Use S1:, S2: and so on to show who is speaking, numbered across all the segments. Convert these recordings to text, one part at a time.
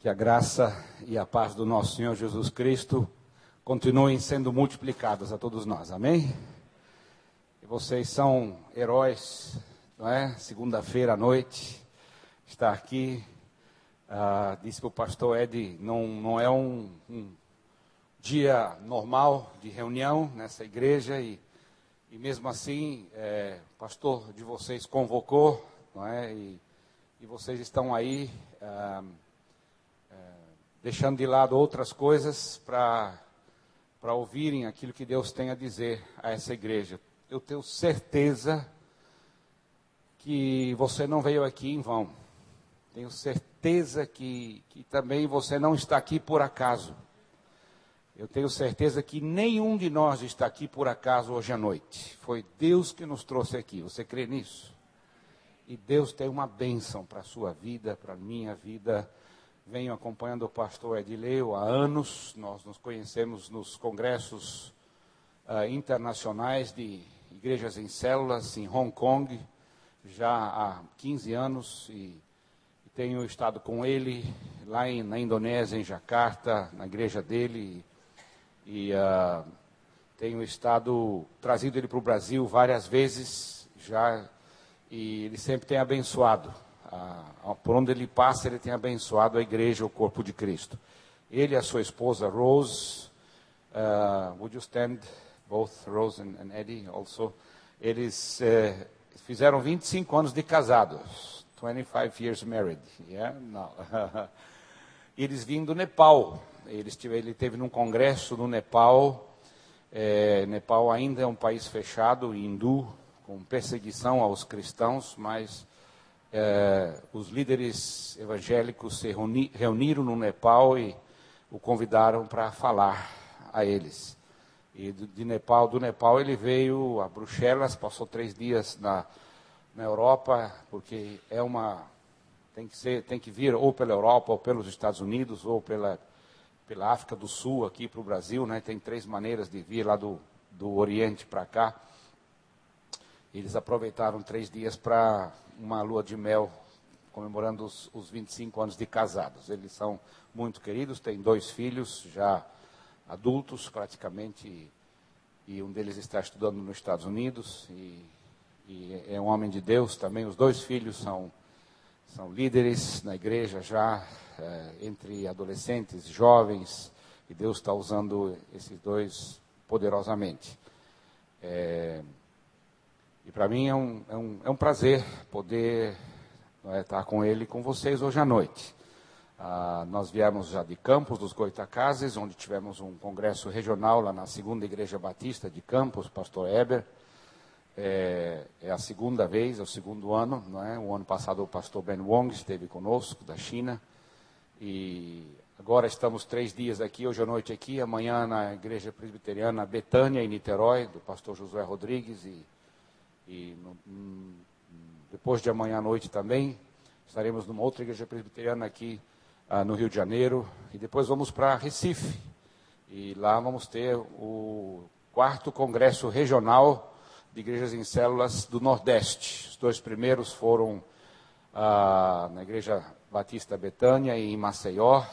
S1: Que a graça e a paz do nosso Senhor Jesus Cristo continuem sendo multiplicadas a todos nós. Amém? E vocês são heróis, não é? Segunda-feira à noite, está aqui. Ah, disse para o pastor Ed, não, não é um, um dia normal de reunião nessa igreja e, e mesmo assim, é, o pastor de vocês convocou, não é? E, e vocês estão aí ah, é, deixando de lado outras coisas para para ouvirem aquilo que Deus tem a dizer a essa igreja. Eu tenho certeza que você não veio aqui em vão. Tenho certeza que, que também você não está aqui por acaso. Eu tenho certeza que nenhum de nós está aqui por acaso hoje à noite. Foi Deus que nos trouxe aqui. Você crê nisso? E Deus tem uma bênção para a sua vida, para a minha vida. Venho acompanhando o pastor Edileu há anos. Nós nos conhecemos nos congressos ah, internacionais de igrejas em células em Hong Kong, já há 15 anos. E e tenho estado com ele lá em- na Indonésia, em Jacarta, na igreja dele. E ah, tenho estado, trazido ele para o Brasil várias vezes já. E ele sempre tem abençoado. Ah, por onde ele passa, ele tem abençoado a igreja, o corpo de Cristo. Ele e a sua esposa Rose. ah, would you stand, both Rose and, and Eddie also? Eles eh, fizeram 25 anos de casados. 25 years married. Yeah? No. eles vinham do Nepal. Eles tive- ele teve num congresso no Nepal. É, Nepal ainda é um país fechado, hindu, com perseguição aos cristãos, mas é, os líderes evangélicos se reuni- reuniram no Nepal e o convidaram para falar a eles. E do, de Nepal, do Nepal ele veio a Bruxelas, passou três dias na, na Europa, porque é uma tem que ser, tem que vir ou pela Europa, ou pelos Estados Unidos, ou pela, pela África do Sul aqui para o Brasil, né? Tem três maneiras de vir lá do, do Oriente para cá. Eles aproveitaram três dias para uma lua de mel, comemorando os, os 25 anos de casados. Eles são muito queridos, têm dois filhos já adultos praticamente, e um deles está estudando nos Estados Unidos, e, e é um homem de Deus também. Os dois filhos são são líderes na igreja já, eh, entre adolescentes, jovens, e Deus está usando esses dois poderosamente. Eh, e para mim é um, é, um, é um prazer poder não é, estar com ele e com vocês hoje à noite. Ah, nós viemos já de Campos, dos Goitacazes, onde tivemos um congresso regional lá na segunda Igreja Batista de Campos, pastor Eber. É, é a segunda vez, é o segundo ano, não é? O ano passado o pastor Ben Wong esteve conosco, da China. E agora estamos três dias aqui, hoje à noite aqui, amanhã na Igreja Presbiteriana Betânia, em Niterói, do pastor Josué Rodrigues. E, e no- hum, depois de amanhã à noite também, estaremos numa outra igreja presbiteriana aqui ah, no Rio de Janeiro. E depois vamos para Recife. E lá vamos ter o quarto congresso regional de igrejas em células do Nordeste. Os dois primeiros foram ah, na Igreja Batista Betânia e em Maceió,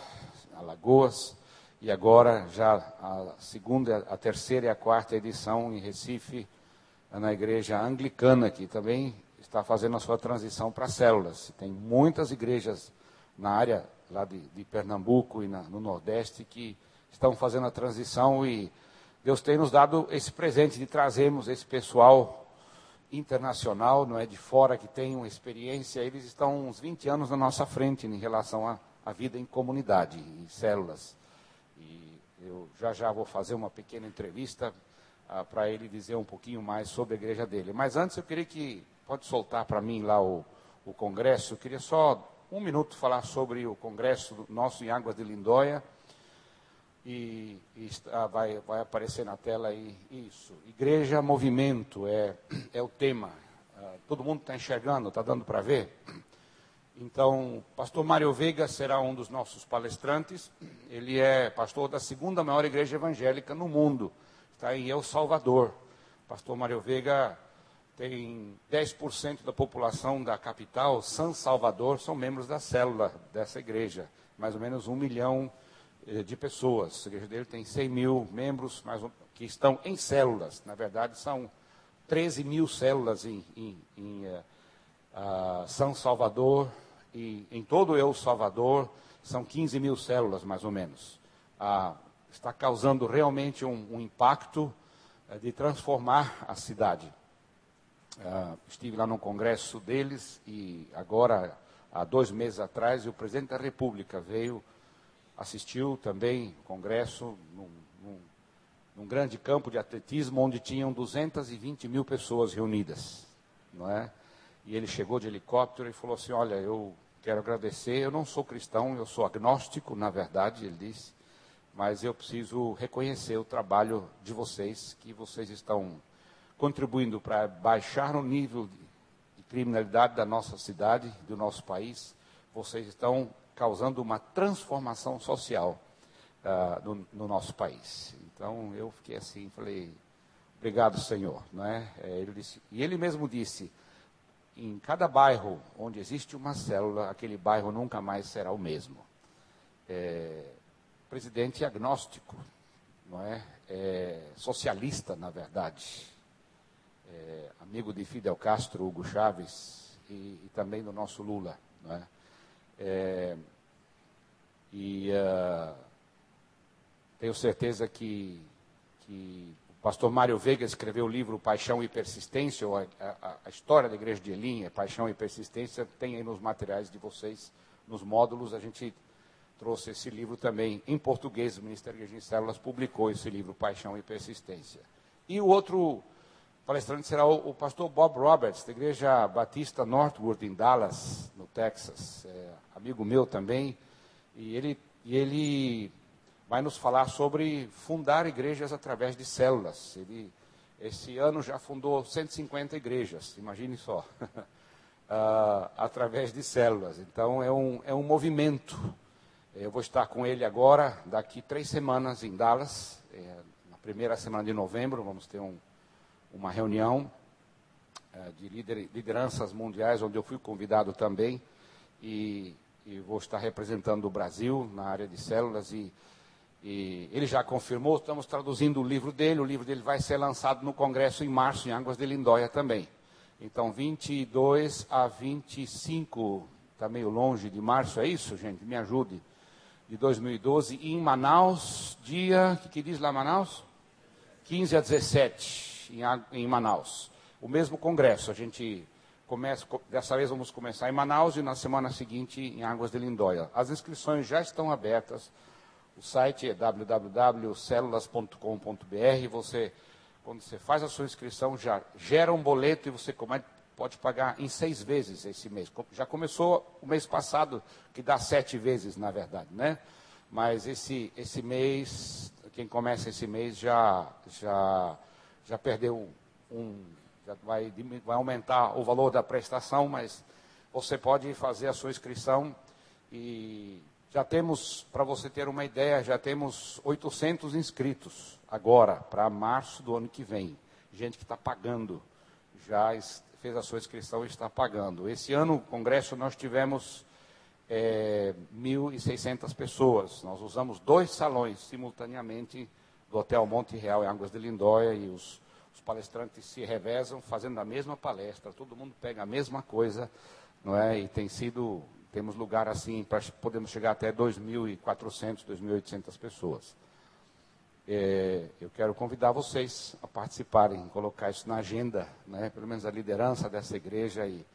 S1: Alagoas. E agora já a segunda, a terceira e a quarta edição em Recife, na igreja anglicana, que também está fazendo a sua transição para células. Tem muitas igrejas na área lá de, de Pernambuco e na- no Nordeste que estão fazendo a transição e Deus tem nos dado esse presente de trazermos esse pessoal internacional, não é de fora que tem uma experiência, eles estão uns 20 anos na nossa frente em relação à à vida em comunidade, em células. E eu já já vou fazer uma pequena entrevista para ele dizer um pouquinho mais sobre a igreja dele. Mas antes eu queria que, pode soltar para mim lá o, o congresso, eu queria só um minuto falar sobre o congresso do- nosso em Águas de Lindóia. E, e está- vai, vai aparecer na tela aí isso. Igreja Movimento é, é o tema. Ah, todo mundo está enxergando, está dando para ver? Então, o pastor Mário Veiga será um dos nossos palestrantes. Ele é pastor da segunda maior igreja evangélica no mundo. Está em El Salvador. Pastor Mário Veiga tem 10% da população da capital, São Salvador, são membros da célula dessa igreja. Mais ou menos um milhão eh, de pessoas. A igreja dele tem 100 mil membros mais ou- que estão em células. Na verdade, são 13 mil células em, em- em, eh, ah, São Salvador e em todo El Salvador. São 15 mil células, mais ou menos. Ah, está causando realmente um, um impacto eh, de transformar a cidade. Ah, estive lá num congresso deles e agora, há dois meses atrás, o presidente da República veio, assistiu também o congresso num, num- num grande campo de atletismo onde tinham 220 mil pessoas reunidas, não é? E ele chegou de helicóptero e falou assim, olha, eu quero agradecer, eu não sou cristão, eu sou agnóstico, na verdade, ele disse, mas eu preciso reconhecer o trabalho de vocês, que vocês estão contribuindo para baixar o nível de, de criminalidade da nossa cidade, do nosso país. Vocês estão causando uma transformação social ah, no, no nosso país. Então eu fiquei assim, falei, obrigado Senhor, não é? Eh, Ele disse, e ele mesmo disse, em cada bairro onde existe uma célula, aquele bairro nunca mais será o mesmo. É, presidente agnóstico, não é? É, socialista, na verdade, É, amigo de Fidel Castro, Hugo Chávez e, e também do nosso Lula, não é? É, e ah, tenho certeza que, que o pastor Mário Veiga escreveu o livro Paixão e Persistência, ou a, a- a história da igreja de Elinha, Paixão e Persistência, tem aí nos materiais de vocês, nos módulos. A gente trouxe esse livro também em português, o Ministério da Igreja em Células publicou esse livro, Paixão e Persistência. E o outro palestrante será o, o pastor Bob Roberts, da Igreja Batista Northwood, em Dallas, no Texas. É, amigo meu também. E ele, e ele vai nos falar sobre fundar igrejas através de células. Ele, esse ano já fundou 150 igrejas, imagine só, Ah, através de células. Então é um, é um movimento. Eu vou estar com ele agora, daqui três semanas, em Dallas. eh, na primeira semana de novembro, vamos ter um, uma reunião eh, de líder- lideranças mundiais, onde eu fui convidado também, e, e vou estar representando o Brasil na área de células. E, e ele já confirmou, estamos traduzindo o livro dele, o livro dele vai ser lançado no Congresso em março, em Águas de Lindóia também. Então, 22 a 25, está tá meio longe de março, é isso, gente? Me ajude. De 2012, em Manaus, dia, o que, que diz lá Manaus? 15 a 17 em, A- em Manaus. O mesmo congresso. A gente começa, co- dessa vez vamos começar em Manaus e na semana seguinte em Águas de Lindóia. As inscrições já estão abertas. O site é www.celulas.com.br. Você, quando você faz a sua inscrição, já gera um boleto e você come- pode pagar em seis vezes esse mês. Co- Já começou o mês passado, que dá sete vezes, na verdade, né? Mas esse, esse mês, quem começa esse mês já, já, já perdeu um. Já vai, dimi- vai aumentar o valor da prestação, mas você pode fazer a sua inscrição e já temos, para você ter uma ideia, já temos 800 inscritos agora, para março do ano que vem. Gente que está pagando, já es- fez a sua inscrição e está pagando. Esse ano, o Congresso, nós tivemos é, 1.600 pessoas. Nós usamos dois salões simultaneamente do Hotel Monte Real em Águas de Lindóia e os, os palestrantes se revezam fazendo a mesma palestra, todo mundo pega a mesma coisa, não é? E tem sido, temos lugar assim, para podemos chegar até 2.400, 2.800 pessoas. É, eu quero convidar vocês a participarem, colocar isso na agenda, né? pelo menos a liderança dessa igreja e,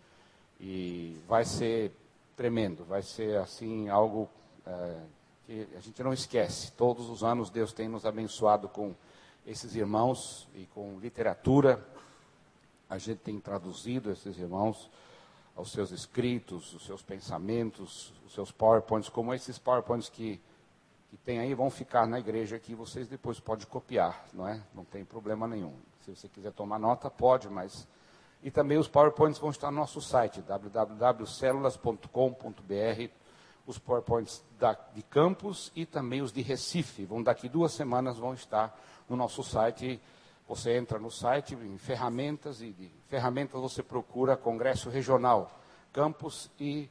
S1: e vai ser tremendo, vai ser assim algo eh, que a gente não esquece. Todos os anos Deus tem nos abençoado com esses irmãos e com literatura. A gente tem traduzido esses irmãos aos seus escritos, os seus pensamentos, os seus PowerPoints, como esses PowerPoints que que tem aí vão ficar na igreja aqui, vocês depois podem copiar, não é? Não tem problema nenhum. Se você quiser tomar nota, pode, mas. E também os PowerPoints vão estar no nosso site, www.celulas.com.br, os PowerPoints da- de Campos e também os de Recife. Vão daqui duas semanas vão estar no nosso site Você entra no site, em ferramentas, e de ferramentas você procura Congresso Regional, Campos e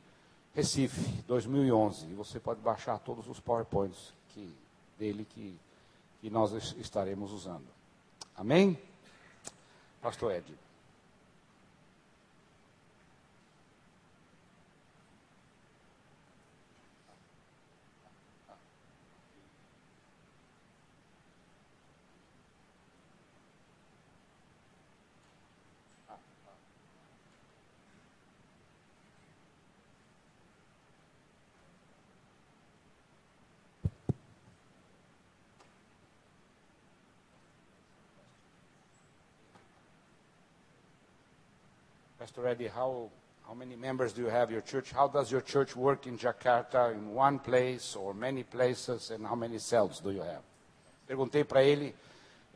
S1: Recife, 2011. E você pode baixar todos os PowerPoints que, dele que, que nós es- estaremos usando. Amém? Pastor Ed. Pastor Eddie, how, how many members do you have your church? How does your church work in Jakarta, in one place or many places, and how many cells do you have? Perguntei para ele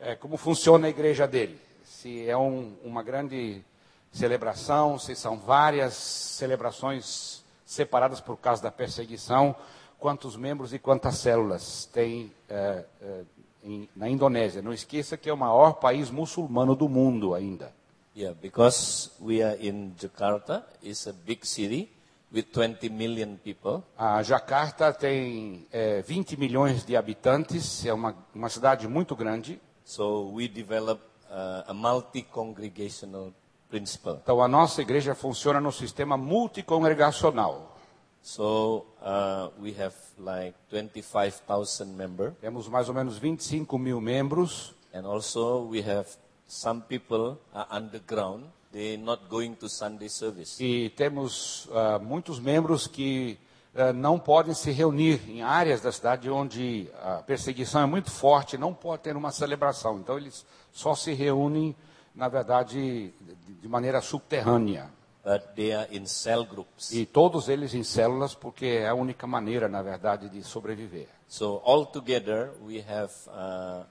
S1: eh, como funciona a igreja dele, se é um- uma grande celebração, se são várias celebrações separadas por causa da perseguição, quantos membros e quantas células tem eh, eh, em- na Indonésia. Não esqueça que é o maior país muçulmano do mundo ainda.
S2: Yeah, because we are in Jakarta, it's a big city with 20 million people.
S1: A Jacarta tem eh, 20 milhões de habitantes, é uma, uma cidade muito grande.
S2: So we develop uh, a multi-congregational principle.
S1: Então, a nossa igreja funciona no sistema multicongregacional.
S2: So uh, we have like 25,000 members,
S1: Temos mais ou menos 25 mil membros
S2: and also we have some people are underground. They're not going to Sunday service.
S1: e temos ah, muitos membros que ah, não podem se reunir em áreas da cidade onde a perseguição é muito forte, não pode ter uma celebração. Então, eles só se reúnem, na verdade, de- de maneira subterrânea.
S2: But they are in cell groups.
S1: E todos eles em células, porque é a única maneira, na verdade, de sobreviver.
S2: So altogether, we have uh,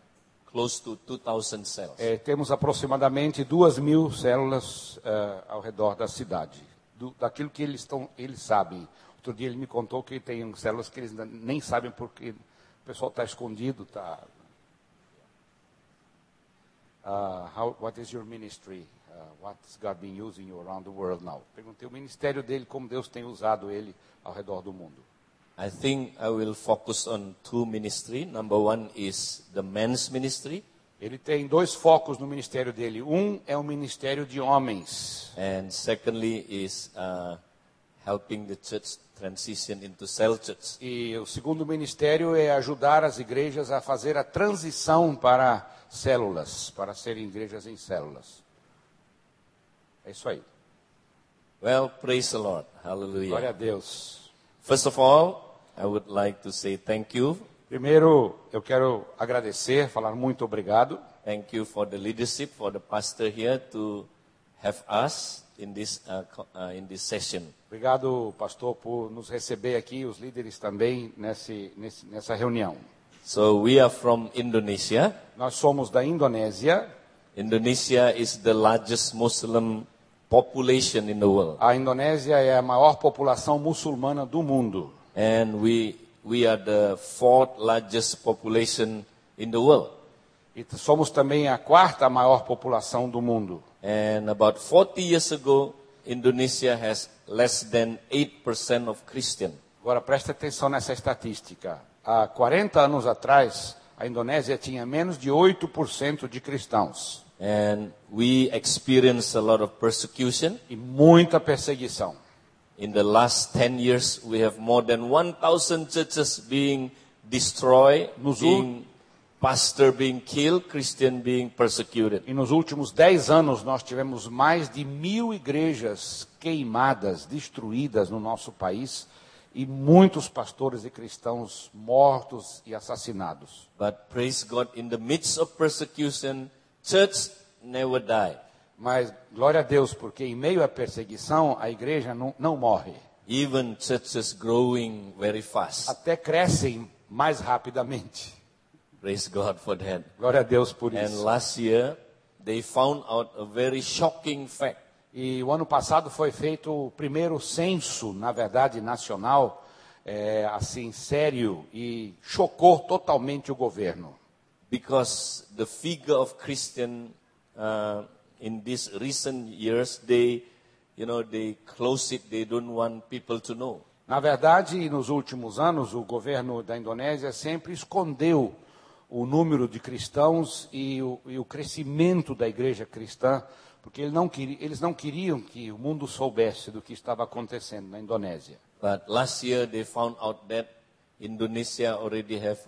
S2: close to 2,000 cells.
S1: É, temos aproximadamente duas mil células eh, ao redor da cidade, do, daquilo que eles, estão, eles sabem. Outro dia ele me contou que tem células que eles n- nem sabem porque o pessoal está escondido. Tá... Ah, how, what is your ministry? Ah, what's God been using you around the world now? Perguntei o ministério dele, como Deus tem usado ele ao redor do mundo.
S2: I think I will focus on two ministry. Number one is the men's ministry,
S1: Ele tem dois focos no ministério dele. Um é o ministério de homens.
S2: and secondly is uh, helping the church transition into cell church.
S1: E o segundo ministério é ajudar as igrejas a fazer a transição para células, para serem igrejas em células. É isso aí.
S2: Well, praise the Lord. Hallelujah.
S1: Glória a Deus.
S2: First of all, I would like to say thank you.
S1: Primeiro, eu quero agradecer, falar muito obrigado.
S2: Thank you for the leadership, for the pastor here to have us in this, uh, co- uh, in this session.
S1: Obrigado, pastor, por nos receber aqui, os líderes também, nesse- nesse- nessa reunião.
S2: So we are from Indonesia.
S1: Nós somos da Indonésia,
S2: Indonesia is the largest Muslim population in the world.
S1: A Indonésia é a maior população muçulmana do mundo.
S2: And we, we are the fourth largest population in the world.
S1: E t- somos também a quarta maior população do mundo.
S2: And about 40 years ago, Indonesia has less than 8% of Christian.
S1: Agora presta atenção nessa estatística. Há 40 anos atrás, a Indonésia tinha menos de 8% de cristãos
S2: And we experience a lot of persecution.
S1: e muita perseguição.
S2: In the last 10 years, we have more than 1,000 churches being destroyed,
S1: Nos ul-
S2: being pastor being killed, Christian being persecuted.
S1: E nos últimos 10 anos nós tivemos mais de mil igrejas queimadas, destruídas no nosso país e muitos pastores e cristãos mortos e assassinados.
S2: But praise God, in the midst of persecution, church never die.
S1: Mas glória a Deus, porque em meio à perseguição a igreja não, não morre.
S2: Even churches growing very fast.
S1: Até crescem mais rapidamente.
S2: Praise God for that.
S1: Glória a Deus por
S2: And
S1: isso.
S2: last year, they found out a very shocking fact.
S1: E o ano passado foi feito o primeiro censo, na verdade, nacional, é, assim, sério, e chocou totalmente o governo.
S2: because the figure of Christian uh, in these recent years, they, you know, they close it. They don't want people to know.
S1: Na verdade, nos últimos anos, o governo da Indonésia sempre escondeu o número de cristãos e o, e o crescimento da igreja cristã, porque ele não queria- eles não queriam que o mundo soubesse do que estava acontecendo na Indonésia.
S2: But last year they found out that Indonesia already have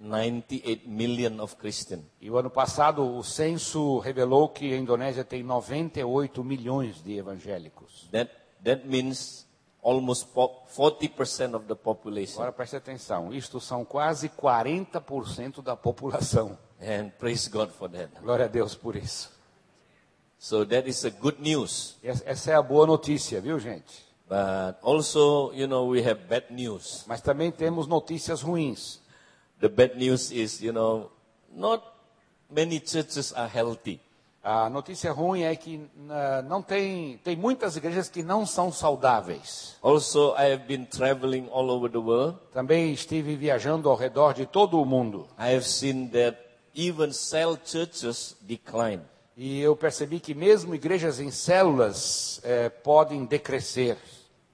S2: 98 million of Christian.
S1: E o ano passado, o censo revelou que a Indonésia tem 98 milhões de evangélicos.
S2: That that means almost po- 40% of the population.
S1: Agora preste atenção, isto são quase 40% da população.
S2: And praise God for that.
S1: Glória a Deus por isso.
S2: So that is a good news.
S1: Es- Essa é a boa notícia, viu gente?
S2: But also, you know, we have bad news.
S1: Mas também temos notícias ruins.
S2: The bad news is, you know, not many churches are healthy.
S1: A notícia ruim é que ah, não tem, tem muitas igrejas que não são saudáveis.
S2: Also, I have been traveling all over the world.
S1: Também estive viajando ao redor de todo o mundo
S2: I have seen that even cell churches decline.
S1: e eu percebi que mesmo igrejas em células eh, podem decrescer.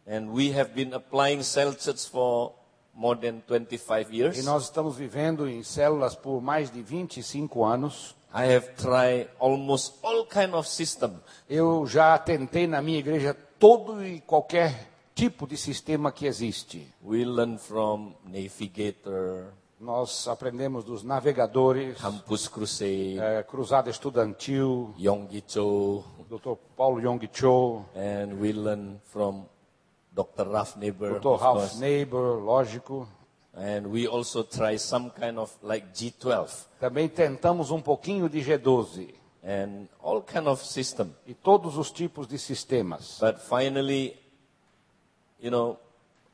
S2: And we have been applying cell church for more than 25
S1: E
S2: years.
S1: nós estamos vivendo em células por mais de 25 anos.
S2: I have tried almost all kind of system.
S1: Eu já tentei na minha igreja todo e qualquer tipo de sistema que existe.
S2: We learn from Navigator,
S1: Nós aprendemos dos navegadores,
S2: Campus Crusade,
S1: eh, cruzada estudantil,
S2: Yonggi Cho,
S1: Dr. Paulo Yong Cho,
S2: and we learn from Dr. Ralph Neighbor,
S1: Dr.
S2: of
S1: Ralph
S2: course.
S1: Neighbor, lógico.
S2: And we also try some kind of like G12
S1: Também tentamos um pouquinho de G12
S2: and all kind of system.
S1: e todos os tipos de sistemas.
S2: But finally, you know,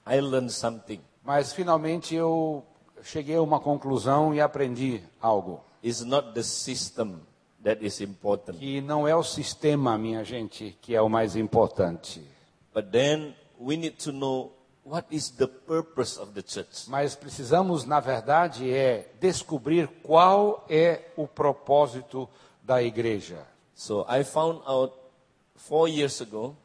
S2: I learned something.
S1: Mas finalmente eu cheguei a uma conclusão e aprendi algo.
S2: It's not the system that is important.
S1: Que não é o sistema, minha gente, que é o mais importante.
S2: But then we need to know what is the purpose of the church.
S1: Mas precisamos, na verdade, é descobrir qual é o propósito da igreja.
S2: So I found out four years ago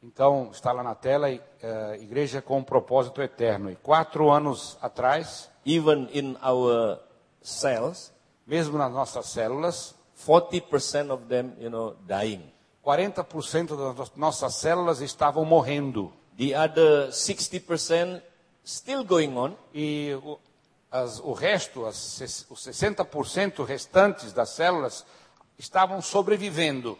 S1: Então, está lá na tela, e- eh, Igreja com Propósito Eterno. E quatro anos atrás,
S2: even in our cells,
S1: mesmo nas nossas células,
S2: 40% of them, you know, dying.
S1: 40% das no- nossas células estavam morrendo.
S2: The other 60% still going on,
S1: E o, as- o resto, as ses- os 60% restantes das células, estavam sobrevivendo.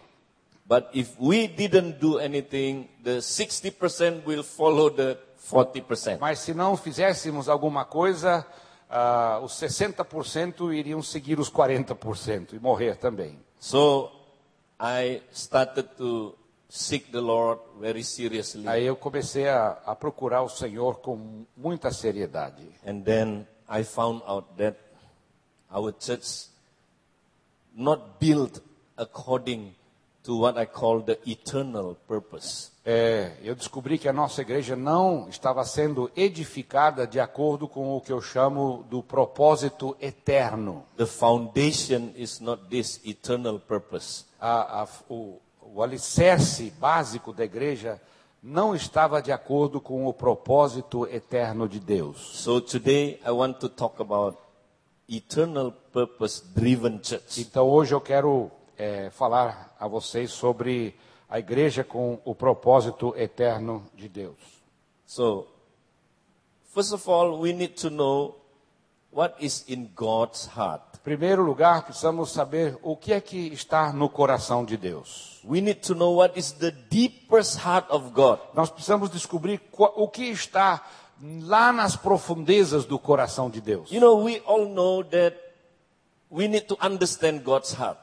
S2: but if we didn't do anything, the 60% will follow the 40%.
S1: Mas se não fizéssemos alguma coisa, ah, os 60% iriam seguir os 40% e morrer também.
S2: So I started to seek the Lord very seriously.
S1: Aí eu comecei a, a procurar o Senhor com muita seriedade.
S2: And then I found out that our church not built according to what I call the eternal purpose.
S1: É, eu descobri que a nossa igreja não estava sendo edificada de acordo com o que eu chamo do propósito eterno.
S2: The foundation is not this eternal purpose.
S1: A- a- o, o alicerce básico da igreja não estava de acordo com o propósito eterno de Deus.
S2: So today I want to talk about eternal purpose driven church.
S1: Então hoje eu quero eh, falar a vocês sobre a igreja com o propósito eterno de Deus.
S2: So first of all we need to know what is in God's heart.
S1: Em primeiro lugar, precisamos saber o que é que está no coração de Deus.
S2: We need to know what is the deepest heart of God.
S1: Nós precisamos descobrir qua- o que está lá nas profundezas do coração de Deus.
S2: You know, we all know that we need to understand God's heart.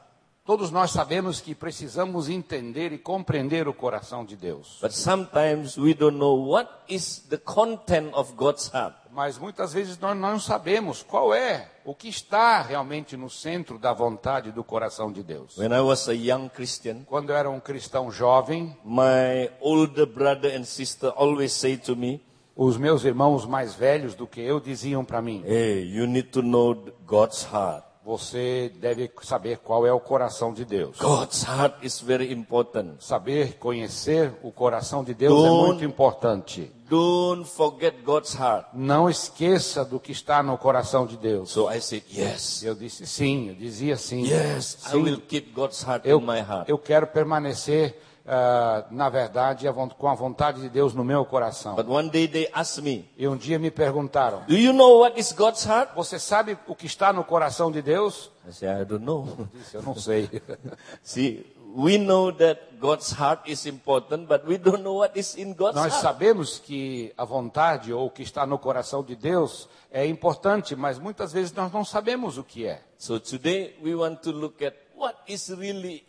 S1: Todos nós sabemos que precisamos entender e compreender o coração de Deus.
S2: But sometimes we don't know what is the content of God's heart.
S1: Mas muitas vezes nós não sabemos qual é, o que está realmente no centro da vontade do coração de Deus.
S2: When I was a young Christian,
S1: Quando eu era um cristão jovem,
S2: my older brother and sister always say to me,
S1: os meus irmãos mais velhos do que eu diziam para mim:
S2: Hey, you need to know God's heart.
S1: Você deve saber qual é o coração de Deus.
S2: God's heart is very important.
S1: Saber, conhecer o coração de Deus é
S2: Don't-
S1: muito importante.
S2: Don't forget God's heart.
S1: Não esqueça do que está no coração de Deus.
S2: So I said, yes,
S1: Eu disse sim, eu dizia sim.
S2: yes, I
S1: Sim.
S2: will keep God's heart
S1: Eu,
S2: in my heart.
S1: eu quero permanecer, ah, na verdade, a von- com a vontade de Deus no meu coração.
S2: But one day they asked me,
S1: E um dia me perguntaram:
S2: do you know what is God's heart?
S1: Você sabe o que está no coração de Deus?
S2: I said, I don't know.
S1: Disse, Eu não sei.
S2: See, we know that God's heart is important, but we don't know what is in God's
S1: Nós
S2: heart.
S1: sabemos que a vontade ou o que está no coração de Deus é importante, mas muitas vezes nós não sabemos o que é.
S2: So today we want to look at what is really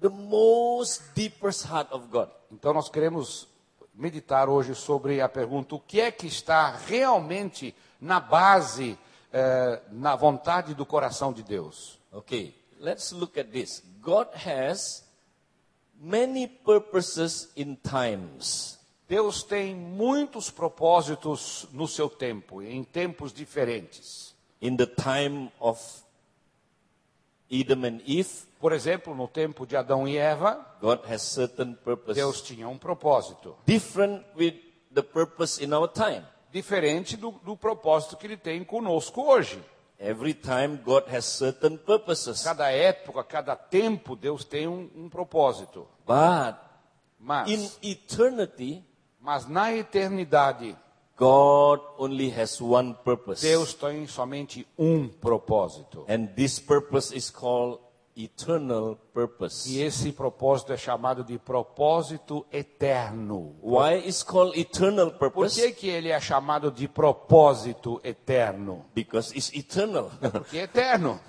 S2: the most deepest heart of God.
S1: Então nós queremos meditar hoje sobre a pergunta: o que é que está realmente na base, eh, na vontade do coração de Deus?
S2: Okay, let's look at this. God has many purposes in times.
S1: Deus tem muitos propósitos no seu tempo, em tempos diferentes.
S2: In the time of Edom and Eve,
S1: Por exemplo, no tempo de Adão e Eva,
S2: God has certain
S1: Deus
S2: purpose
S1: tinha um propósito,
S2: different with the purpose in our time.
S1: diferente do, do propósito que ele tem conosco hoje.
S2: Every time God has certain purposes.
S1: Cada época, cada tempo, Deus tem um, um propósito.
S2: But in
S1: Mas,
S2: eternity,
S1: mas na eternidade,
S2: God only has one purpose.
S1: Deus tem somente um propósito.
S2: And this purpose is called eternal purpose.
S1: E esse propósito é chamado de propósito eterno.
S2: Why is called eternal
S1: Por
S2: purpose?
S1: que, que ele é chamado de propósito eterno?
S2: Because it's eternal.
S1: Porque é eterno.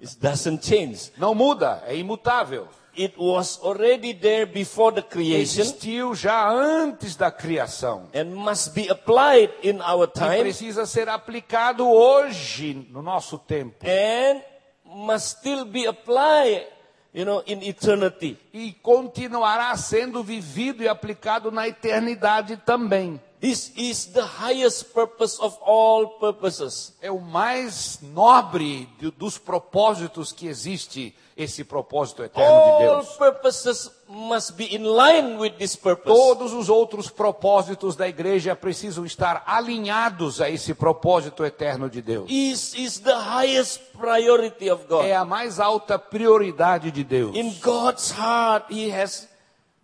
S2: it doesn't change.
S1: Não muda, é imutável.
S2: It was already there before the creation
S1: Existiu já antes da criação.
S2: and must be applied in our
S1: E
S2: time
S1: precisa ser aplicado hoje, no nosso tempo.
S2: and must still be applied, you know, in eternity.
S1: E continuará sendo vivido e aplicado na eternidade também.
S2: This is the highest purpose of all purposes.
S1: É o mais nobre do- dos propósitos que existe esse propósito eterno de
S2: All
S1: Deus.
S2: purposes must be in line with this purpose.
S1: Todos os outros propósitos da igreja precisam estar alinhados a esse propósito eterno de Deus.
S2: This is the highest priority of
S1: É
S2: God.
S1: a mais alta prioridade de Deus.
S2: In God's heart, He has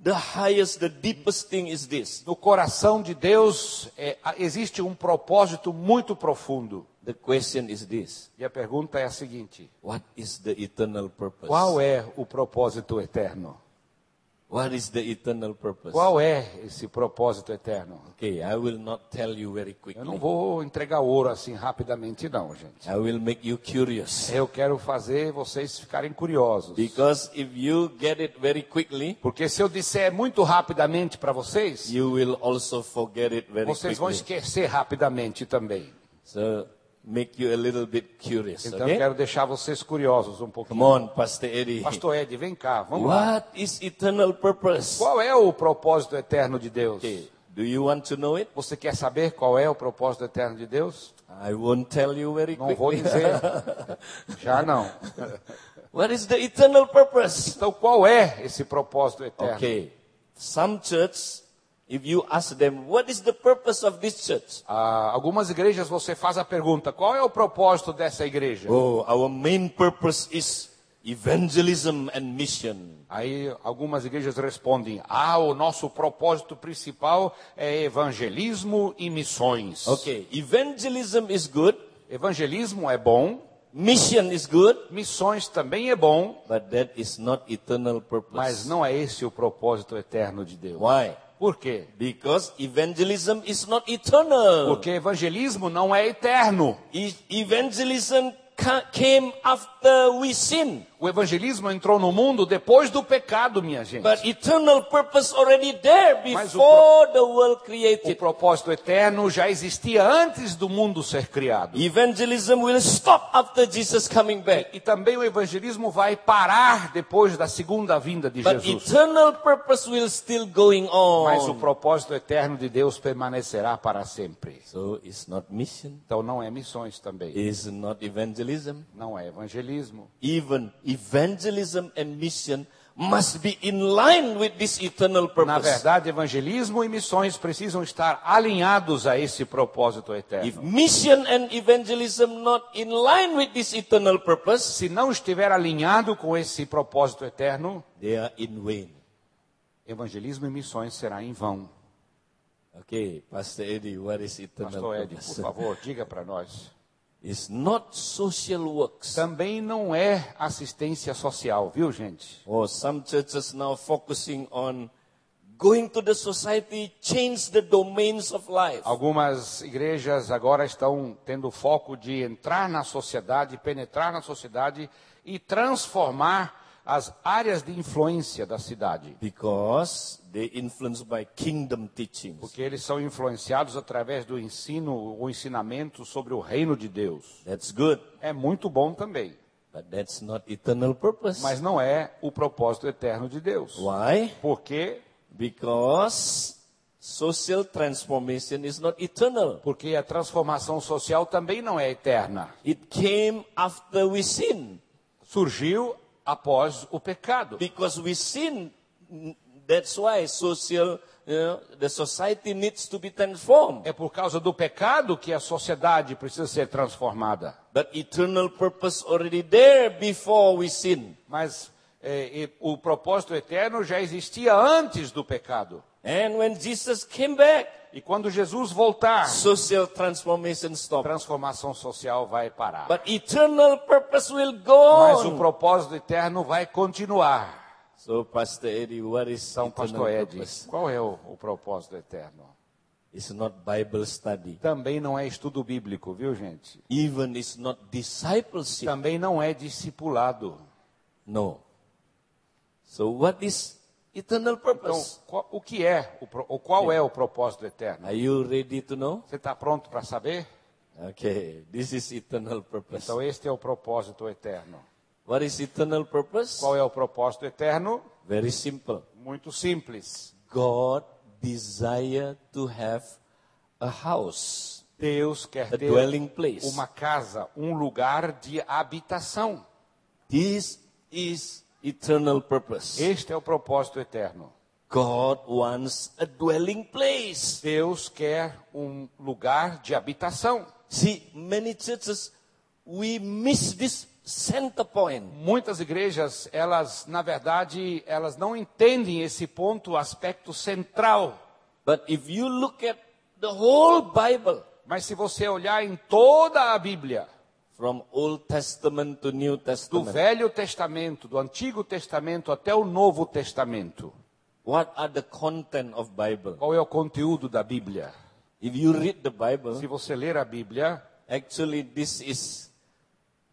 S2: the highest, the deepest thing is this.
S1: No coração de Deus é, a- existe um propósito muito profundo.
S2: The question is this
S1: E a pergunta é a seguinte:
S2: What is the eternal purpose?
S1: qual é o propósito eterno?
S2: What is the eternal purpose?
S1: Qual é esse propósito eterno?
S2: Okay, I will not tell you very
S1: Eu não
S2: quickly.
S1: vou entregar ouro assim rapidamente, não, gente.
S2: I will make you curious.
S1: Eu quero fazer vocês ficarem curiosos.
S2: Because if you get it very quickly,
S1: Porque se eu disser muito rapidamente para vocês,
S2: you will also forget it very
S1: vocês vão
S2: quickly.
S1: esquecer rapidamente também.
S2: So make you a little bit curious.
S1: Então eu
S2: Okay?
S1: quero deixar vocês curiosos um
S2: Come
S1: pouquinho.
S2: on, Pastor Eddie.
S1: Pastor Ed, vem cá, vamos lá.
S2: What is eternal purpose?
S1: Qual é o propósito eterno de Deus?
S2: Okay, do you want to know it?
S1: Você quer saber qual é o propósito eterno de Deus?
S2: I won't tell you very
S1: Não vou
S2: quickly.
S1: dizer. Já não.
S2: what is the eternal purpose?
S1: Então qual é esse propósito eterno?
S2: Okay, some church, if you ask them, what is the purpose of this church?
S1: Ah, algumas igrejas você faz a pergunta: qual é o propósito dessa igreja?
S2: Oh, our main purpose is evangelism and mission.
S1: Aí algumas igrejas respondem: ah, o nosso propósito principal é evangelismo e missões.
S2: Okay, evangelism is good,
S1: Evangelismo é bom,
S2: mission is good,
S1: missões também é bom,
S2: but that is not eternal
S1: mas
S2: purpose.
S1: não é esse o propósito eterno de Deus.
S2: Why?
S1: Por quê?
S2: Because evangelism is not eternal.
S1: Porque evangelismo não é eterno.
S2: E- Evangelism ca- came after we sin.
S1: O evangelismo entrou no mundo depois do pecado, minha gente.
S2: But eternal purpose already there
S1: Mas o
S2: before the world
S1: O
S2: created.
S1: propósito eterno já existia antes do mundo ser criado.
S2: Evangelism will stop after Jesus coming back.
S1: E também o evangelismo vai parar depois da segunda vinda de
S2: But
S1: Jesus.
S2: eternal purpose will still going
S1: Mas o
S2: on.
S1: propósito eterno de Deus permanecerá para sempre.
S2: So it's not mission,
S1: Então não é missões também,
S2: it's not evangelism.
S1: não é evangelismo.
S2: Even evangelism and mission must be in line with this eternal
S1: Na
S2: purpose.
S1: verdade, evangelismo e missões precisam estar alinhados a esse propósito
S2: If
S1: eterno.
S2: mission and evangelism not in line with this eternal purpose,
S1: Se não estiver alinhado com esse propósito eterno,
S2: they are in vain.
S1: evangelismo e missões será em vão.
S2: Okay, Pastor Eddie, what is eternal
S1: Pastor Ed, por
S2: purpose?
S1: favor, diga para nós.
S2: It's not social works.
S1: Também não é assistência social, viu, gente?
S2: Or some churches now focusing on going to the society, change the domains of life.
S1: Algumas igrejas agora estão tendo foco de entrar na sociedade, penetrar na sociedade e transformar as áreas de influência da cidade.
S2: Because they influenced by kingdom teachings.
S1: Porque eles são influenciados através do ensino, o ensinamento sobre o reino de Deus.
S2: That's good,
S1: É muito bom também,
S2: but that's not eternal purpose.
S1: mas não é o propósito eterno de Deus.
S2: Why?
S1: Porque
S2: Because social transformation is not eternal.
S1: porque a transformação social também não é eterna.
S2: It came after we sin.
S1: Surgiu após o pecado.
S2: Because we sin, that's why social, you know, the society needs to be transformed.
S1: É por causa do pecado que a sociedade precisa ser transformada.
S2: But eternal purpose already there before we sin.
S1: Mas eh, e- o propósito eterno já existia antes do pecado.
S2: And when Jesus came back,
S1: E quando Jesus voltar,
S2: social transformation
S1: a
S2: stopped.
S1: transformação social vai parar.
S2: But eternal purpose will go
S1: Mas o
S2: on.
S1: propósito eterno vai continuar.
S2: So, Pastor Eddie, what is
S1: Então,
S2: eternal
S1: pastor Ed,
S2: purpose?
S1: qual é o, o propósito eterno?
S2: It's not Bible study.
S1: Também não é estudo bíblico, viu, gente?
S2: Even it's not discipleship.
S1: Também não é discipulado.
S2: No. So, what is eternal
S1: Então,
S2: purpose?
S1: qual- o que é, o, pro- o qual é o propósito eterno?
S2: Are you ready to know?
S1: Você está pronto para saber?
S2: Okay, this is eternal purpose.
S1: Então, este é o propósito eterno.
S2: What is eternal purpose?
S1: Qual é o propósito eterno?
S2: Very simple.
S1: Muito simples.
S2: God desire to have a house,
S1: Deus quer
S2: a
S1: ter
S2: dwelling place.
S1: uma casa, um lugar de habitação.
S2: This is eternal purpose.
S1: Este é o propósito eterno.
S2: God wants a dwelling place.
S1: Deus quer um lugar de habitação.
S2: See, many churches we miss this center point.
S1: Muitas igrejas, elas, na verdade, elas não entendem esse ponto, o aspecto central.
S2: But if you look at the whole Bible,
S1: Mas se você olhar em toda a Bíblia,
S2: from Old Testament to New
S1: do
S2: Testament,
S1: Velho Testamento, do Antigo Testamento até o Novo Testamento,
S2: what are the content of Bible?
S1: qual é o conteúdo da Bíblia?
S2: If you read the
S1: Se
S2: Bible,
S1: você ler a Bíblia,
S2: actually this is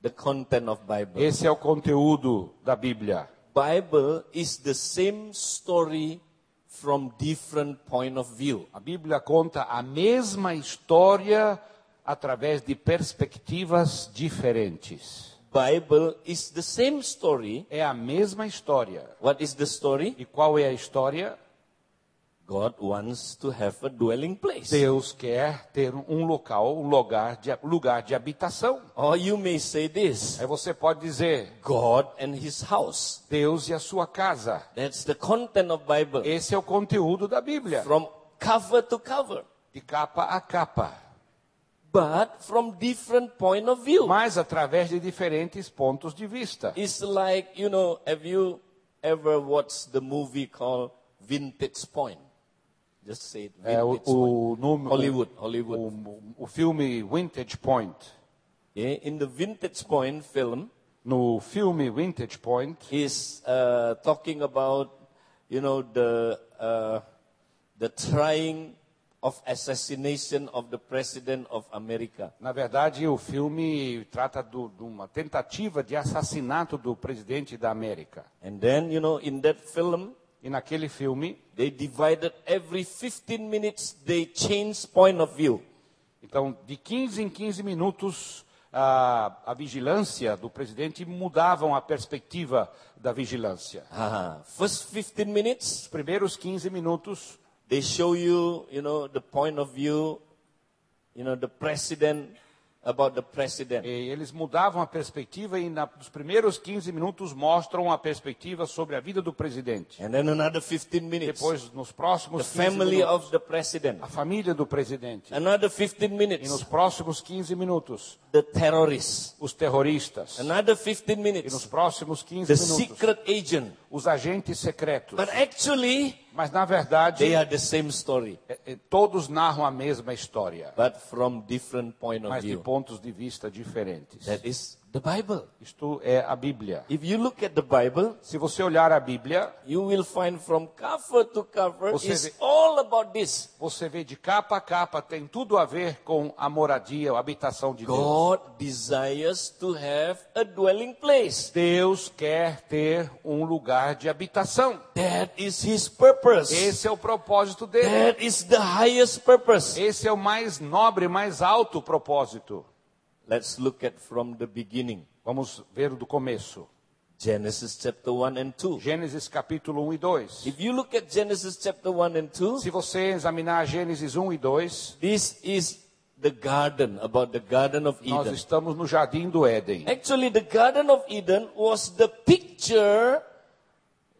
S2: the content of Bible.
S1: esse é o conteúdo da Bíblia.
S2: Bible is the same story from different point of view.
S1: A Bíblia conta a mesma história através de perspectivas diferentes.
S2: Bible is the same story.
S1: É a mesma história.
S2: What is the story?
S1: E qual é a história?
S2: God wants to have a dwelling place.
S1: Deus quer ter um local, um lugar de, lugar de habitação.
S2: Or you may say this,
S1: Aí você pode dizer,
S2: God and his house.
S1: Deus e a sua casa.
S2: That's the content of Bible
S1: Esse é o conteúdo da Bíblia,
S2: from cover to cover,
S1: de capa a capa,
S2: but from different point of view.
S1: mas através de diferentes pontos de vista.
S2: It's like, you know, have you ever watched the movie called Vintage Point? Just say it. Vintage
S1: É o, o
S2: Point.
S1: nome,
S2: Hollywood,
S1: o,
S2: Hollywood.
S1: o- o filme Vintage Point.
S2: Yeah, in the Vintage Point film
S1: No filme Vintage Point,
S2: is uh, talking about, you know, the uh, the trying of assassination of the president of America.
S1: Na verdade, o filme trata do- de uma tentativa de assassinato do presidente da América.
S2: And then, you know, in that film,
S1: E naquele filme,
S2: they divided every 15 minutes, they changed point of view.
S1: então, de 15 em 15 minutos, a, a vigilância do presidente mudavam a perspectiva da vigilância.
S2: Ah, first 15 minutes,
S1: Os primeiros 15 minutos,
S2: they show you, you know, the point of view, you know, the president about the president.
S1: eh, eles mudavam a perspectiva e na, nos primeiros 15 minutos mostram a perspectiva sobre a vida do presidente.
S2: And then another 15 minutes,
S1: Depois, nos
S2: the
S1: próximos 15
S2: family
S1: minutos,
S2: of the president.
S1: a família do presidente.
S2: Another 15
S1: E nos
S2: minutes,
S1: próximos 15 minutos,
S2: the terrorists.
S1: os terroristas.
S2: Another 15
S1: E nos
S2: minutes,
S1: próximos 15
S2: the
S1: minutos,
S2: secret agent.
S1: os agentes secretos.
S2: But actually,
S1: Mas, na verdade,
S2: they are the same story,
S1: eh, eh, todos narram a mesma história,
S2: but from different point of
S1: mas de
S2: view.
S1: pontos de vista diferentes.
S2: That is the Bible.
S1: Isto é a Bíblia.
S2: If you look at the Bible,
S1: Se você olhar a Bíblia,
S2: you will find from cover to cover
S1: Você
S2: it's
S1: vê-
S2: all about this.
S1: você vê de capa a capa, tem tudo a ver com a moradia, a habitação de Deus.
S2: God desires to have a dwelling place.
S1: Deus quer ter um lugar de habitação.
S2: That is his purpose.
S1: Esse é o propósito dele.
S2: That is the highest purpose.
S1: Esse é o mais nobre, mais alto propósito.
S2: Let's look at from the beginning.
S1: Vamos ver do começo.
S2: Genesis chapter 1 and 2.
S1: Gênesis capítulo 1 e 2.
S2: If you look at Genesis chapter 1 and 2,
S1: Se você examinar Gênesis 1 e 2,
S2: this is the garden, about the garden of
S1: nós
S2: Eden.
S1: estamos no jardim do Éden.
S2: Actually, the Garden of Eden was the picture,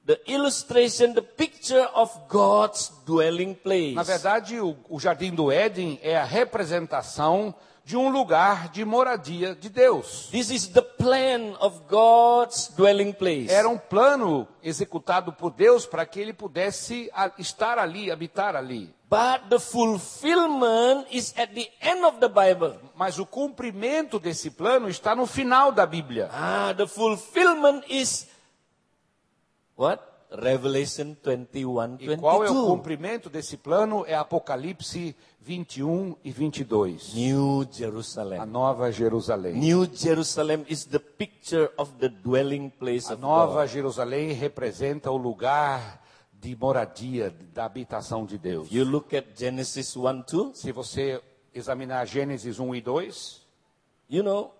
S2: the illustration, the picture of God's dwelling place.
S1: Na verdade, o, o jardim do Éden é a representação de um lugar de moradia de Deus.
S2: This is the plan of God's dwelling place.
S1: Era um plano executado por Deus para que ele pudesse a- estar ali, habitar ali.
S2: But the fulfillment is at the end of the Bible.
S1: Mas o cumprimento desse plano está no final da Bíblia.
S2: Ah, the fulfillment is what? Revelation 21
S1: E qual é o
S2: 22.
S1: cumprimento desse plano? É Apocalipse 21 e 22.
S2: New
S1: A
S2: Jerusalem.
S1: Nova Jerusalém.
S2: New Jerusalem is the picture of the dwelling place
S1: A
S2: of God.
S1: Nova Jerusalém representa o lugar de moradia, da habitação de Deus.
S2: You look at Genesis 1 2,
S1: Se você examinar Gênesis 1 e 2,
S2: you know,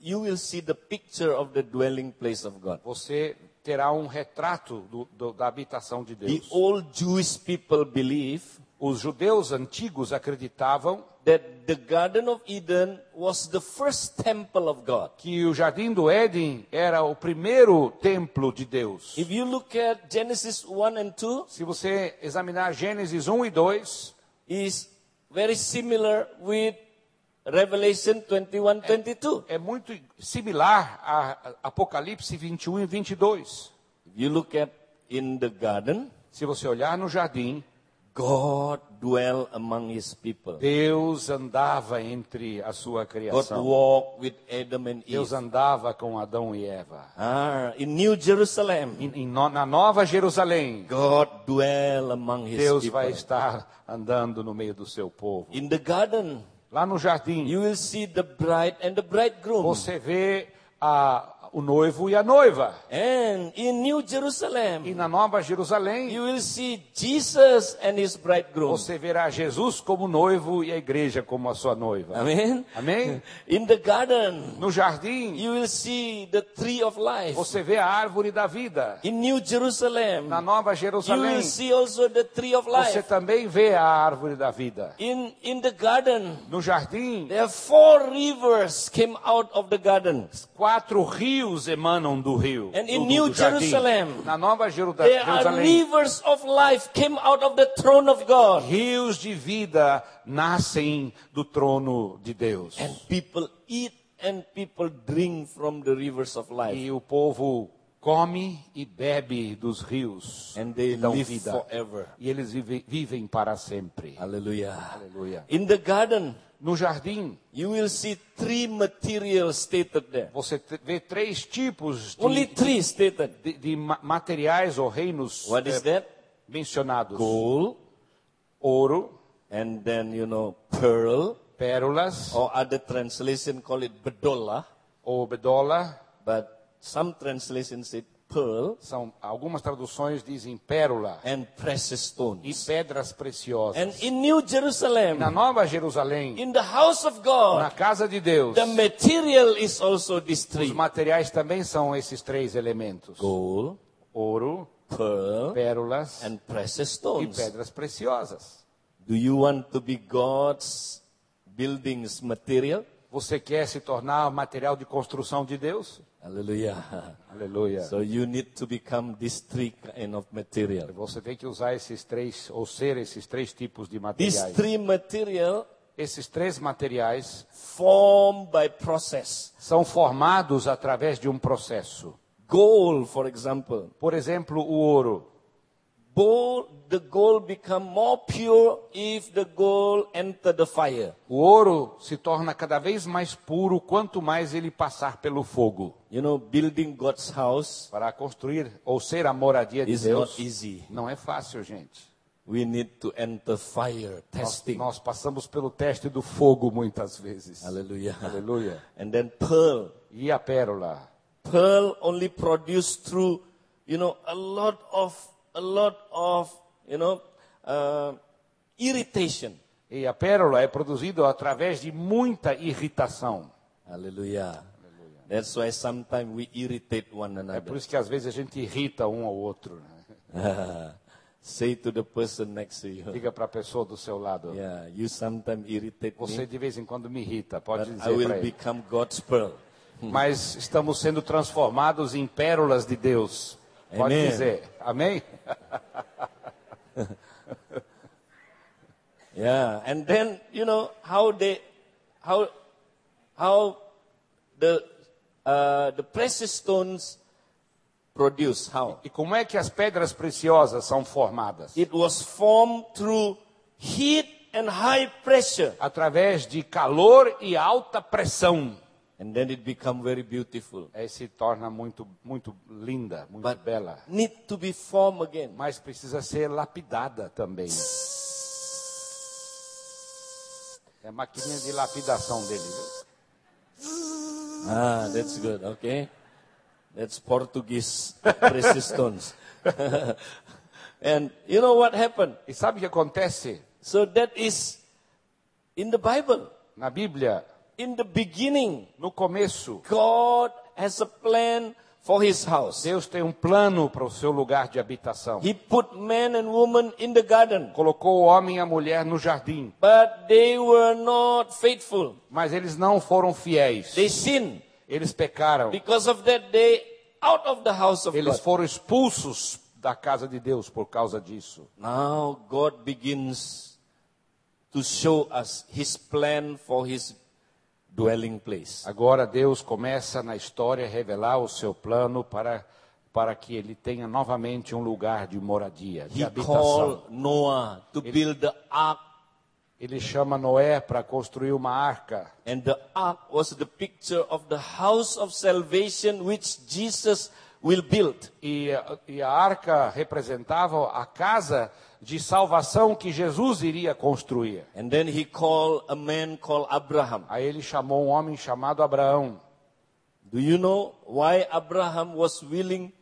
S2: you will see the picture of the dwelling place of God.
S1: você terá um retrato do- do- da habitação de
S2: The
S1: Deus.
S2: old Jewish people believe
S1: Os judeus antigos acreditavam
S2: that the Garden of Eden was the first temple of God.
S1: que o jardim do Éden era o primeiro templo de Deus.
S2: If you look at Genesis 1 and 2,
S1: Se você examinar Gênesis 1 e 2,
S2: is very similar with Revelation 21 22.
S1: é muito similar a a Apocalipse 21 e 22.
S2: If you look at in the garden,
S1: Se você olhar no jardim,
S2: God dwell among his people.
S1: Deus andava entre a sua
S2: God
S1: criação.
S2: walk with Adam and
S1: Deus
S2: Eve.
S1: andava com Adão e Eva.
S2: Ah, in New Jerusalem,
S1: Em- em no- na Nova Jerusalém,
S2: God dwell among his
S1: Deus
S2: people.
S1: vai estar andando no meio do seu povo.
S2: In the garden,
S1: Lá no jardim,
S2: you will see the bride and the bridegroom.
S1: você vê a- o noivo e a noiva.
S2: And in New
S1: E
S2: Jerusalem,
S1: na Nova Jerusalém,
S2: you will see Jesus and his bridegroom.
S1: você verá Jesus como noivo e a igreja como a sua noiva.
S2: Amen.
S1: Amém?
S2: In the garden,
S1: No jardim,
S2: you will see the tree of life.
S1: você vê a árvore da vida.
S2: In New Jerusalem,
S1: Na Nova
S2: you
S1: Jerusalém,
S2: will see also the tree of
S1: você
S2: life.
S1: também vê a árvore da vida.
S2: In, in the garden,
S1: No jardim,
S2: there are four rivers came out of the garden.
S1: quatro rios emanam do rio.
S2: And in
S1: do- do-
S2: New
S1: do jardim.
S2: Jerusalem,
S1: na Nova Jeru-
S2: There are
S1: Jerusalém,
S2: rivers of life came out of the throne of God.
S1: rios de vida nascem do trono de Deus.
S2: And people eat and people drink from the rivers of life.
S1: E o povo come e bebe dos rios
S2: And they
S1: que dão
S2: live
S1: vida.
S2: forever.
S1: E eles vive- vivem para sempre.
S2: Hallelujah.
S1: Hallelujah.
S2: In the garden,
S1: No jardim,
S2: you will see three materials stated there.
S1: você te- vê três tipos
S2: Only
S1: de,
S2: three stated.
S1: de- de ma- materiais ou reinos
S2: What is
S1: eh,
S2: that?
S1: mencionados:
S2: Gold,
S1: ouro,
S2: and then you know pearl
S1: pérolas,
S2: or other translation call it bedola,
S1: ou bedola,
S2: but some translations say pearl
S1: são algumas traduções dizem pérola
S2: and precious
S1: e
S2: stones.
S1: pedras preciosas.
S2: And in New
S1: Na
S2: Jerusalem,
S1: Nova Jerusalém,
S2: in the house of
S1: na
S2: God,
S1: casa de Deus,
S2: the material is also these
S1: os
S2: three:
S1: materiais também são esses três elementos:
S2: gold,
S1: ouro,
S2: pearl,
S1: pérolas
S2: and precious
S1: e
S2: stones.
S1: pedras preciosas.
S2: Do you want to be God's buildings material?
S1: Você quer se tornar material de construção de Deus?
S2: Hallelujah.
S1: Aleluia.
S2: So you need to become these three kind of material.
S1: Você tem que usar esses três, ou ser esses três tipos de
S2: These
S1: materiais.
S2: three material
S1: Esses três materiais
S2: formed by process.
S1: são formados através de um processo.
S2: Gold, for example.
S1: Por exemplo, o ouro.
S2: Gold, the gold become more pure if the gold enter the fire.
S1: O ouro se torna cada vez mais puro quanto mais ele passar pelo fogo.
S2: You know, building God's house
S1: Para construir ou ser a moradia de
S2: is
S1: Deus
S2: not easy.
S1: não é fácil, gente.
S2: We need to enter fire
S1: Nós,
S2: testing.
S1: nós passamos pelo teste do fogo muitas vezes.
S2: Hallelujah.
S1: Aleluia.
S2: And then pearl.
S1: E a pérola?
S2: pearl only produced through you know a lot of a lot of you know uh, irritation
S1: E a pérola é produzida através de muita irritação.
S2: hallelujah that's why sometimes we irritate one
S1: É por
S2: another
S1: isso que às vezes a gente irrita um ao outro. né?
S2: say to the person next to you
S1: Diga para a pessoa do seu lado.
S2: yeah you sometimes irritate
S1: Você
S2: me
S1: de vez em quando me irrita,
S2: but
S1: pode
S2: Ah, i
S1: dizer para
S2: will
S1: ele.
S2: become god's pearl
S1: Mas estamos sendo transformados em pérolas de Deus. Pode
S2: Amém.
S1: dizer. Amém?
S2: yeah and then you know how they how how the uh, the precious stones produce how
S1: E como é que as pedras preciosas são formadas?
S2: It was formed through heat and high pressure.
S1: Através de calor e alta pressão.
S2: And then it become very beautiful.
S1: Aí se torna muito, muito linda, muito
S2: But
S1: bela.
S2: need to be formed again.
S1: Mas precisa ser lapidada também. É a maquininha de lapidação dele. viu?
S2: Ah, that's good. Okay. That's Portuguese resistance. and you know what happened?
S1: E sabe o que acontece?
S2: So that is in the Bible.
S1: Na Bíblia,
S2: In the beginning,
S1: no começo,
S2: God has a plan for his house.
S1: Deus tem um plano para o seu lugar de habitação.
S2: He put man and woman in the garden,
S1: Colocou o homem e a mulher no jardim,
S2: but they were not faithful.
S1: mas eles não foram fiéis.
S2: They sinned.
S1: Eles pecaram.
S2: Because of that, they out of the house of
S1: Eles
S2: God.
S1: foram expulsos da casa de Deus por causa disso.
S2: Now God begins to show us His plan for His dwelling place.
S1: Agora Deus começa na história a revelar o seu plano para, para que ele tenha novamente um lugar de moradia, de
S2: He
S1: habitação.
S2: called Noah to build the ark,
S1: Ele chama Noé para construir uma arca.
S2: and the ark was the picture of the house of salvation which Jesus will build.
S1: E, a- e a arca representava a casa de salvação que Jesus iria construir.
S2: And then he called a man called Abraham.
S1: Aí ele chamou um homem chamado Abraão.
S2: Do you know why Abraham was willing,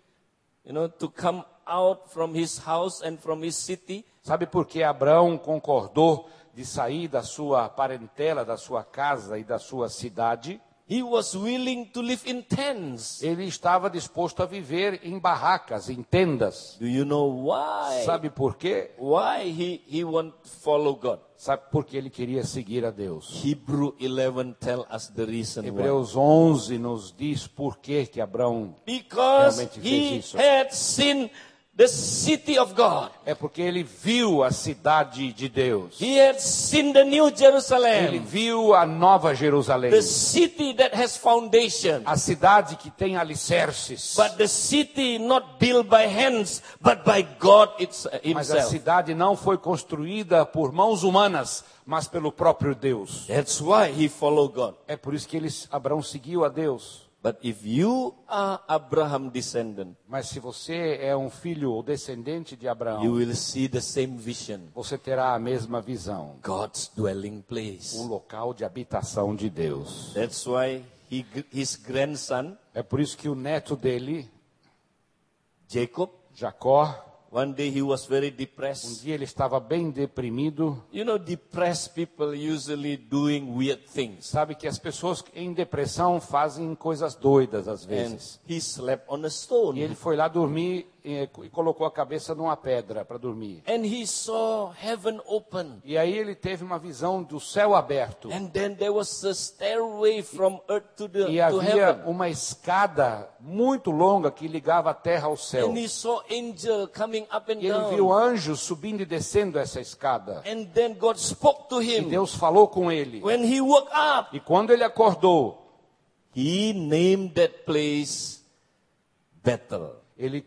S2: you know, to come out from his house and from his city?
S1: Sabe por que Abraão concordou de sair da sua parentela, da sua casa e da sua cidade?
S2: He was willing to live in tents.
S1: Ele estava disposto a viver em barracas, em tendas.
S2: Do you know why?
S1: Sabe por quê?
S2: Why he, he want to follow God?
S1: Sabe por que ele queria seguir a Deus?
S2: Hebrew 11 tell us the reason why.
S1: Hebreus 11 nos diz por que que Abraão
S2: Because
S1: Realmente fez
S2: he
S1: isso.
S2: had seen the city of God.
S1: é porque ele viu a cidade de Deus.
S2: He had seen the new
S1: Ele
S2: Jerusalem.
S1: viu a Nova Jerusalém,
S2: The city that has foundation.
S1: a cidade que tem alicerces,
S2: But the city not built by hands, but by God it's, uh,
S1: mas a
S2: himself.
S1: cidade não foi construída por mãos humanas, mas pelo próprio Deus.
S2: That's why he followed God.
S1: É por isso que eles, Abraão seguiu a Deus.
S2: But if you are Abraham descendant,
S1: Mas se você é um filho ou descendente de
S2: you
S1: Abraão,
S2: will see the same vision.
S1: você terá a mesma visão,
S2: God's dwelling
S1: o
S2: place.
S1: local de habitação de Deus.
S2: That's why he, his grandson,
S1: É por isso que o neto dele,
S2: Jacob,
S1: Jacó,
S2: one day he was very
S1: um
S2: depressed.
S1: dia ele estava bem deprimido.
S2: You know, depressed people usually doing weird things.
S1: Sabe que as pessoas em depressão fazem coisas doidas às
S2: And
S1: vezes.
S2: he slept on a
S1: E
S2: stone.
S1: ele foi lá dormir eh, e colocou a cabeça numa pedra para dormir.
S2: And he saw heaven open.
S1: E aí ele teve uma visão do céu aberto.
S2: And then there was a stairway from earth to, the,
S1: E
S2: to
S1: havia
S2: heaven.
S1: uma escada muito longa que ligava a terra ao céu.
S2: And he saw angel coming up and
S1: E ele viu
S2: down.
S1: anjos subindo e descendo essa escada.
S2: And then God spoke to
S1: E
S2: him.
S1: Deus falou com ele.
S2: When he woke up,
S1: E quando ele acordou,
S2: he named that place Bethel.
S1: ele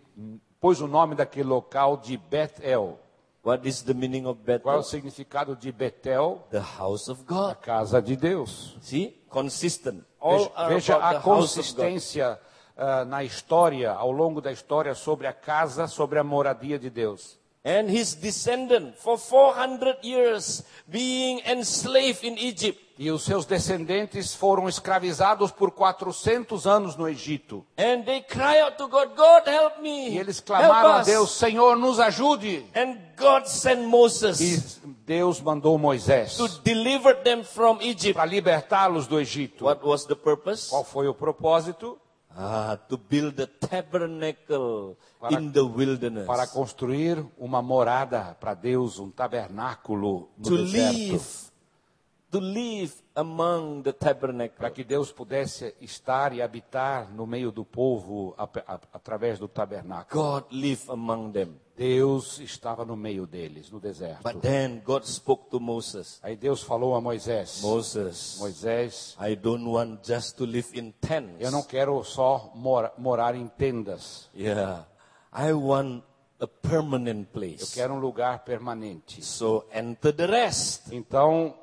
S1: pôs o nome daquele local de Betel.
S2: What is the meaning of
S1: Qual é o
S2: Bethel?
S1: significado de Betel?
S2: The house of
S1: A
S2: God.
S1: casa de Deus.
S2: See, consistent. All
S1: Veja,
S2: are
S1: veja
S2: about
S1: a
S2: the house of God.
S1: consistência ah, na história, ao longo da história, sobre a casa, sobre a moradia de Deus.
S2: And his descendant for 400 years being enslaved in Egypt.
S1: E os seus descendentes foram escravizados por 400 anos no Egito.
S2: And they cry out to God, God help me.
S1: E eles
S2: help
S1: clamaram a
S2: us."
S1: Deus: Senhor, nos ajude.
S2: And God sent
S1: E
S2: Moses
S1: Deus mandou Moisés
S2: to deliver them from Egypt.
S1: para libertá-los do Egito.
S2: What was the purpose?
S1: Qual foi o propósito?
S2: Ah, to build a tabernacle
S1: Para-
S2: in the wilderness.
S1: Para construir uma morada para Deus, um tabernáculo no
S2: to
S1: deserto.
S2: live, to live among the tabernacle.
S1: Para que Deus pudesse estar e habitar no meio do povo a- a- através do tabernáculo.
S2: God live among them.
S1: Deus estava no meio deles, no deserto.
S2: But then God spoke to Moses.
S1: Aí Deus falou a Moisés:
S2: Moses,
S1: Moisés,
S2: I don't want just to live in tents.
S1: eu não quero só mora- morar em tendas.
S2: Yeah, I want a permanent
S1: Eu
S2: place.
S1: quero um lugar permanente.
S2: So enter the rest.
S1: Então,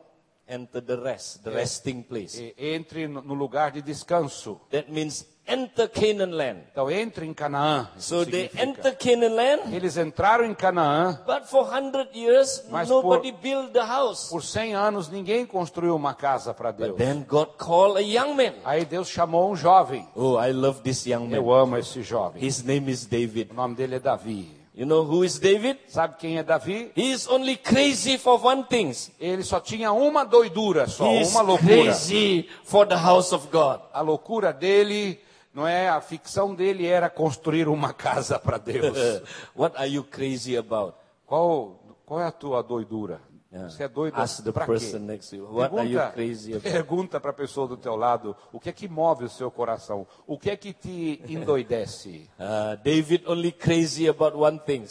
S2: Enter the rest, the resting place.
S1: e- entre no no lugar de descanso.
S2: That means enter Canaan land.
S1: Então, entre em Canaã. isso
S2: So they
S1: significa.
S2: enter Canaan land.
S1: Eles entraram em Canaã.
S2: But for 100 years,
S1: Mas
S2: nobody built the house.
S1: Por 100 anos, ninguém construiu uma casa para Deus.
S2: Then God called a young man.
S1: Aí Deus chamou um jovem.
S2: Oh, I love this young man.
S1: Eu amo esse jovem.
S2: His name is David.
S1: O nome dele é Davi.
S2: You know who is David?
S1: Sabe quem é Davi?
S2: He is only crazy for one thing.
S1: Ele só tinha uma doidura, só
S2: He is
S1: uma loucura.
S2: crazy for the house of God.
S1: A loucura dele, não é? A ficção dele era construir uma casa para Deus.
S2: what are you crazy about?
S1: qual, qual é a tua doidura? Você é doido
S2: Ah, Ask the
S1: pra
S2: person
S1: quê?
S2: next to you. What are you crazy about?
S1: pergunta para a pessoa do teu lado, o que é que move o seu coração? O que é que te endoidece?
S2: Uh, David only crazy about one thing.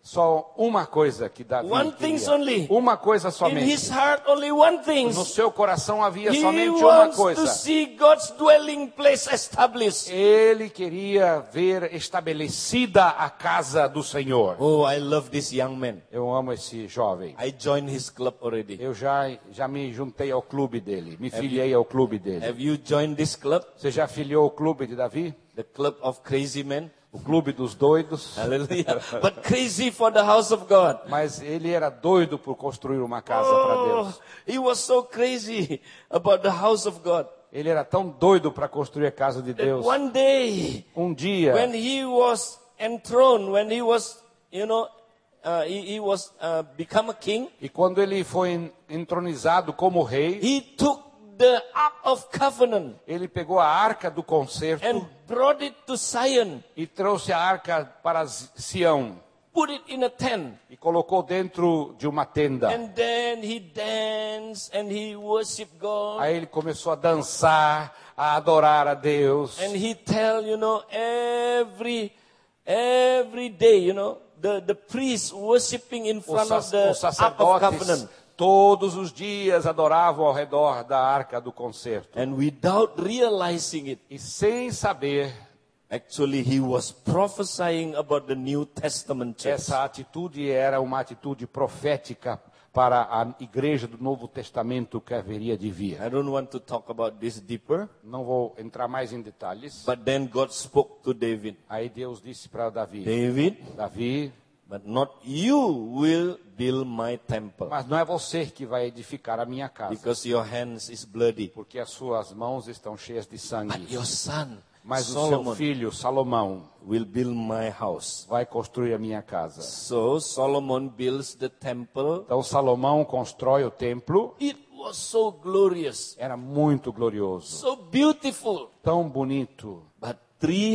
S1: Só uma coisa que Davi
S2: One
S1: queria.
S2: things only.
S1: Uma coisa
S2: In
S1: somente.
S2: his heart, only one thing.
S1: No seu coração havia
S2: He
S1: somente uma
S2: wants to
S1: coisa.
S2: see God's dwelling place established.
S1: Ele queria ver estabelecida a casa do Senhor.
S2: Oh, I love this young man.
S1: Eu amo esse jovem.
S2: I joined his club already.
S1: Eu já, já me juntei ao clube dele,
S2: É
S1: me filiei ao clube dele.
S2: Have you joined this club?
S1: Você já filiou o clube de Davi?
S2: The club of crazy men?
S1: O clube dos
S2: É.
S1: doidos?
S2: Hallelujah. but crazy for the house of God.
S1: Mas ele era doido por construir uma casa para
S2: Oh,
S1: Deus.
S2: he was so crazy about the house of God.
S1: Ele era tão doido para construir a casa de
S2: That
S1: Deus.
S2: one day,
S1: Um dia,
S2: when he was enthroned, when he was, you know, uh, he, he was uh, become a king,
S1: e quando ele foi en- entronizado como rei,
S2: he took the Ark of Covenant
S1: ele pegou a arca do concerto
S2: and brought it to Zion,
S1: e trouxe a arca para Z- Sião
S2: put it in a tent,
S1: e colocou dentro de uma tenda.
S2: and then he danced and he worshiped God.
S1: Aí ele começou a dançar, a adorar a Deus.
S2: And he tell, you know, every every day, you know, the, the priest worshiping in
S1: Os,
S2: front
S1: sac-
S2: of
S1: os
S2: the Ark of
S1: sacerdotes
S2: Covenant.
S1: todos os dias adoravam ao redor da arca do concerto.
S2: And without realizing it,
S1: E sem saber,
S2: actually he was prophesying about the New Testament church.
S1: essa atitude era uma atitude profética para a igreja do Novo Testamento que haveria de vir.
S2: I don't want to talk about this deeper,
S1: Não vou entrar mais em detalhes.
S2: but then God spoke to David.
S1: Aí Deus disse para Davi:
S2: David,
S1: Davi,
S2: but not you will build my temple
S1: mas não é você que vai edificar a minha casa,
S2: because your hands is bloody.
S1: porque as suas mãos estão cheias de
S2: But
S1: sangue.
S2: your son
S1: Mas o seu
S2: Solomon
S1: filho Salomão
S2: will build my house.
S1: vai construir a minha casa.
S2: So Solomon builds the temple.
S1: Então Salomão constrói o templo.
S2: It was so glorious,
S1: Era muito glorioso,
S2: so beautiful.
S1: tão bonito.
S2: But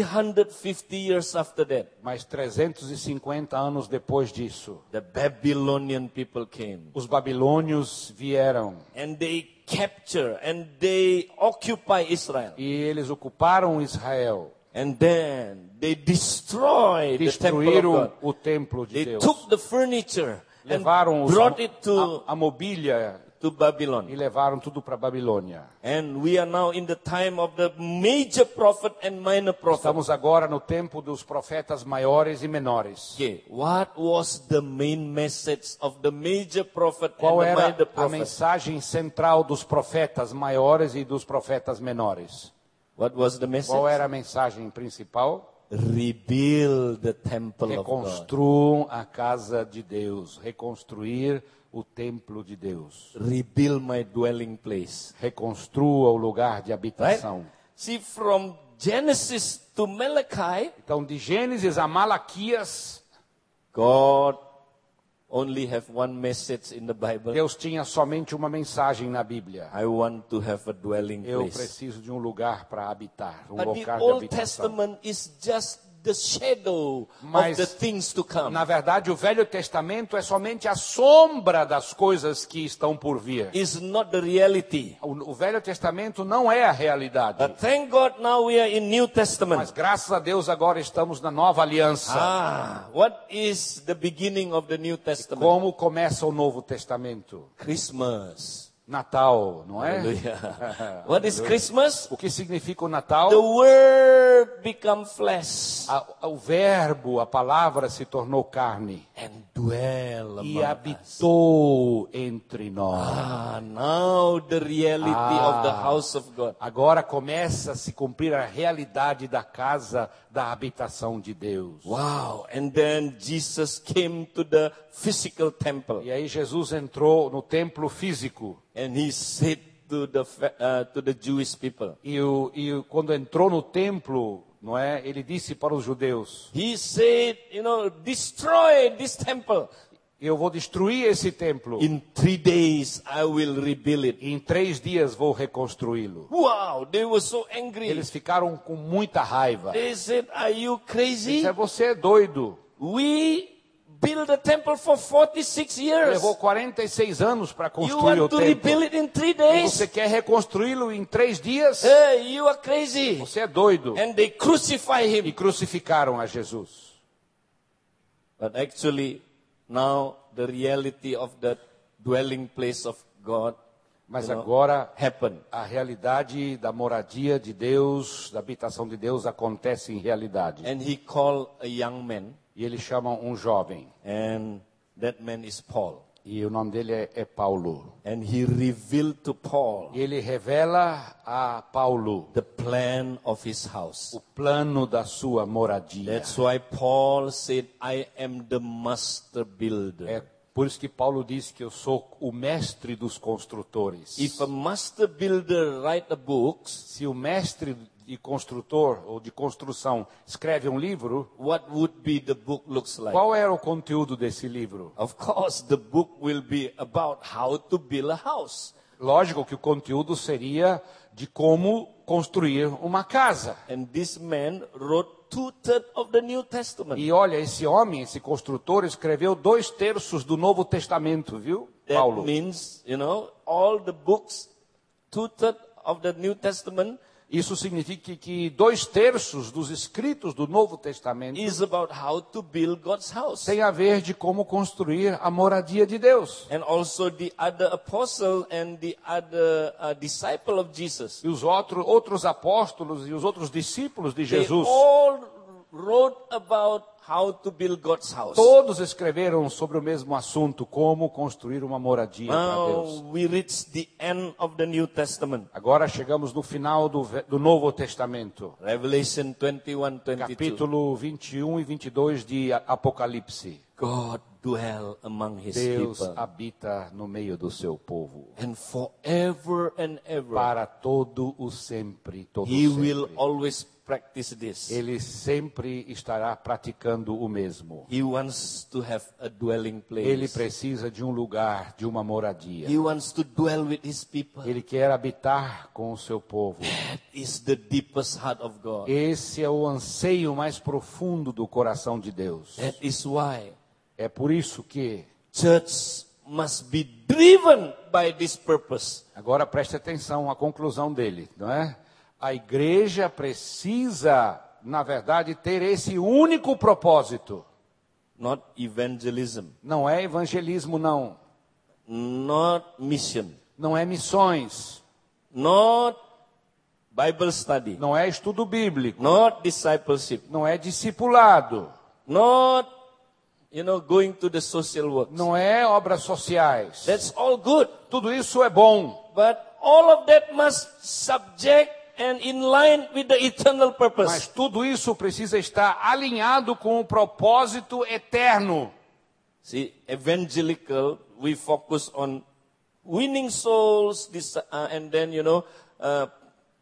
S2: 350 years after that,
S1: Mas 350 anos depois disso,
S2: the Babylonian people came
S1: os babilônios vieram
S2: and they capture and they occupy Israel.
S1: e eles ocuparam Israel,
S2: And then they destroy the temple of God.
S1: destruíram o templo de
S2: They
S1: Deus,
S2: took the furniture and
S1: levaram os-
S2: brought it to,
S1: a, a mobília
S2: to Babylon.
S1: e levaram tudo para Babilônia.
S2: And we are now in the time of the major prophet and minor prophet.
S1: Estamos agora no tempo dos profetas maiores e menores.
S2: Okay, what was the main message of the major prophet
S1: Qual
S2: and the
S1: era
S2: minor
S1: a
S2: prophet?
S1: mensagem central dos profetas maiores e dos profetas menores?
S2: What was the message?
S1: Qual era a mensagem principal?
S2: Rebuild the temple of God.
S1: Reconstruam a casa de Deus, reconstruir o templo de Deus.
S2: Rebuild my dwelling place.
S1: Reconstrua o lugar de
S2: Right?
S1: habitação.
S2: See, from Genesis to Malachi,
S1: Então, de Gênesis a Malaquias,
S2: God only have one message in the Bible.
S1: Deus tinha somente uma mensagem na Bíblia.
S2: I want to have a dwelling
S1: Eu
S2: place.
S1: preciso de um lugar para habitar, um
S2: But the
S1: lugar de
S2: Old
S1: habitação.
S2: Testament is just the shadow
S1: Mas-
S2: of the things to come.
S1: Na verdade, o Velho Testamento é somente a sombra das coisas que estão por vir.
S2: It's not the reality.
S1: O, o Velho Testamento não é a realidade.
S2: But thank God now we are in New
S1: Mas
S2: Testament.
S1: graças a Deus agora estamos na nova aliança.
S2: Ah, what is the beginning of the New Testament?
S1: Como começa o Novo Testamento?
S2: Christmas.
S1: Natal, não é?
S2: Hallelujah. what is Christmas?
S1: O que significa o Natal?
S2: The Word become flesh
S1: A- o verbo, a palavra se tornou carne
S2: and dwell
S1: e
S2: among us.
S1: habitou entre nós.
S2: Ah, now the reality of the house of God.
S1: Agora começa a se cumprir a realidade da casa, da habitação de Deus.
S2: Wow. And then Jesus came to the physical temple.
S1: E aí Jesus entrou no templo físico.
S2: And he said to the, fa- uh, to the Jewish people,
S1: E, o, e o- quando entrou no templo, não é? Ele disse para os judeus:
S2: he said, you know, destroy this temple.
S1: Eu vou destruir esse templo.
S2: In three days, I will rebuild it.
S1: E em três dias vou reconstruí-lo.
S2: Wow, they were so angry.
S1: Eles ficaram com muita raiva.
S2: They said, are you crazy?
S1: Disse, você é doido.
S2: We built a temple for 46 years.
S1: Levou 46 anos para
S2: You
S1: construir o
S2: want to rebuild
S1: templo.
S2: it in three
S1: E Você
S2: days?
S1: quer reconstruí-lo em três dias?
S2: Hey, you are crazy.
S1: Você é doido.
S2: And they crucify
S1: E
S2: him.
S1: crucificaram a Jesus.
S2: But actually, now the reality of the dwelling place of God
S1: Mas
S2: you know,
S1: agora
S2: happened.
S1: a realidade da moradia de Deus, da habitação de Deus acontece em realidade.
S2: And he called a young man,
S1: E eles chamam um jovem.
S2: and that man is Paul.
S1: E o nome dele é, é Paulo.
S2: And he revealed to Paul
S1: E ele revela a Paulo
S2: the plan of his house.
S1: o plano da sua moradia.
S2: That's why Paul said, I am the master
S1: É
S2: builder.
S1: por isso que Paulo diz que eu sou o mestre dos construtores.
S2: If a master builder write a book,
S1: Se o mestre de construtor ou de construção escreve um livro,
S2: what would be the book looks like?
S1: qual era o conteúdo desse livro?
S2: Of course, the book will be about how to build a house.
S1: Lógico que o conteúdo seria de como construir uma casa.
S2: And this man wrote two-thirds of the New Testament.
S1: E olha, esse homem, esse construtor, escreveu dois terços do Novo Testamento, viu,
S2: That
S1: Paulo?
S2: means, you know, all the books, two-thirds of the New Testament
S1: Isso significa que, que dois terços dos escritos do Novo Testamento
S2: is about how to build God's house.
S1: tem a ver de como construir a moradia de Deus.
S2: And also the other apostle and the other uh, disciple of Jesus.
S1: E os outro, outros apóstolos e os outros discípulos de
S2: They
S1: Jesus
S2: all wrote about how to build God's house.
S1: Todos escreveram sobre o mesmo assunto, como construir uma moradia para
S2: Now
S1: Deus.
S2: we reach the end of the New Testament.
S1: Agora chegamos no final do, ve- do Novo Testamento,
S2: Revelation 21, 22.
S1: capítulo 21 e 22 de A- Apocalipse.
S2: God dwell among his
S1: Deus
S2: people.
S1: habita no meio do seu povo
S2: And forever and ever,
S1: para todo o sempre, todo
S2: he
S1: o
S2: will
S1: sempre.
S2: always practice this.
S1: Ele sempre estará praticando o mesmo.
S2: He wants to have a dwelling
S1: Ele
S2: place.
S1: precisa de um lugar, de uma moradia.
S2: He wants to dwell with his people.
S1: Ele quer habitar com o seu povo.
S2: That is the deepest heart of God.
S1: Esse é o anseio mais profundo do coração de Deus.
S2: That is why
S1: É por isso que,
S2: church must be driven by this purpose.
S1: agora preste atenção à conclusão dele, não é? A igreja precisa, na verdade, ter esse único propósito.
S2: Not evangelism,
S1: Não é evangelismo, não.
S2: not mission,
S1: Não é missões.
S2: not Bible study,
S1: Não é estudo bíblico.
S2: not discipleship,
S1: Não é discipulado.
S2: not you know going to the social work.
S1: Não é obras sociais.
S2: That's all good,
S1: Tudo isso é bom.
S2: but all of that must subject and in line with the eternal
S1: Mas
S2: purpose.
S1: tudo isso precisa estar alinhado com o propósito eterno.
S2: See, evangelical, we focus on winning souls, this, uh, and then you know, uh,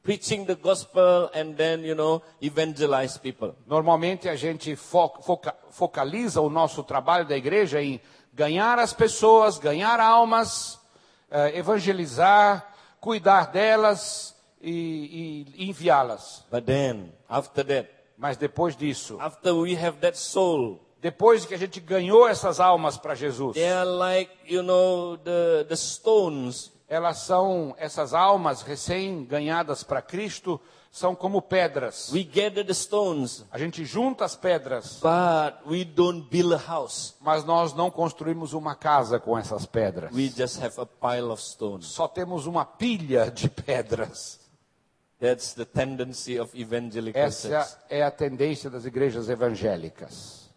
S2: preaching the gospel, and then you know, evangelize people.
S1: Normalmente a gente fo- foca- focaliza o nosso trabalho da igreja em ganhar as pessoas, ganhar almas, eh, evangelizar, cuidar delas e, e enviá-las.
S2: But then, after that,
S1: Mas depois disso,
S2: after we have that soul,
S1: depois que a gente ganhou essas almas para Jesus,
S2: they are like, you know, the, the stones.
S1: elas são essas almas recém ganhadas para Cristo são como pedras.
S2: We gather the stones,
S1: A gente junta as pedras,
S2: but we don't build a house.
S1: mas nós não construímos uma casa com essas pedras.
S2: We just have a pile of stones.
S1: Só temos uma pilha de pedras.
S2: That's the tendency of evangelical church.
S1: Essa é a tendência das igrejas evangélicas.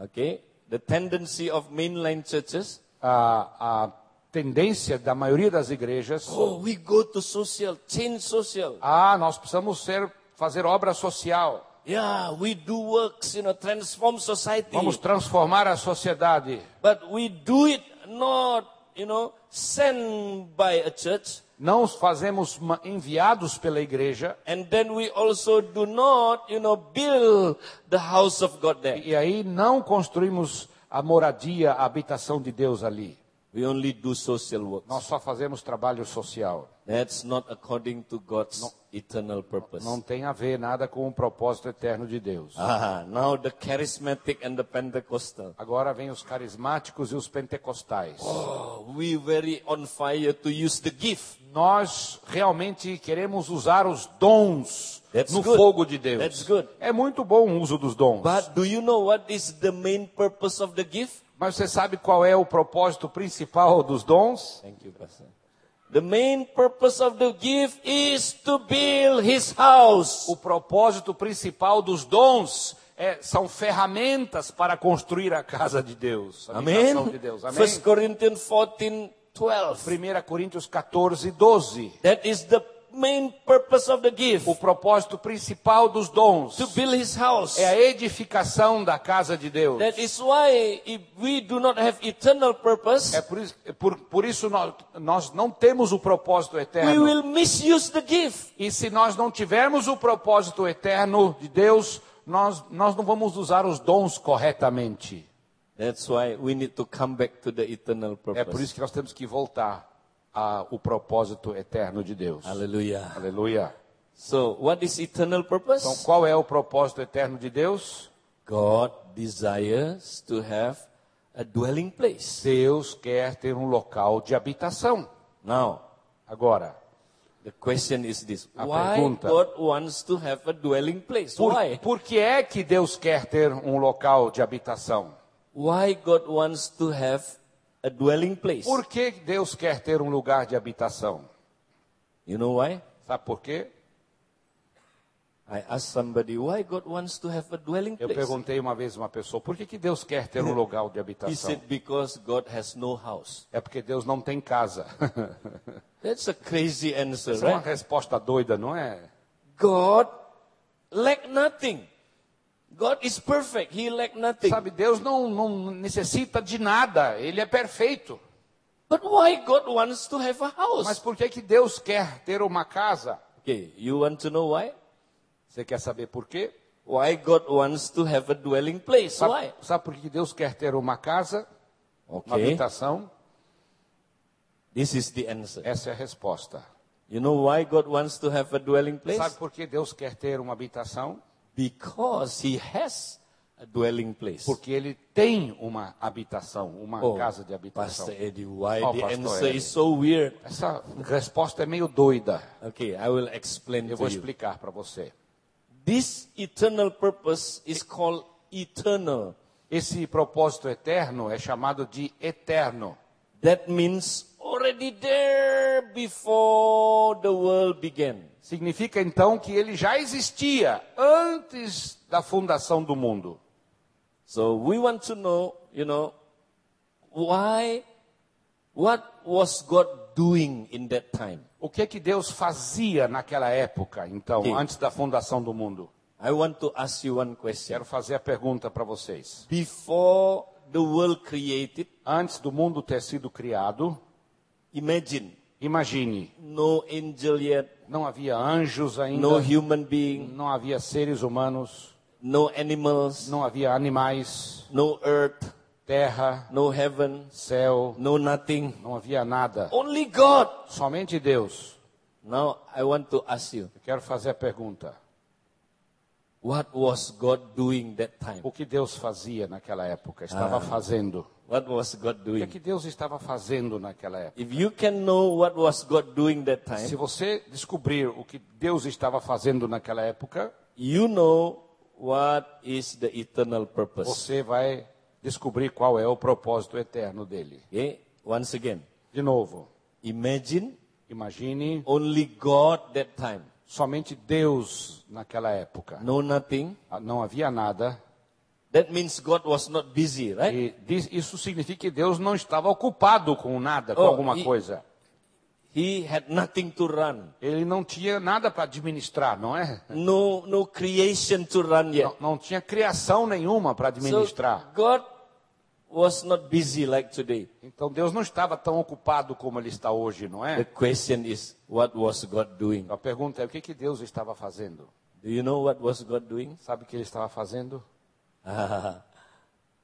S2: Okay? The tendency of mainline churches.
S1: A, a tendência da maioria das igrejas,
S2: Oh, we go to social, change social.
S1: ah, nós precisamos ser, fazer obra social.
S2: Yeah, we do works, you know, transform society.
S1: Vamos transformar a sociedade.
S2: But we do it not, you know, sent by a church.
S1: Não os fazemos ma- enviados pela igreja.
S2: And then we also do not, you know, build the house of God there.
S1: E aí não construímos a moradia, a habitação de Deus ali.
S2: We only do social works.
S1: Nós só fazemos trabalho social.
S2: That's not according to God's eternal purpose.
S1: Não tem a ver nada com o propósito eterno de Deus.
S2: Ah, now the charismatic and the Pentecostal.
S1: Agora vem os carismáticos e os pentecostais.
S2: Oh, we very on fire to use the gift.
S1: Nós realmente queremos usar os dons
S2: That's
S1: no
S2: good.
S1: fogo de Deus.
S2: That's good.
S1: É muito bom o uso dos dons.
S2: But do you know what is the main purpose of the gift?
S1: Mas você sabe qual é o propósito principal dos dons?
S2: Thank you, Pastor. The main purpose of the gift is to build his house.
S1: O propósito principal dos dons é- são ferramentas para construir a casa de Deus. A
S2: Amen.
S1: habitação de Deus. Amém?
S2: 1 Corinthians 14, 12.
S1: 1 Coríntios 14, 12.
S2: That is the main purpose of the gift.
S1: O propósito principal dos dons
S2: To build his house.
S1: é a edificação da casa de Deus.
S2: That is why if we do not have eternal purpose,
S1: É por isso, é por, por isso nós, nós não temos o propósito
S2: we
S1: eterno.
S2: will misuse the gift.
S1: E se nós não tivermos o propósito eterno de Deus, nós, nós não vamos usar os dons corretamente.
S2: That's why we need to come back to the eternal
S1: É por
S2: purpose.
S1: isso que nós temos que voltar ao propósito eterno de Deus.
S2: Hallelujah.
S1: Aleluia.
S2: So, what is eternal
S1: Então,
S2: purpose?
S1: qual é o propósito eterno de Deus?
S2: God desires to have a dwelling place.
S1: Deus quer ter um local de habitação.
S2: Now,
S1: Agora,
S2: the question is this.
S1: A
S2: Why
S1: pergunta.
S2: God wants to have a dwelling place?
S1: por,
S2: Why?
S1: por que é que Deus quer ter um local de habitação?
S2: Why God wants to have a dwelling place?
S1: Por que Deus quer ter um lugar de habitação?
S2: You know why?
S1: Sabe por quê?
S2: I asked somebody why God wants to have a dwelling
S1: Eu
S2: place.
S1: perguntei uma vez uma pessoa, por que, que Deus quer ter um lugar de
S2: He
S1: habitação?
S2: said, because God has no house.
S1: É porque Deus não tem casa.
S2: That's a crazy answer,
S1: Essa é uma
S2: right?
S1: resposta doida, não é?
S2: God lack nothing. God is perfect. He lack nothing.
S1: Sabe, Deus não, não necessita de nada, Ele é perfeito.
S2: But why God wants to have a
S1: Mas
S2: house?
S1: por que, que Deus quer ter uma casa?
S2: Okay, you want to know why?
S1: Você quer saber por quê?
S2: Why God wants to have a dwelling place? Why?
S1: Sabe, sabe por que que Deus quer ter uma casa, uma
S2: Okay,
S1: habitação?
S2: this is the answer.
S1: Essa é a resposta.
S2: You know why God wants to have a dwelling place?
S1: Sabe por que Deus quer ter uma habitação?
S2: Because He has a dwelling place.
S1: Porque Ele tem uma habitação, uma
S2: Oh,
S1: casa de habitação.
S2: Pastor Eddie, why
S1: Oh,
S2: the
S1: Pastor
S2: answer
S1: Eddie.
S2: is so weird?
S1: Essa resposta é meio doida.
S2: Okay, I will explain
S1: Eu
S2: to
S1: vou
S2: you.
S1: explicar para você.
S2: This eternal purpose is called eternal.
S1: Esse propósito eterno é chamado de eterno.
S2: That means already there before the world began.
S1: Significa então que ele já existia antes da fundação do mundo.
S2: So we want to know, you know, why, what was God doing in that time?
S1: O que que Deus fazia naquela época, então,
S2: Sim.
S1: antes da fundação do mundo?
S2: I want to ask you one question.
S1: Quero fazer a pergunta para vocês.
S2: Before the world created,
S1: Antes do mundo ter sido criado,
S2: imagine
S1: imagine,
S2: no angel yet,
S1: não havia anjos ainda,
S2: no human being,
S1: não havia seres humanos,
S2: no animals,
S1: não havia animais,
S2: no earth,
S1: terra,
S2: no heaven,
S1: céu,
S2: no nothing.
S1: não havia nada.
S2: Only God.
S1: Somente Deus.
S2: Now I want to ask you,
S1: Eu quero fazer a pergunta.
S2: what was God doing that time?
S1: O que Deus fazia naquela época? Estava fazendo.
S2: What was
S1: O
S2: God
S1: que, é
S2: doing?
S1: que Deus estava fazendo naquela época?
S2: If you can know what was God doing that
S1: Se
S2: time,
S1: você descobrir o que Deus estava fazendo naquela época,
S2: you know what is the eternal purpose.
S1: você vai descobrir qual é o propósito eterno dele.
S2: Okay? Once again,
S1: De novo,
S2: imagine
S1: imagine
S2: only God that time.
S1: somente Deus naquela época.
S2: No nothing.
S1: Ah, Não havia nada.
S2: That means God was not busy, right?
S1: E diz- isso significa que Deus não estava ocupado com nada, com
S2: Oh,
S1: alguma
S2: e-
S1: coisa.
S2: He had nothing to run.
S1: Ele não tinha nada para administrar, não é?
S2: No no creation to run yet.
S1: Não, não tinha criação nenhuma para
S2: So
S1: administrar.
S2: God was not busy like today.
S1: Então Deus não estava tão ocupado como ele está hoje, não
S2: The
S1: é?
S2: question is, what was God doing?
S1: A pergunta é o que, que Deus estava fazendo?
S2: Do you know what was God doing?
S1: Sabe o que ele estava fazendo?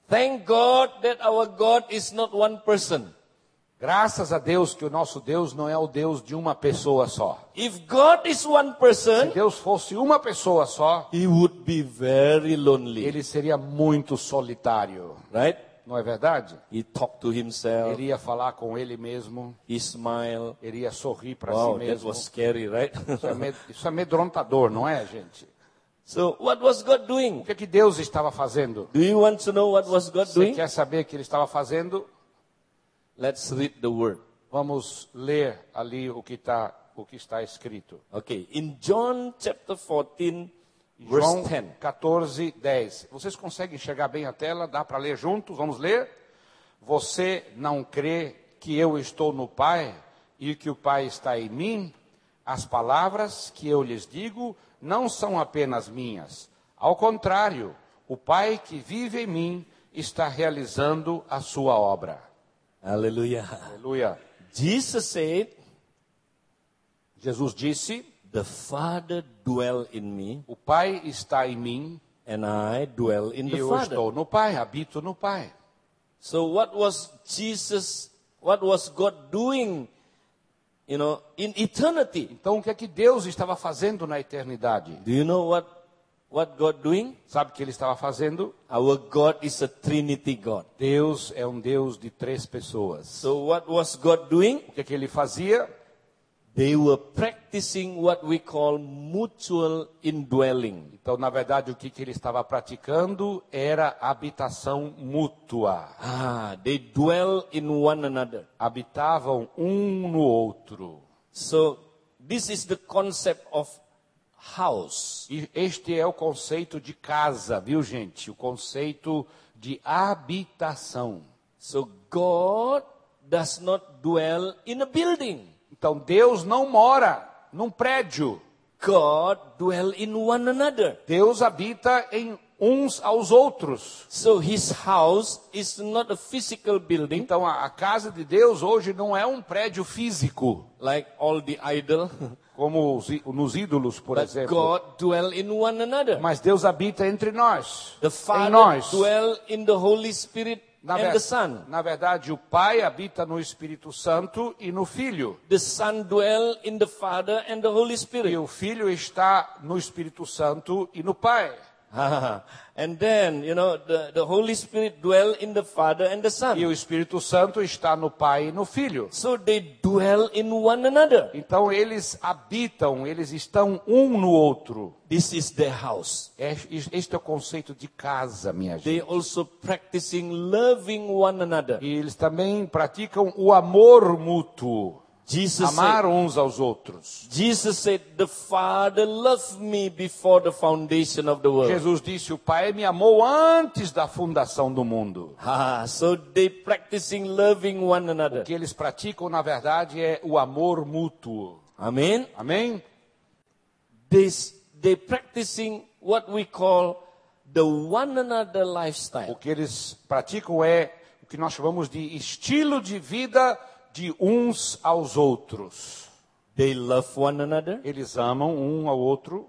S2: Thank God that our God is not one person.
S1: Graças a Deus que o nosso Deus não é o Deus de uma pessoa só.
S2: If God is one
S1: Se
S2: person,
S1: Deus fosse uma pessoa só,
S2: he would be very lonely,
S1: ele seria muito solitário,
S2: right?
S1: não é verdade?
S2: He talked to himself,
S1: Ele ia falar com ele mesmo,
S2: he smiled.
S1: ele ia sorrir para
S2: Wow,
S1: si
S2: that
S1: mesmo.
S2: was scary, right?
S1: Isso é, med- isso é amedrontador, não é, gente?
S2: so, what was God
S1: O
S2: doing?
S1: que, que Deus estava fazendo?
S2: Do you want to know what was God
S1: Você
S2: doing?
S1: quer saber o que ele estava fazendo?
S2: Let's read the word.
S1: Vamos ler ali o que, tá, o que está escrito.
S2: Okay, in John chapter 14,
S1: João
S2: verse 10.
S1: 14, 10. Vocês conseguem chegar bem à tela? Dá para ler juntos? Vamos ler? Você não crê que eu estou no Pai e que o Pai está em mim? As palavras que eu lhes digo não são apenas minhas. Ao contrário, o Pai que vive em mim está realizando a sua obra.
S2: Hallelujah.
S1: Aleluia.
S2: Jesus said,
S1: Jesus disse:
S2: The Father dwell in me,
S1: O Pai está em mim
S2: and I dwell in
S1: e
S2: the
S1: eu
S2: Father.
S1: estou no Pai, habito no Pai.
S2: So what was Jesus, what was God doing, you know, in eternity?
S1: Então, o que é que Deus estava fazendo na eternidade?
S2: Do you know what, what God doing?
S1: Sabe o que ele estava fazendo?
S2: Our God is a Trinity God.
S1: Deus é um Deus de três pessoas.
S2: So what was God doing?
S1: O que é que ele fazia?
S2: They were practicing what we call mutual indwelling.
S1: Então, na verdade, o que, que ele estava praticando era habitação mútua.
S2: Ah, they dwell in one another.
S1: Habitavam um no outro.
S2: So this is the concept of house.
S1: E este é o conceito de casa, viu gente? O conceito de habitação.
S2: So God does not dwell in a building.
S1: Então Deus não mora num prédio.
S2: God dwell in one another.
S1: Deus habita em uns aos outros.
S2: So his house is not a physical building
S1: Então a, a casa de Deus hoje não é um prédio físico,
S2: like all the idol,
S1: como os í- nos ídolos, por
S2: but
S1: exemplo.
S2: God dwell in one another.
S1: Mas Deus habita entre nós,
S2: The
S1: em
S2: Father
S1: nós.
S2: dwell in the Holy Spirit
S1: Na,
S2: and
S1: ver-
S2: the Son.
S1: na verdade, o Pai habita no Espírito Santo e no Filho.
S2: The Son dwell in the Father and the Holy Spirit.
S1: E o Filho está no Espírito Santo e no Pai.
S2: and then, you know, the, the Holy Spirit dwell in the Father and the
S1: E
S2: Son.
S1: o Espírito Santo está no Pai e no Filho.
S2: So they dwell in one another.
S1: Então eles habitam, eles estão um no outro.
S2: This is their house.
S1: É- Este é o conceito de casa, minha gente.
S2: They also practicing loving one another.
S1: E eles também praticam o amor mútuo,
S2: Jesus
S1: amar
S2: said,
S1: uns aos outros.
S2: Jesus said, the Father loved me before the foundation of the world.
S1: Jesus disse: O Pai me amou antes da fundação do mundo.
S2: Ah, so they practicing loving one
S1: O
S2: another.
S1: que eles praticam, na verdade, é o amor mútuo.
S2: Amen.
S1: Amém?
S2: This, they practicing what we call the one another
S1: O
S2: lifestyle.
S1: que eles praticam é o que nós chamamos de estilo de vida de uns aos outros.
S2: They love one another.
S1: Eles amam um ao outro,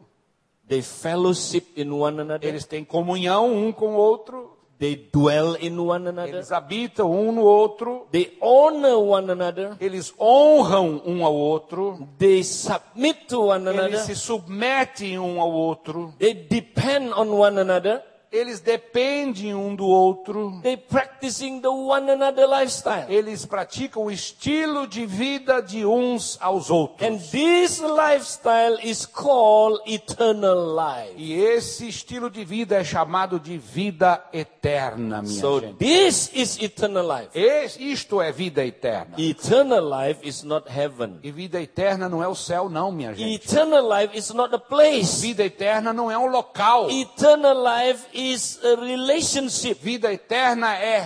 S2: They fellowship in one another.
S1: eles têm comunhão um com o outro,
S2: They dwell in one another.
S1: eles habitam um no outro,
S2: They honor one another.
S1: eles honram um ao outro.
S2: They submit to one
S1: Eles
S2: another.
S1: se submetem um ao outro,
S2: They depend on one another.
S1: eles dependem um do outro,
S2: They practicing the one another lifestyle.
S1: eles praticam o estilo de vida de uns aos outros.
S2: And this lifestyle is called eternal life.
S1: E esse estilo de vida é chamado de vida eterna, minha
S2: So
S1: gente.
S2: this is eternal life.
S1: Es- Isto é vida eterna.
S2: Eternal life is not heaven.
S1: E vida eterna não é o céu, não, minha gente.
S2: Eternal life is not a place.
S1: Vida eterna não é um local.
S2: Eternal life is a relationship.
S1: Vida eterna é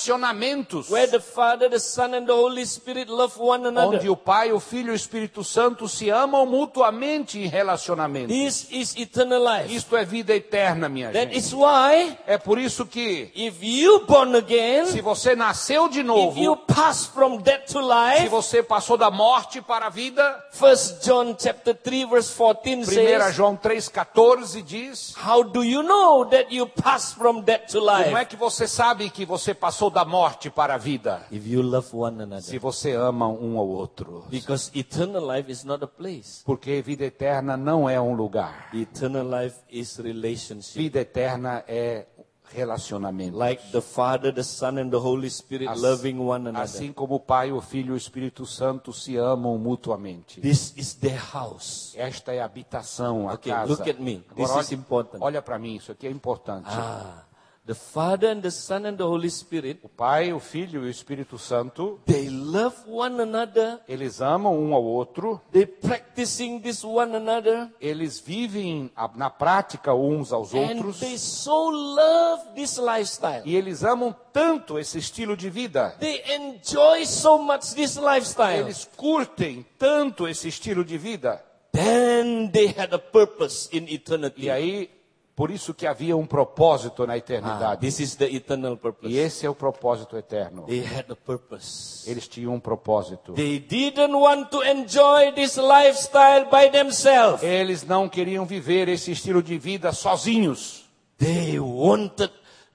S1: relacionamentos.
S2: Where the Father, the Son, and the Holy Spirit love one
S1: Onde
S2: another.
S1: o Pai, o Filho e o Espírito Santo se amam mutuamente em relacionamento.
S2: This is eternal life.
S1: Isto é vida eterna, minha
S2: That
S1: gente.
S2: is why,
S1: É por isso que,
S2: if you born again,
S1: se você nasceu de
S2: if you
S1: novo,
S2: pass from death to
S1: se
S2: life,
S1: você passou da morte para a vida,
S2: First John chapter 3 verse 14
S1: 1
S2: says,
S1: João 3,14 diz:
S2: How do you know that you pass from death to
S1: Como é
S2: life?
S1: que você sabe que você passou da morte para a vida?
S2: If you love one
S1: Se
S2: another.
S1: você ama um ao outro.
S2: Because eternal life is not a place.
S1: Porque vida eterna não é um lugar.
S2: Eternal life is relationship.
S1: Vida eterna é relacionamento.
S2: Like the Father, the Son, and the Holy Spirit
S1: As-
S2: loving one another.
S1: Assim como o Pai, o Filho e o Espírito Santo se amam mutuamente.
S2: This is their house.
S1: Esta é a habitação, a
S2: Okay,
S1: casa.
S2: look at me. This
S1: olha,
S2: is important.
S1: Olha para mim, isso aqui é importante.
S2: Ah, the Father and the Son and the Holy Spirit,
S1: O Pai, o Filho e o Espírito Santo,
S2: they love one another.
S1: eles amam um ao outro,
S2: They practicing this one another.
S1: eles vivem a- na prática uns aos
S2: And
S1: outros
S2: they so love this lifestyle.
S1: e eles amam tanto esse estilo de vida.
S2: They enjoy so much this lifestyle.
S1: Eles curtem tanto esse estilo de vida.
S2: Then they had a purpose in
S1: E
S2: eternity.
S1: aí, por isso que havia um propósito na
S2: Ah,
S1: eternidade.
S2: this is the eternal purpose.
S1: E esse é o propósito eterno.
S2: They had a purpose.
S1: Eles tinham um propósito.
S2: They didn't want to enjoy this lifestyle by themselves.
S1: Eles não queriam viver esse estilo de vida sozinhos.
S2: They wanted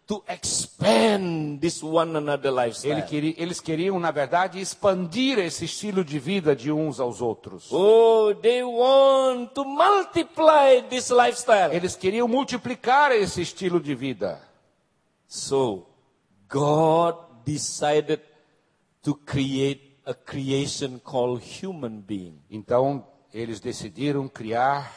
S2: to expand this one another
S1: Ele
S2: lifestyle.
S1: queri- eles queriam, na verdade, expandir esse estilo de vida de uns aos outros.
S2: Oh, they want to multiply this lifestyle.
S1: Eles queriam multiplicar esse estilo de vida.
S2: So, God decided to create a creation called human being.
S1: Então, eles decidiram criar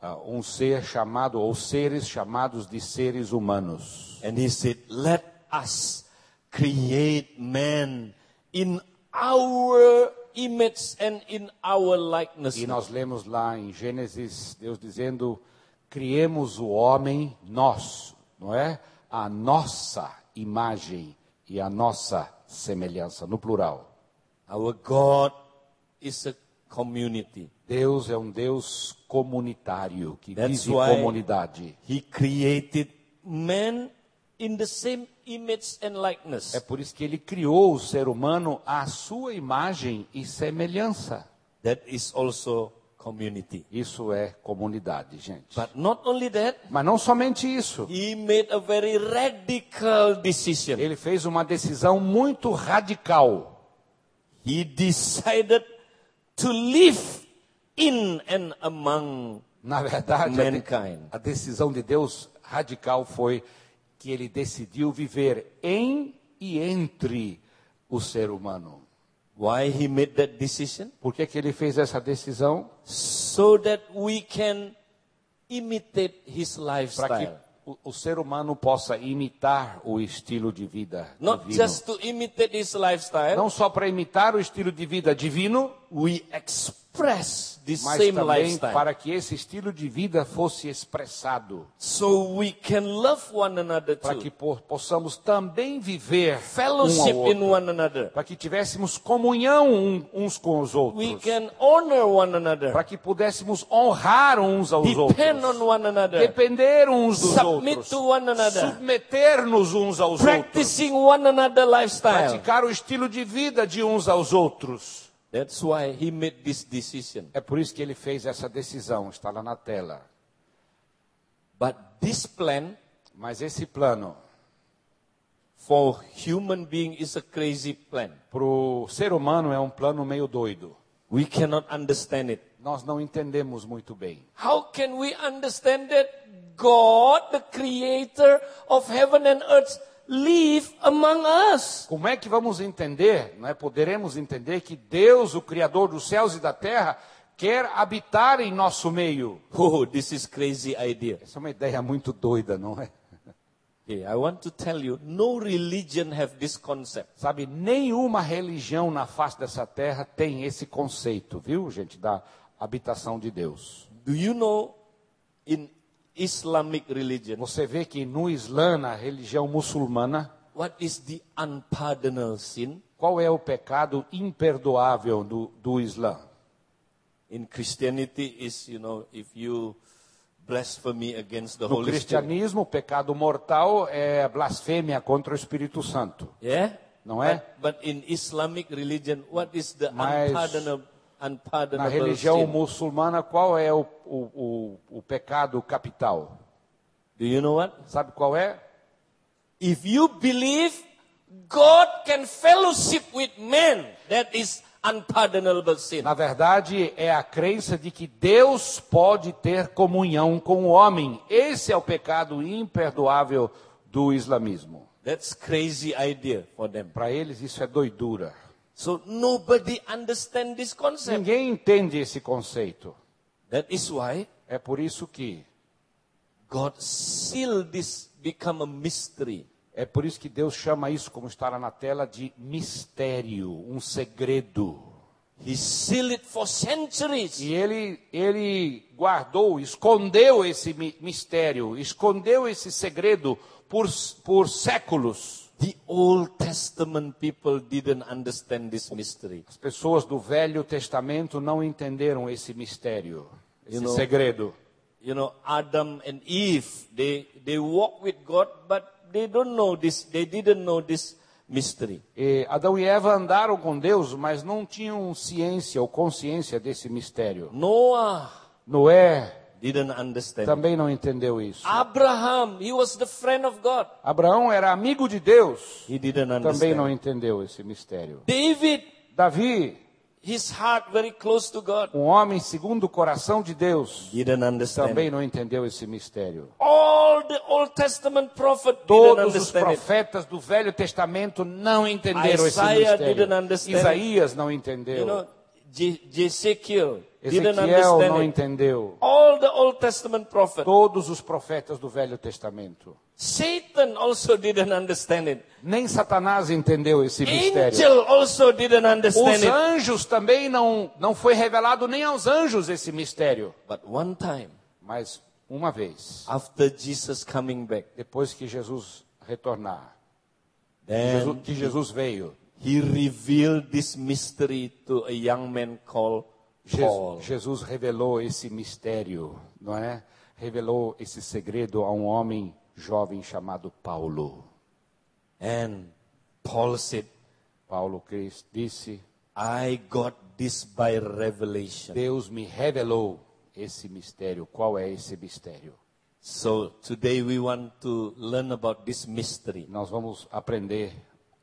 S1: ah, um ser chamado, ou seres chamados de seres humanos.
S2: And He said, Let us create man in our image and in our likeness.
S1: E nós lemos lá em Gênesis, Deus dizendo: criemos o homem nós, não é? A nossa imagem e a nossa semelhança, no plural.
S2: Our God is a community.
S1: Deus é um Deus comunitário, que
S2: That's
S1: vive
S2: why-
S1: comunidade.
S2: He created man in the same image and likeness.
S1: É por isso que ele criou o ser humano à sua imagem e semelhança.
S2: That is also community.
S1: Isso é comunidade, gente.
S2: But not only that,
S1: Mas não somente isso.
S2: he made a very radical decision.
S1: Ele fez uma decisão muito radical.
S2: He decided to live in and among.
S1: Na verdade, a, de-
S2: Mankind.
S1: a decisão de Deus radical foi que ele decidiu viver em e entre o ser humano.
S2: Why he made that decision?
S1: Por que, que ele fez essa decisão?
S2: So that we can imitate his
S1: Para que
S2: lifestyle.
S1: o, o ser humano possa imitar o estilo de vida
S2: Not
S1: divino.
S2: just to imitate his lifestyle,
S1: Não só para imitar o estilo de vida divino,
S2: we express the
S1: mas
S2: same
S1: também
S2: lifestyle.
S1: para que esse estilo de vida fosse expressado.
S2: So we can love one another
S1: para
S2: too.
S1: que por- possamos também viver
S2: Fellowship
S1: um ao
S2: in
S1: outro,
S2: one another.
S1: para que tivéssemos comunhão um- uns com os
S2: We
S1: outros,
S2: can honor one
S1: para
S2: another.
S1: que pudéssemos honrar uns aos
S2: Depend on
S1: outros,
S2: one another.
S1: depender uns dos
S2: Submit
S1: outros,
S2: to one another.
S1: submeter-nos uns aos outros,
S2: Practicing one another lifestyle.
S1: praticar o estilo de vida de uns aos outros.
S2: That's why he made this decision.
S1: É por isso que ele fez essa decisão, está lá na tela.
S2: But this plan
S1: Mas esse plano
S2: for human being is a crazy plan.
S1: para o ser humano é um plano meio doido.
S2: We cannot understand it.
S1: Nós não entendemos muito bem.
S2: How can we understand that God, the creator of heaven and earth, live among us?
S1: Como é que vamos entender, não é? Poderemos entender que Deus, o Criador dos céus e da terra, quer habitar em nosso meio.
S2: Oh, this is crazy idea.
S1: Essa é uma ideia muito doida, não é?
S2: Okay, I want to tell you, no religion have this concept.
S1: Sabe, nenhuma religião na face dessa terra tem esse conceito, viu, gente, da habitação de Deus.
S2: Do you know in Islamic religion
S1: Você vê que no Islã, na religião muçulmana,
S2: what is the unpardonable sin?
S1: qual é o pecado imperdoável do, do Islã?
S2: In Christianity is, you know, if you blasphemy against the
S1: No
S2: Holy Spirit.
S1: cristianismo, o pecado mortal é a blasfêmia contra o Espírito Santo.
S2: Yeah?
S1: Não é?
S2: But, but in Islamic religion, what is the
S1: Mas
S2: unpardonable,
S1: Na
S2: unpardonable
S1: religião
S2: sin?
S1: muçulmana, qual é o, o, o, o pecado capital?
S2: Do you know what?
S1: Sabe qual é?
S2: If you believe God can fellowship with men, that is unpardonable sin.
S1: Na verdade, é a crença de que Deus pode ter comunhão com o homem. Esse é o pecado imperdoável do islamismo.
S2: That's crazy idea for them.
S1: Para eles, isso é doidura.
S2: So nobody understand this concept.
S1: Ninguém entende esse conceito.
S2: That is why
S1: É por isso que,
S2: God seal this become a mystery.
S1: é por isso que Deus chama isso, como está lá na tela, de mistério, um segredo.
S2: He seal it for centuries.
S1: E ele, ele guardou, escondeu esse mi- mistério, escondeu esse segredo por, s- por séculos.
S2: The Old Testament people didn't understand this mystery.
S1: As pessoas do Velho Testamento não entenderam esse mistério, esse
S2: You know-
S1: segredo.
S2: You know, Adam and Eve, they, they walk with God, but they don't know this. They didn't know this mystery.
S1: E Adão e Eva andaram com Deus, mas não tinham ciência ou consciência desse mistério.
S2: Noah
S1: Noé
S2: didn't understand.
S1: também não entendeu isso.
S2: Abraham, he was the friend of God.
S1: Abraão era amigo de Deus,
S2: He didn't
S1: também não
S2: understand.
S1: entendeu esse mistério.
S2: David,
S1: Davi,
S2: his heart very close to God.
S1: um homem segundo o coração de Deus,
S2: Didn't understand.
S1: também não entendeu esse mistério.
S2: All the Old Testament prophets didn't
S1: Todos os
S2: understand it.
S1: profetas do Velho Testamento não entenderam esse
S2: Isaiah
S1: mistério.
S2: didn't understand it.
S1: Isaías não
S2: You know,
S1: entendeu.
S2: Je- Jezekiel didn't
S1: Ezequiel não
S2: understand it.
S1: entendeu.
S2: All the Old Testament prophets.
S1: Todos os profetas do Velho Testamento.
S2: Satan also didn't understand it.
S1: Nem Satanás entendeu esse mistério.
S2: Angel also didn't understand
S1: Os
S2: it.
S1: anjos também não, não foi revelado nem aos anjos esse mistério.
S2: But one time,
S1: Mas uma vez,
S2: after Jesus coming back,
S1: depois que Jesus retornar, Jesus-
S2: then
S1: que Jesus veio,
S2: he revealed this mystery to a young man called Paul.
S1: Jesus, Jesus revelou esse mistério, não é? Revelou esse segredo a um homem jovem chamado Paulo.
S2: And Paul said,
S1: Paulo Cristo disse:
S2: I got this by revelation.
S1: Deus me revelou esse mistério. Qual é esse mistério?
S2: So today we want to learn about this mystery.
S1: Nós vamos aprender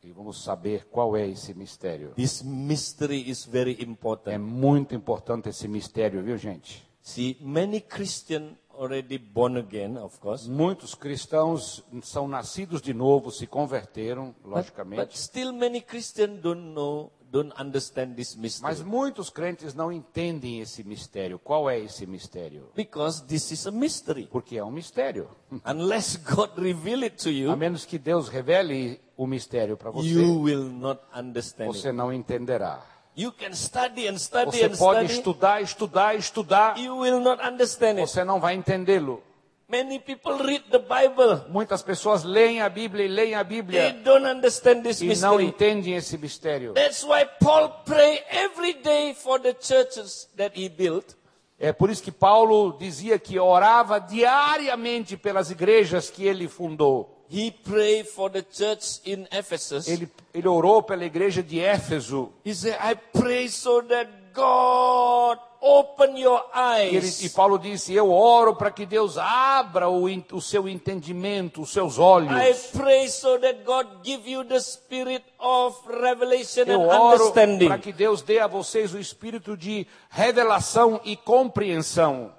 S1: e vamos saber qual é esse mistério.
S2: This mystery is very
S1: É
S2: important.
S1: muito importante esse mistério, viu, gente?
S2: See, many Christian already born again, of course.
S1: Muitos cristãos são nascidos de novo, se converteram,
S2: But, but
S1: logicamente,
S2: still many Christians don't know, don't understand this mystery.
S1: mas muitos crentes não entendem esse mistério. Qual é esse mistério?
S2: Because this is a mystery.
S1: Porque é um mistério.
S2: Unless God reveal it to
S1: A
S2: you,
S1: menos que Deus revele o mistério para
S2: you
S1: você,
S2: will not understand it.
S1: você não entenderá.
S2: You can study and study
S1: Você
S2: and
S1: pode
S2: study.
S1: estudar, estudar, estudar,
S2: You will not understand it.
S1: você não vai entendê-lo.
S2: Many people read the Bible.
S1: Muitas pessoas leem a Bíblia e leem a
S2: They
S1: Bíblia
S2: don't understand this
S1: e não
S2: mystery.
S1: entendem esse mistério.
S2: That's why Paul prayed every day for the churches that he built.
S1: É por isso que Paulo dizia que orava diariamente pelas igrejas que ele fundou.
S2: He prayed for the church in Ephesus.
S1: Ele, ele orou pela igreja de Éfeso.
S2: He said, I pray so that God open your
S1: E, ele- e
S2: eyes.
S1: Paulo disse: Eu oro para que Deus abra o, en- o seu entendimento, os seus
S2: I
S1: olhos.
S2: pray so that God give you the spirit of revelation
S1: Eu oro
S2: and
S1: para
S2: understanding.
S1: que Deus dê a vocês o espírito de revelação e compreensão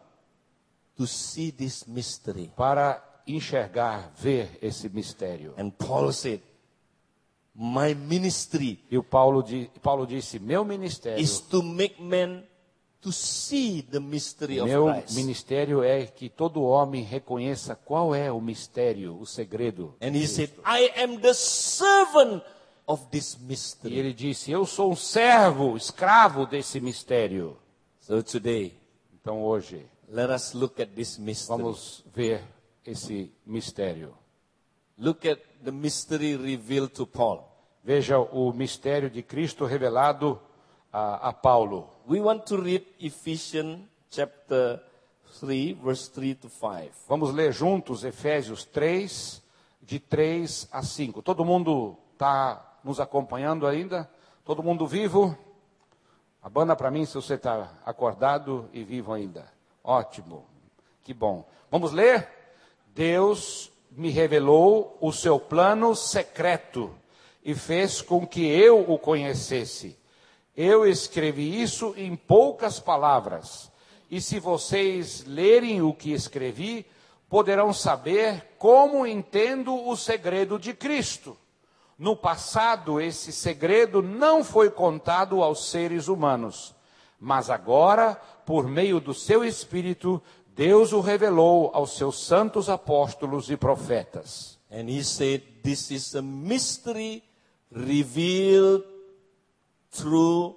S2: To see this mystery.
S1: para enxergar, ver esse mistério.
S2: And Paul said, My ministry
S1: E o Paulo, di- Paulo disse: Meu ministério,
S2: is to make men to see the mystery of
S1: meu
S2: Christ.
S1: ministério é que todo homem reconheça qual é o mistério, o segredo.
S2: And he said, I am the servant of this
S1: E
S2: mystery.
S1: ele disse: Eu sou um servo, escravo desse mistério.
S2: So today,
S1: Então hoje
S2: let us look at this mystery.
S1: vamos ver esse mistério.
S2: Look at the mystery revealed to Paul.
S1: Veja o mistério de Cristo revelado a, a Paulo.
S2: We want to read Ephesians chapter 3, verse 3 to 5.
S1: Vamos ler juntos Efésios 3, de 3 a 5. Todo mundo está nos acompanhando ainda? Todo mundo vivo? Abana para mim se você está acordado e vivo ainda. Ótimo, que bom. Vamos ler? Deus me revelou o seu plano secreto e fez com que eu o conhecesse. Eu escrevi isso em poucas palavras. E se vocês lerem o que escrevi, poderão saber como entendo o segredo de Cristo. No passado, esse segredo não foi contado aos seres humanos, mas agora, por meio do seu Espírito, Deus o revelou aos seus santos apóstolos e profetas.
S2: And he said, This is a mystery revealed through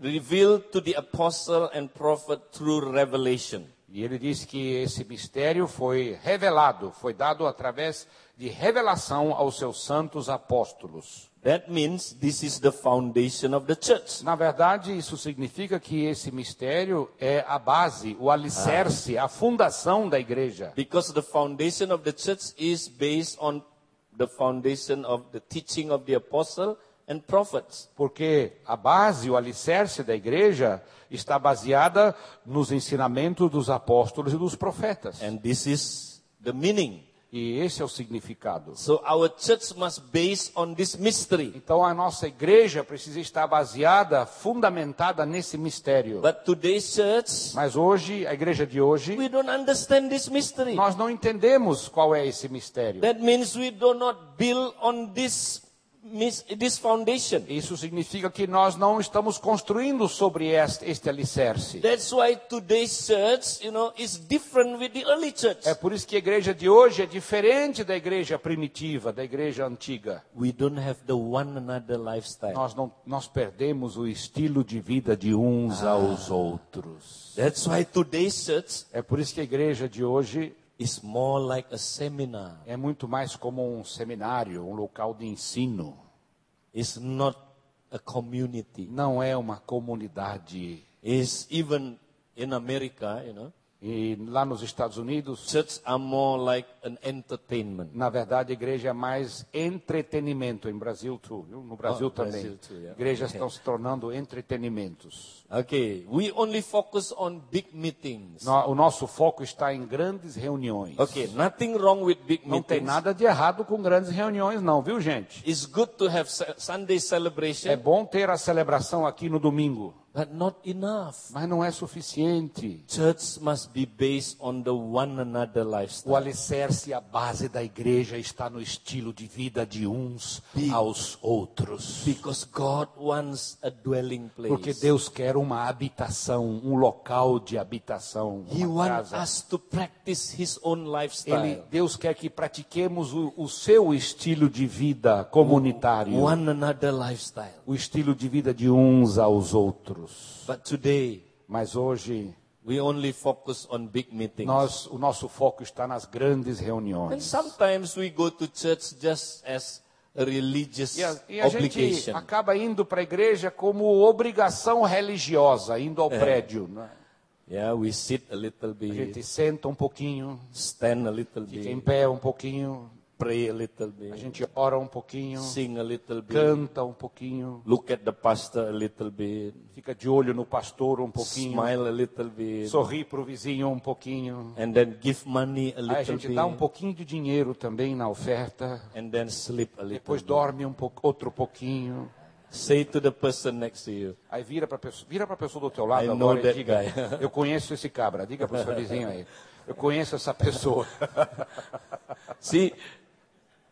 S2: revealed to the apostle and prophet through revelation.
S1: E ele diz que esse mistério foi revelado, foi dado através de revelação aos seus santos apóstolos.
S2: That means this is the foundation of the church.
S1: Na verdade, isso significa que esse mistério é a base, o alicerce, a fundação da igreja.
S2: Because the foundation of the church is based on the foundation of the teaching of the apostle and prophets.
S1: Porque a base, o alicerce da igreja está baseada nos ensinamentos dos apóstolos e dos profetas.
S2: And this is the meaning.
S1: E esse é o significado.
S2: So our church must base on this mystery.
S1: Então a nossa igreja precisa estar baseada, fundamentada nesse mistério.
S2: But today's church,
S1: Mas hoje, a igreja de hoje,
S2: we don't understand this mystery.
S1: nós não entendemos qual é esse mistério.
S2: That means we do not build on this mis- this foundation.
S1: Isso significa que nós não estamos construindo sobre este, este alicerce.
S2: That's why today's church, you know, is different with the early church.
S1: É por isso que a igreja de hoje é diferente da igreja primitiva, da igreja antiga.
S2: We don't have the one another lifestyle.
S1: Nós, não, nós perdemos o estilo de vida de uns
S2: Ah.
S1: aos outros.
S2: That's why today's church
S1: É por isso que a igreja de hoje
S2: is more like a seminar.
S1: é muito mais como um seminário, um local de ensino.
S2: It's not a community.
S1: Não é uma comunidade.
S2: It's even in America, you know,
S1: E lá nos Estados Unidos,
S2: church are more like an entertainment.
S1: na verdade, a igreja é mais entretenimento. Em Brasil, tu, viu? no Brasil
S2: Oh,
S1: também.
S2: Brasil, tu, yeah.
S1: Igrejas estão se tornando entretenimentos.
S2: Okay, we only focus on big meetings.
S1: No- o nosso foco está em grandes reuniões.
S2: Okay, nothing wrong with big
S1: Não tem
S2: meetings.
S1: nada de errado com grandes reuniões, não, viu, gente?
S2: It's good to have se- Sunday
S1: É
S2: celebration,
S1: bom ter a celebração aqui no domingo,
S2: but not enough.
S1: mas não é suficiente.
S2: Church must be based on the one another
S1: O
S2: lifestyle.
S1: alicerce, a base da igreja está no estilo de vida de uns aos outros.
S2: Because God wants a dwelling
S1: Porque
S2: place.
S1: Deus quer uma habitação, um local de habitação,
S2: He
S1: uma
S2: wants
S1: casa.
S2: us to practice His own
S1: Ele,
S2: lifestyle.
S1: Deus quer que pratiquemos o, o seu estilo de vida comunitário,
S2: One another lifestyle.
S1: o estilo de vida de uns aos outros.
S2: But today,
S1: Mas hoje
S2: we only focus on big meetings.
S1: nós, o nosso foco está nas grandes
S2: And
S1: reuniões.
S2: sometimes we go to church just as a religious
S1: E a, e a gente
S2: obligation.
S1: acaba indo para a igreja como obrigação religiosa, indo
S2: É.
S1: ao prédio. né?
S2: Yeah, we sit a little
S1: A
S2: bit,
S1: gente senta um pouquinho,
S2: stand a little
S1: fica em
S2: bit,
S1: pé um pouquinho,
S2: pray a little
S1: a
S2: bit,
S1: gente ora um pouquinho,
S2: sing a little bit,
S1: canta um pouquinho,
S2: look at the pastor a little bit,
S1: fica de olho no pastor um pouquinho,
S2: smile a little bit,
S1: sorri para o vizinho um pouquinho.
S2: and then give money a
S1: Aí a
S2: little
S1: gente dá um
S2: bit,
S1: pouquinho de dinheiro também na oferta,
S2: and then sleep a little
S1: depois
S2: bit.
S1: dorme um pouco, outro pouquinho.
S2: Say to the person next to you,
S1: Aí vira para pessoa, vira para pessoa do teu lado
S2: I know
S1: agora e
S2: that
S1: diga:
S2: guy.
S1: Eu conheço esse cabra. Diga para o seu vizinho aí. Eu conheço essa pessoa.
S2: See,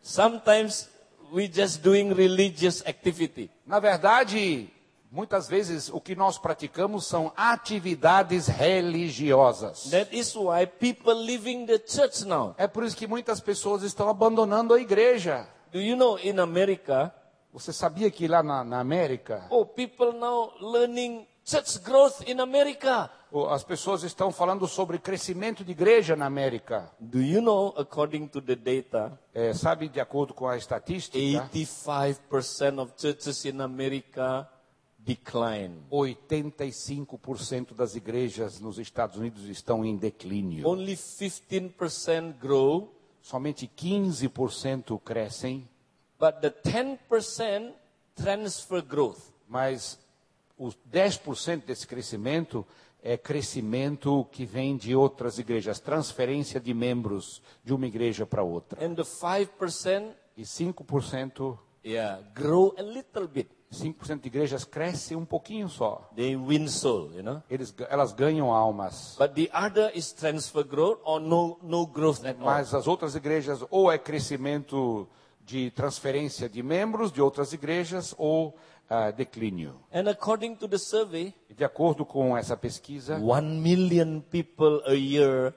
S2: sometimes we just doing religious activity.
S1: Na verdade, muitas vezes o que nós praticamos são atividades religiosas.
S2: That is why people leaving the church now.
S1: É por isso que muitas pessoas estão abandonando a igreja.
S2: Do you know in America,
S1: Você sabia que lá na, na América,
S2: oh, people now learning church growth in America.
S1: o- as pessoas estão falando sobre crescimento de igreja na América?
S2: Do you know, according to the data,
S1: É, sabe, de acordo com a estatística,
S2: 85% of churches in America decline.
S1: 85% das igrejas nos Estados Unidos estão em declínio.
S2: Only 15% grow,
S1: Somente 15% crescem,
S2: but the 10% transfer growth.
S1: mas os 10% desse crescimento é crescimento que vem de outras igrejas, transferência de membros de uma igreja para outra.
S2: And the 5%,
S1: E 5%,
S2: yeah, grow a little bit.
S1: 5% de igrejas crescem um pouquinho só.
S2: They win soul, you know.
S1: Eles, ga- elas ganham almas.
S2: But the other is transfer growth or no, no growth at all.
S1: Mas as outras igrejas, ou é crescimento de transferência de membros de outras igrejas, ou ah, declínio.
S2: And according to the survey,
S1: E De acordo com essa pesquisa,
S2: 1 million people a year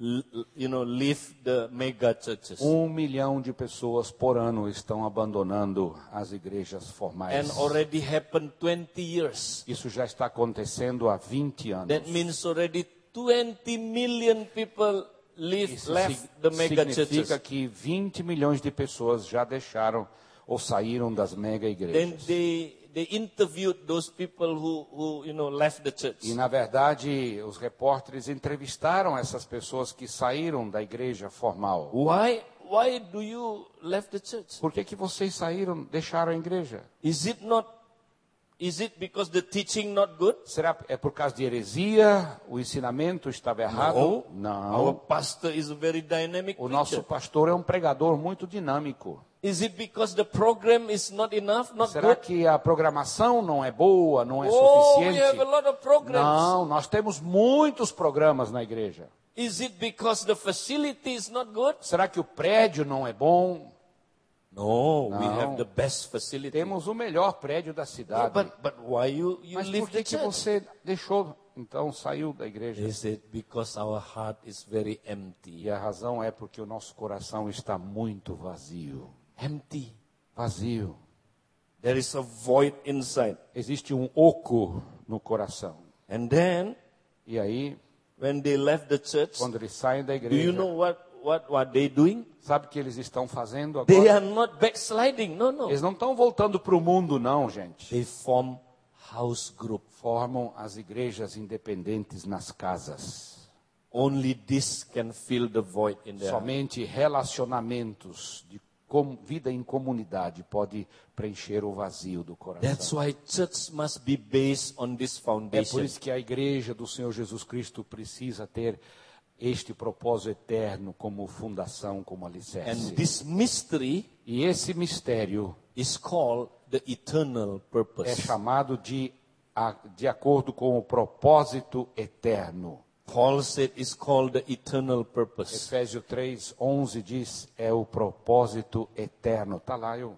S2: l- l- you know leave the mega churches
S1: um milhão de pessoas por ano estão abandonando as igrejas formais.
S2: and already happened 20 years
S1: Isso já está acontecendo há 20 anos.
S2: that means already 20 million people leave
S1: Isso
S2: left
S1: sig-
S2: the mega
S1: significa
S2: churches
S1: que 20 milhões de pessoas já deixaram ou saíram das mega
S2: then
S1: igrejas.
S2: they they interviewed those people who who you know left the church
S1: E na verdade, os repórteres entrevistaram essas pessoas que saíram da igreja formal.
S2: why why do you left the church
S1: Por que que vocês saíram, deixaram a igreja?
S2: is it not is it because the teaching not good
S1: Será é por causa de heresia? O ensinamento estava errado?
S2: Our
S1: Não.
S2: pastor is a very dynamic
S1: O
S2: preacher.
S1: nosso pastor é um pregador muito dinâmico.
S2: Is it because the program is not enough, not
S1: Será
S2: good?
S1: que a programação não é boa, não é
S2: oh, we have a
S1: suficiente?
S2: lot of programs.
S1: Não, nós temos muitos programas na igreja.
S2: Is it because the facility is not good?
S1: Será que o prédio não é bom?
S2: No, we
S1: No.
S2: have the best facility.
S1: Temos o melhor prédio da
S2: Yeah,
S1: cidade.
S2: but, but why you, you
S1: Mas por
S2: leave the
S1: que, que
S2: church?
S1: você deixou, então saiu da igreja?
S2: He said, because our heart is very empty.
S1: E a razão é porque o nosso coração está muito vazio.
S2: Empty.
S1: Vazio.
S2: There is a void inside.
S1: Existe um oco no coração.
S2: And then,
S1: E aí,
S2: when they left the church,
S1: quando eles saem da
S2: do
S1: igreja,
S2: you know what, what, what they doing?
S1: sabe o que eles estão fazendo
S2: They
S1: agora?
S2: are not backsliding. No, no.
S1: Eles não estão voltando para o mundo, não, gente.
S2: They form house group.
S1: Formam as igrejas independentes nas casas.
S2: Only this can fill the void in their heart.
S1: Somente relacionamentos de com- vida em comunidade pode preencher o vazio do coração.
S2: That's why church must be based on this
S1: É por
S2: foundation.
S1: isso que a igreja do Senhor Jesus Cristo precisa ter este propósito eterno como fundação, como
S2: And
S1: alicerce.
S2: this mystery
S1: E esse mistério
S2: is called the eternal
S1: é
S2: purpose.
S1: chamado de, a- de acordo com o propósito eterno.
S2: Paul said it's called the eternal purpose.
S1: Efésios 3, 11 diz, é o propósito eterno. Está lá, eu,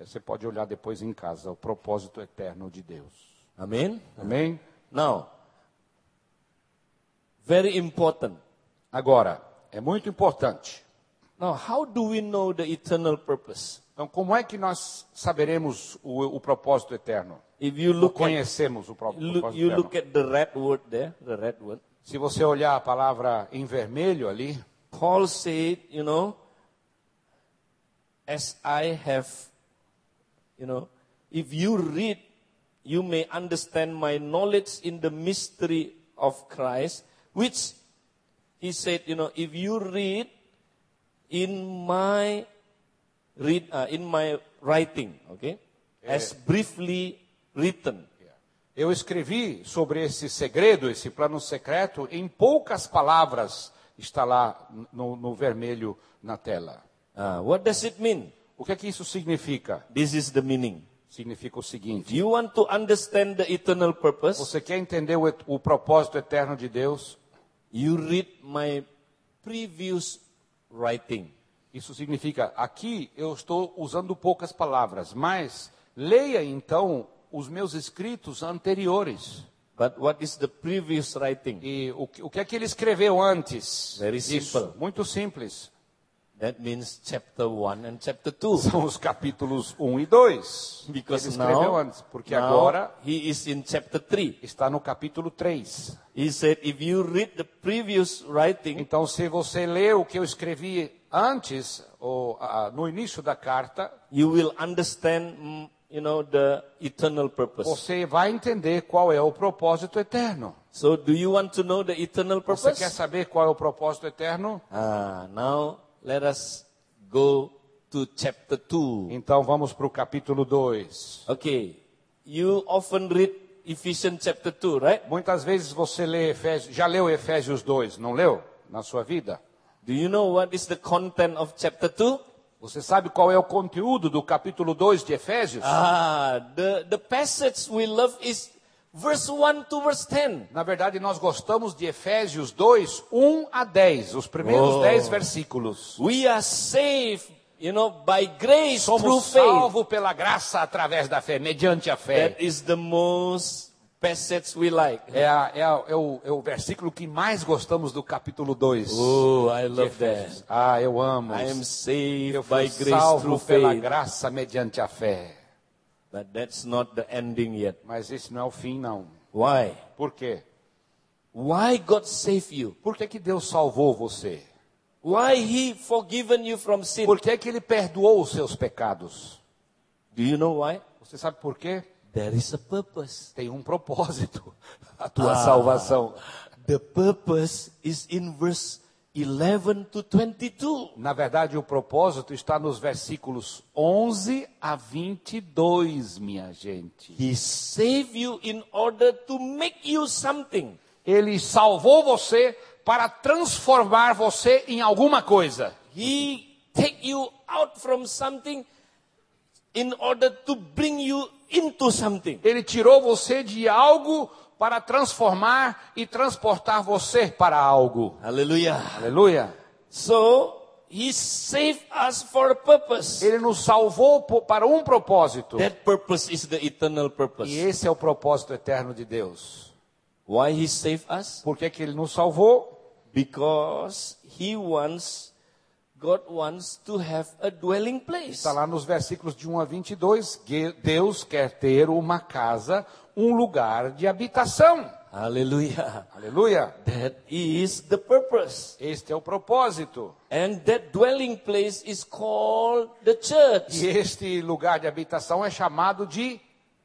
S1: você pode olhar depois em casa, o propósito eterno de Deus.
S2: Amen.
S1: Amém?
S2: Now, very important.
S1: Agora, é muito importante.
S2: Now, how do we know the eternal purpose?
S1: Então, como é que nós saberemos o, o propósito eterno?
S2: If you
S1: Ou
S2: look at,
S1: conhecemos o pró-
S2: look,
S1: propósito
S2: you
S1: eterno?
S2: look at the red word there, the red word.
S1: Se você olhar a palavra em vermelho ali,
S2: Paul said, you know, as I have, you know, if you read, you may understand my knowledge in the mystery of Christ, which he said, you know, if you read in my read uh, in my writing, okay, as briefly written.
S1: eu escrevi sobre esse segredo, esse plano secreto, em poucas palavras está lá no, no vermelho na tela.
S2: Uh, what does it mean?
S1: O que é que isso significa?
S2: This is the meaning.
S1: Significa o
S2: Do
S1: seguinte:
S2: you want to understand the eternal purpose?
S1: você quer entender o, et- o propósito eterno de Deus?
S2: You read my previous writing.
S1: Isso significa, aqui eu estou usando poucas palavras, mas leia então os meus escritos anteriores.
S2: But what is the previous writing?
S1: E o, que- o que é que ele escreveu antes?
S2: Very simple.
S1: muito simples.
S2: That means chapter 1 and chapter 2.
S1: São os capítulos 1 e 2. ele
S2: Because
S1: escreveu
S2: now,
S1: antes, porque
S2: now
S1: agora
S2: he is in chapter 3.
S1: está no capítulo 3.
S2: He said, if you read the previous writing,
S1: Então, se você lê o que eu escrevi antes, ou, ah, no início da carta,
S2: you will understand, mm, you know, the eternal purpose.
S1: você vai entender qual é o propósito eterno.
S2: So do you want to know the eternal
S1: Você quer
S2: purpose?
S1: saber qual é o propósito eterno?
S2: Ah, now let us go to chapter 2.
S1: Então, vamos para o capítulo 2.
S2: Okay, you often read Ephesians chapter 2, right?
S1: Muitas vezes você lê Efésios, já leu Efésios 2, não leu? Na sua vida?
S2: Do you know what is the content of chapter 2?
S1: Você sabe qual é o conteúdo do capítulo 2 de Efésios?
S2: Ah, the, the passage we love is verse 1 to verse 10.
S1: Na verdade, nós gostamos de Efésios 2, 1 a 10, os primeiros
S2: Oh.
S1: 10 versículos.
S2: We are saved, you know, by grace through
S1: Somos
S2: faith.
S1: salvos pela graça através da fé, mediante a fé.
S2: That is the most passage we like.
S1: É, a- é a- é o, é o versículo que mais gostamos do capítulo 2.
S2: Oh, I love that.
S1: Ah, eu amo.
S2: I am
S1: Eu
S2: saved
S1: fui
S2: by grace
S1: salvo
S2: through
S1: pela
S2: faith.
S1: graça mediante a fé.
S2: But that's not the ending yet.
S1: Mas esse não é o fim, não.
S2: Why?
S1: Por quê?
S2: Why God saved you?
S1: Por que, que Deus salvou você?
S2: Why He forgiven you from sin?
S1: Por que, que Ele perdoou os seus pecados?
S2: Do you know why?
S1: Você sabe por quê?
S2: There is a purpose.
S1: Tem um propósito a tua
S2: Ah.
S1: salvação.
S2: The purpose is in verse 11 to 22.
S1: Na verdade, o propósito está nos versículos 11 a 22, minha gente.
S2: He saved you in order to make you something.
S1: Ele salvou você para transformar você em alguma coisa.
S2: He take you out from something in order to bring you into something.
S1: Ele tirou você de algo para transformar e transportar você para algo.
S2: Hallelujah.
S1: Aleluia.
S2: So, He saved us for a purpose.
S1: Ele nos salvou po- para um propósito.
S2: That purpose is the eternal
S1: E
S2: purpose.
S1: esse é o propósito eterno de Deus.
S2: Why He saved us?
S1: Por que, que ele nos salvou?
S2: Because He wants, God wants to have a dwelling place.
S1: Está Tá lá nos versículos de 1 a 22. que Deus quer ter uma casa, um lugar de habitação.
S2: Hallelujah.
S1: Aleluia.
S2: That is the purpose.
S1: Este é o propósito.
S2: And that dwelling place is called the church.
S1: E este lugar de habitação é chamado de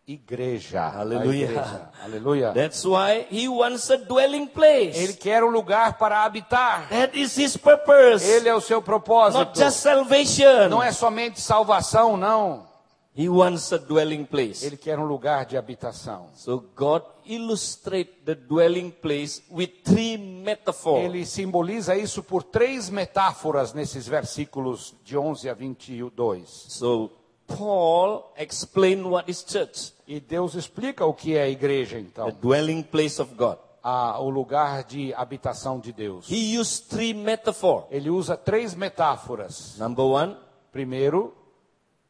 S1: igreja. A
S2: Aleluia.
S1: igreja. Aleluia.
S2: That's why He wants a dwelling
S1: Ele
S2: place.
S1: quer um lugar para habitar.
S2: That is His purpose.
S1: Ele é o seu
S2: Not
S1: propósito.
S2: just salvation.
S1: Não é somente salvação, não.
S2: He wants a dwelling place.
S1: Ele quer um lugar de habitação.
S2: So God illustrates the dwelling place with three metaphors.
S1: Ele simboliza isso por três metáforas nesses versículos de 11 a 22.
S2: So Paul explained what is church,
S1: E Deus explica o que é a igreja,
S2: the
S1: então.
S2: dwelling place of God.
S1: Ah, o lugar de habitação de Deus.
S2: He used three metaphors.
S1: Ele usa três metáforas.
S2: Number one,
S1: Primeiro,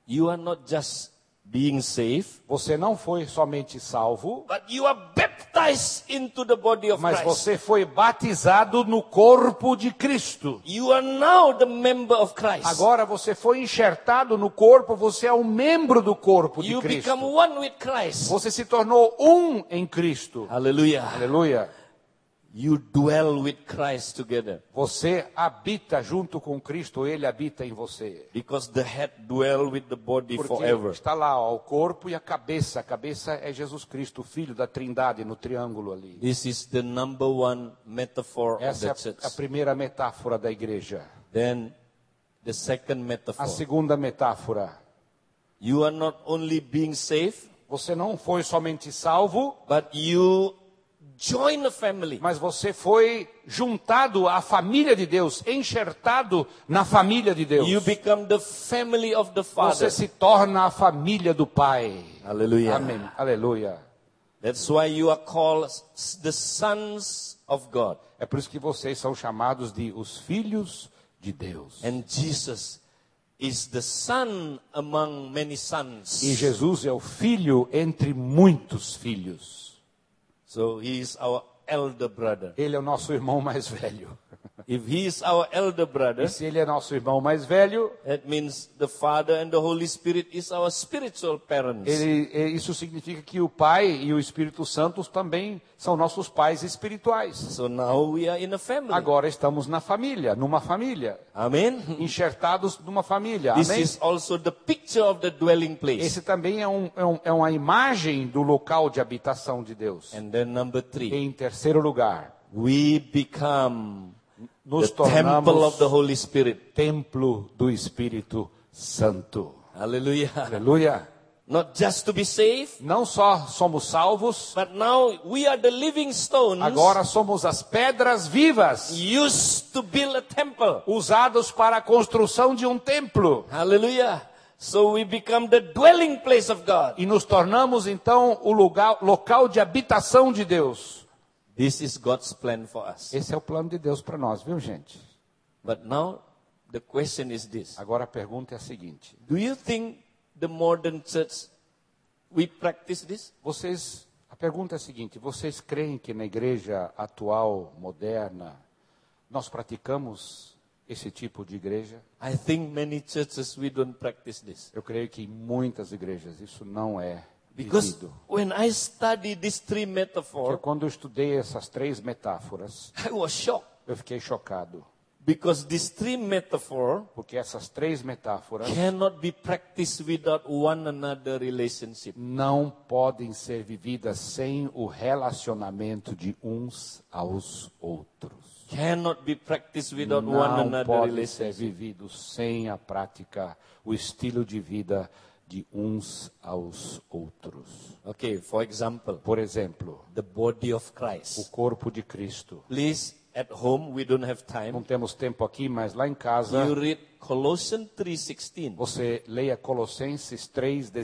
S2: you are not just being saved,
S1: você não foi somente salvo,
S2: but you are baptized into the body of
S1: mas
S2: Christ.
S1: você foi batizado no corpo de Cristo.
S2: You are now the member of Christ.
S1: Agora você foi enxertado no corpo, você é um membro do corpo de
S2: You become um-
S1: Cristo.
S2: one with Christ.
S1: Você se tornou um em Cristo.
S2: Hallelujah.
S1: Aleluia.
S2: You dwell with Christ together.
S1: Você habita junto com Cristo, ele habita em você.
S2: Because the head dwell with the body
S1: Porque
S2: forever.
S1: está lá ó, o corpo e a cabeça. A cabeça é Jesus Cristo, o filho da Trindade no triângulo ali.
S2: This is the number one metaphor of
S1: Essa
S2: the
S1: é
S2: church.
S1: a- a primeira metáfora da igreja.
S2: Then the second
S1: A
S2: metaphor.
S1: segunda metáfora.
S2: You are not only being saved,
S1: Você não foi somente salvo,
S2: but you join a family.
S1: mas você foi juntado à família de Deus, enxertado na família de Deus.
S2: You become the family of the
S1: Você
S2: Father.
S1: se torna a família do Pai.
S2: Hallelujah.
S1: Amém. Aleluia.
S2: That's why you are called s- the sons of God.
S1: É por isso que vocês são chamados de os filhos de Deus.
S2: And Jesus is the son among many
S1: E
S2: sons.
S1: Jesus é o filho entre muitos filhos.
S2: So he is our elder brother.
S1: Ele é o nosso irmão mais velho.
S2: If he is our elder brother,
S1: E se ele é nosso irmão mais velho,
S2: That means the Father and the Holy Spirit is our spiritual parents.
S1: ele- é- isso significa que o Pai e o Espírito Santo também são nossos pais espirituais.
S2: So now we are in a family.
S1: Agora estamos na família, numa família,
S2: Amen.
S1: enxertados numa família.
S2: This
S1: Amém?
S2: is also the picture of the dwelling place.
S1: Esse também é, um- é um- é uma imagem do local de habitação de Deus.
S2: And then number three,
S1: Em terceiro lugar,
S2: we become the
S1: nos
S2: temple of
S1: tornamos
S2: the Holy Spirit.
S1: templo do Espírito Santo.
S2: Hallelujah.
S1: Aleluia.
S2: Not just to be saved,
S1: Não só somos salvos,
S2: but now we are the living stones
S1: agora somos as pedras vivas,
S2: used to build a temple.
S1: usados para a construção de um templo.
S2: Hallelujah. So we become the dwelling place of God.
S1: E nos tornamos então o lugar, local de habitação de Deus.
S2: This is God's plan for us.
S1: Esse é o plano de Deus para nós, viu gente?
S2: But now the question is this.
S1: Agora a pergunta é a seguinte:
S2: Do you think the modern church we practice this?
S1: Vocês, a pergunta é a seguinte: vocês creem que na igreja atual, moderna, nós praticamos esse tipo de igreja?
S2: I think many churches we don't practice this.
S1: Eu creio que em muitas igrejas isso não é
S2: Because
S1: vivido.
S2: when I study these three
S1: Porque
S2: metaphors,
S1: quando eu estudei essas três metáforas,
S2: I was shocked
S1: eu fiquei chocado,
S2: because these three metaphors
S1: porque essas três metáforas
S2: cannot be practiced without one another relationship.
S1: não podem ser vividas sem o relacionamento de uns aos outros.
S2: Cannot be practiced without one
S1: Não
S2: another
S1: podem ser
S2: relationship.
S1: vividos sem a prática, o estilo de vida de uns aos outros.
S2: Okay, for example,
S1: Por exemplo,
S2: the body of
S1: o
S2: Christ.
S1: corpo de Cristo.
S2: Please At home, we don't have time.
S1: Não temos tempo aqui, mas lá em casa
S2: You read Colossians 3.16,
S1: você leia Colossenses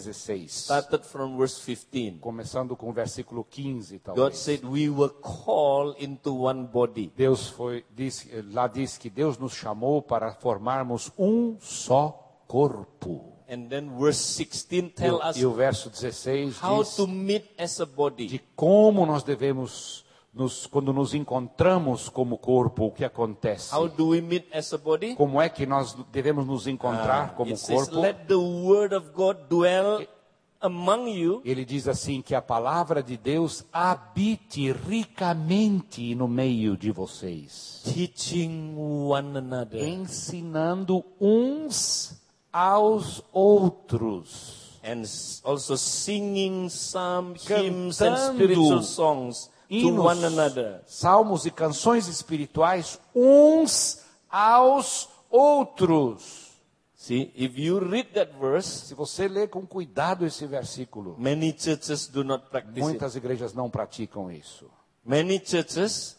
S1: 3,16.
S2: started from verse 15.
S1: Começando com o versículo 15,
S2: God
S1: talvez.
S2: said, we were called into one body.
S1: Deus foi, diz, lá diz que Deus nos chamou para formarmos um só corpo.
S2: And then verse 16
S1: E,
S2: tell
S1: o-
S2: us
S1: e o verso 16
S2: how
S1: diz
S2: to meet as a
S1: de
S2: body.
S1: como nós devemos, nos, quando nos encontramos como corpo, o que acontece.
S2: How do we meet as a body?
S1: Como é que nós devemos nos encontrar como
S2: It says,
S1: corpo?
S2: let the word of God dwell among you.
S1: Ele diz assim que a palavra de Deus habite ricamente no meio de vocês,
S2: teaching one
S1: Hmm?
S2: another
S1: ensinando uns aos outros,
S2: and s- also singing some
S1: Cantando
S2: hymns and spiritual songs to
S1: hinos,
S2: one another.
S1: salmos e canções espirituais uns aos outros.
S2: See, if you read that verse,
S1: Se você ler com cuidado esse versículo,
S2: many churches do not practice it.
S1: muitas igrejas não praticam isso.
S2: Many churches